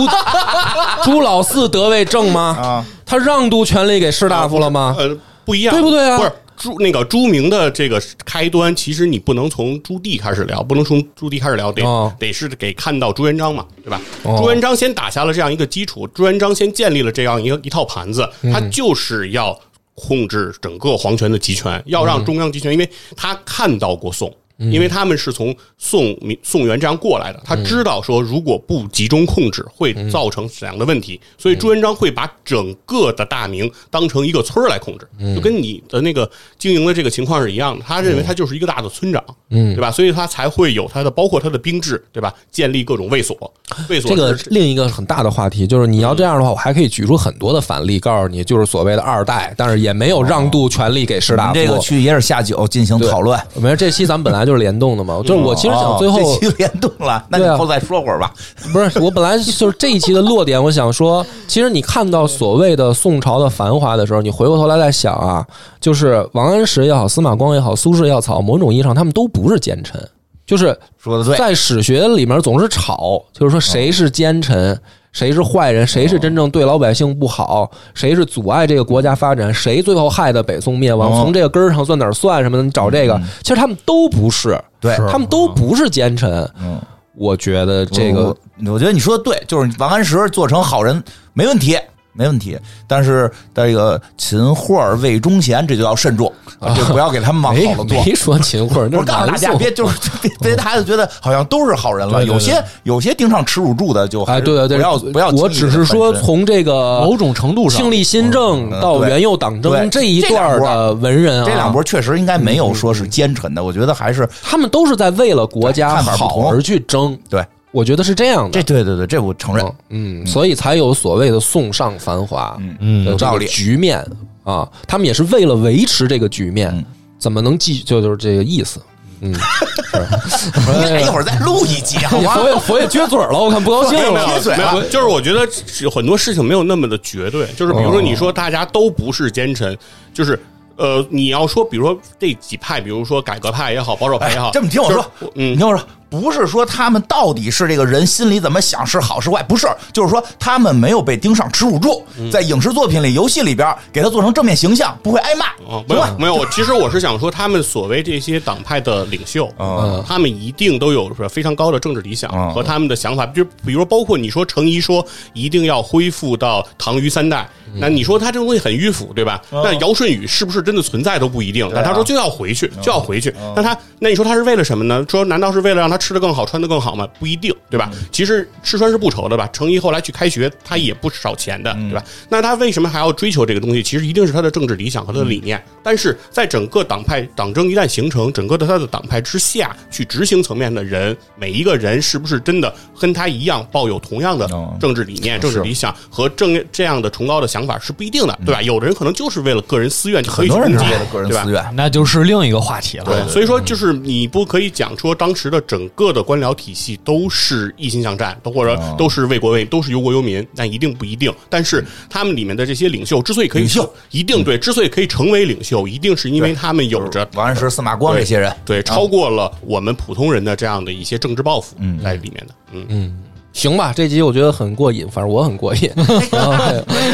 Speaker 1: 朱老四得位正吗
Speaker 2: 啊？
Speaker 1: 他让渡权力给士大夫了吗？
Speaker 3: 呃，不一样，
Speaker 1: 对不对啊
Speaker 3: 不是朱那个朱明的这个开端，其实你不能从朱棣开始聊，不能从朱棣开始聊，得、
Speaker 1: 哦
Speaker 3: 得是给看到朱元璋嘛，对吧？
Speaker 1: 哦
Speaker 3: 朱元璋先打下了这样一个基础，朱元璋先建立了这样一个一套盘子，
Speaker 1: 嗯
Speaker 3: 他就是要控制整个皇权的集权，要让中央集权，因为他看到过宋。
Speaker 1: 嗯
Speaker 3: 因为他们是从宋民宋元这样过来的，他知道说如果不集中控制会
Speaker 2: 嗯
Speaker 3: 造成怎样的问题，所以朱元璋会把整个的大明当成一个村儿来控制，
Speaker 2: 嗯
Speaker 3: 就跟你的那个经营的这个情况是一样的。他认为他就是一个大的村长，嗯，对吧？所以他才会有他的包括他的兵制，对吧？建立各种卫所，卫所
Speaker 1: 这个
Speaker 3: 是
Speaker 1: 另一个很大的话题就是，你要这样的话，我还可以举出很多的反例，告诉你，就是所谓的二代，但是也没有让渡权力给士
Speaker 2: 我
Speaker 1: 大
Speaker 2: 们
Speaker 1: 夫。
Speaker 2: 哦这个去也是下酒进行
Speaker 1: 对
Speaker 2: 讨论。
Speaker 1: 没事，这期咱们本来就是联动的嘛，就是我其实想最后
Speaker 2: 哦这期联动了，那你
Speaker 1: 对啊
Speaker 2: 后再说会儿吧。
Speaker 1: 不是，我本来就是这一期的落点，我想说， 其实你看到所谓的宋朝的繁华的时候，你回过头来再想啊，就是王安石也好，司马光也好，苏轼也好，某种意义上他们都不是奸臣，就是
Speaker 2: 说的对，
Speaker 1: 在史学里面总是吵，就是说谁是奸臣，谁是坏人，谁是真正对老百姓不好，谁是阻碍这个国家发展，谁最后害得北宋灭亡，
Speaker 2: 哦嗯
Speaker 1: 从这个根儿上算哪儿算什么的，你找这个，其实他们都不是，
Speaker 2: 对是
Speaker 1: 他们都不是奸臣。
Speaker 2: 嗯，
Speaker 1: 我觉得这个
Speaker 2: 我，我觉得你说的对，就是王安石做成好人没问题，没问题。但是这个秦桧、魏忠贤，这就要慎重， 啊、这不要给他们往
Speaker 1: 没
Speaker 2: 好了做。
Speaker 1: 没说秦 桧，那
Speaker 2: 我
Speaker 1: 是
Speaker 2: 告诉大
Speaker 1: 南
Speaker 2: 家，
Speaker 1: 宋。
Speaker 2: 别就是别别，大家就觉得好像都是好人了。
Speaker 4: 对对对
Speaker 2: 有些有些经常吃乳柱的，就还
Speaker 1: 哎，
Speaker 2: 是
Speaker 1: 对对对，
Speaker 2: 不要不要轻易地
Speaker 1: 我
Speaker 2: 本
Speaker 1: 只
Speaker 2: 身。
Speaker 1: 是说从这个
Speaker 4: 某种程度上
Speaker 1: 庆历新政到元佑党争
Speaker 2: 嗯对
Speaker 1: 这一段儿
Speaker 2: 这两波
Speaker 1: 的文人啊，嗯
Speaker 2: 这两波确实应该没有说是奸臣的，我觉得还是
Speaker 1: 他们都是在为了国家
Speaker 2: 看法不
Speaker 1: 好
Speaker 2: 同
Speaker 1: 而去争，
Speaker 2: 对
Speaker 1: 我觉得是这样
Speaker 2: 这
Speaker 1: 的。
Speaker 2: 对对对，这我承 认。
Speaker 1: 嗯，所以才有所谓的宋尚繁华，
Speaker 4: 嗯
Speaker 1: 有
Speaker 2: 有道理
Speaker 1: 局面啊，他们也是为了维持这个局面
Speaker 2: 嗯，
Speaker 1: 怎么能继续就就是这个意思。嗯，
Speaker 2: 哎一会儿再录一集
Speaker 1: 哎
Speaker 2: 好吗？
Speaker 1: 佛爷佛爷撅嘴了，我看不高兴
Speaker 3: 没 有没
Speaker 1: 了。
Speaker 2: 贴嘴啊
Speaker 3: 有，没
Speaker 2: 了
Speaker 3: 有，就是我觉得是很多事情没有那么的绝对，就是比如
Speaker 2: 哦
Speaker 3: 说你说大家都不是奸臣，就是呃，你要说比如说这几派，比如说改革派也好，保守派也好，
Speaker 2: 哎这么听我
Speaker 3: 就是
Speaker 2: 说，
Speaker 3: 嗯
Speaker 2: 你，听我说，不是说他们到底是这个人心里怎么想是好是坏，不是，就是说他们没有被盯上耻辱柱，在影视作品里、游戏里边给他做成正面形象，不会挨骂。
Speaker 3: 啊，没有没有，我其实我是想说，他们所谓这些党派的领袖，他们一定都有非常高的政治理想
Speaker 2: 嗯
Speaker 3: 和他们的想法，就比如说包括你说程颐说一定要恢复到唐虞三代，那你说他这个东西很迂腐，对吧？那尧舜禹是不是真的存在都不一定，但他说就要回去，
Speaker 2: 嗯
Speaker 3: 就要回去，那他那你说他是为了什么呢？说难道是为了让他吃的更好、穿的更好吗？不一定，对
Speaker 2: 嗯
Speaker 3: 吧？其实吃穿是不愁的吧。程颐后来去开学，他也不少钱的，
Speaker 2: 嗯
Speaker 3: 对吧？那他为什么还要追求这个东西？其实一定是他的政治理想和他的
Speaker 2: 嗯
Speaker 3: 理念。但是在整个党派党争一旦形成，整个的他的党派之下去执行层面的人，每一个人是不是真的跟他一样抱有同样的
Speaker 2: 哦
Speaker 3: 政治理念、政治理想和正这样的崇高的想法是不一定的，对吧？有的人可能就是为了个人私怨就可
Speaker 2: 嗯很
Speaker 3: 以去
Speaker 2: 多人
Speaker 3: 攻
Speaker 2: 是
Speaker 3: 击
Speaker 2: 为了个人
Speaker 3: 对吧
Speaker 2: 私？怨，
Speaker 4: 那就是另一个话题了。
Speaker 3: 对，所以说就是你不可以讲说当时的整个的官僚体系都是一心向战，都或者
Speaker 2: 哦
Speaker 3: 都是为国为都是忧国忧民，但一定不一定。但是他们里面的这些领袖之所以可以
Speaker 2: 领袖，嗯
Speaker 3: 一定对，之所以可以成为领袖，一定是因为他们有着
Speaker 2: 王安石、司马光这些人。啊
Speaker 3: 对超过了我们普通人的这样的一些政治抱负在里面的。嗯嗯，
Speaker 1: 行吧，这集我觉得很过瘾，反正我很过瘾， 啊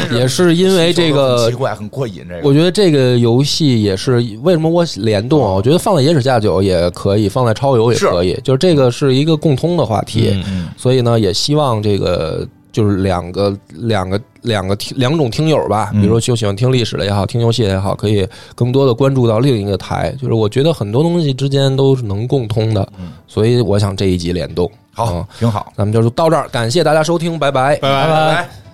Speaker 1: 对也是因为这
Speaker 2: 很
Speaker 1: 个
Speaker 2: 奇怪，很过瘾。这个
Speaker 1: 我觉得这个游戏也是为什么我联动啊？我觉得放在野史下酒也可以，放在超游也可以，就是嗯这个是一个共通的话题，
Speaker 2: 嗯
Speaker 1: 所以呢，也希望这个就是两个两个两个听两种听友吧，比如说就喜欢听历史的也好，听游戏的也好，可以更多的关注到另一个台，就是我觉得很多东西之间都是能共通的，所以我想这一集联动
Speaker 2: 好
Speaker 1: 嗯，
Speaker 2: 挺好。
Speaker 1: 咱们就到这儿，感谢大家收听，拜拜
Speaker 3: 拜拜
Speaker 2: 拜。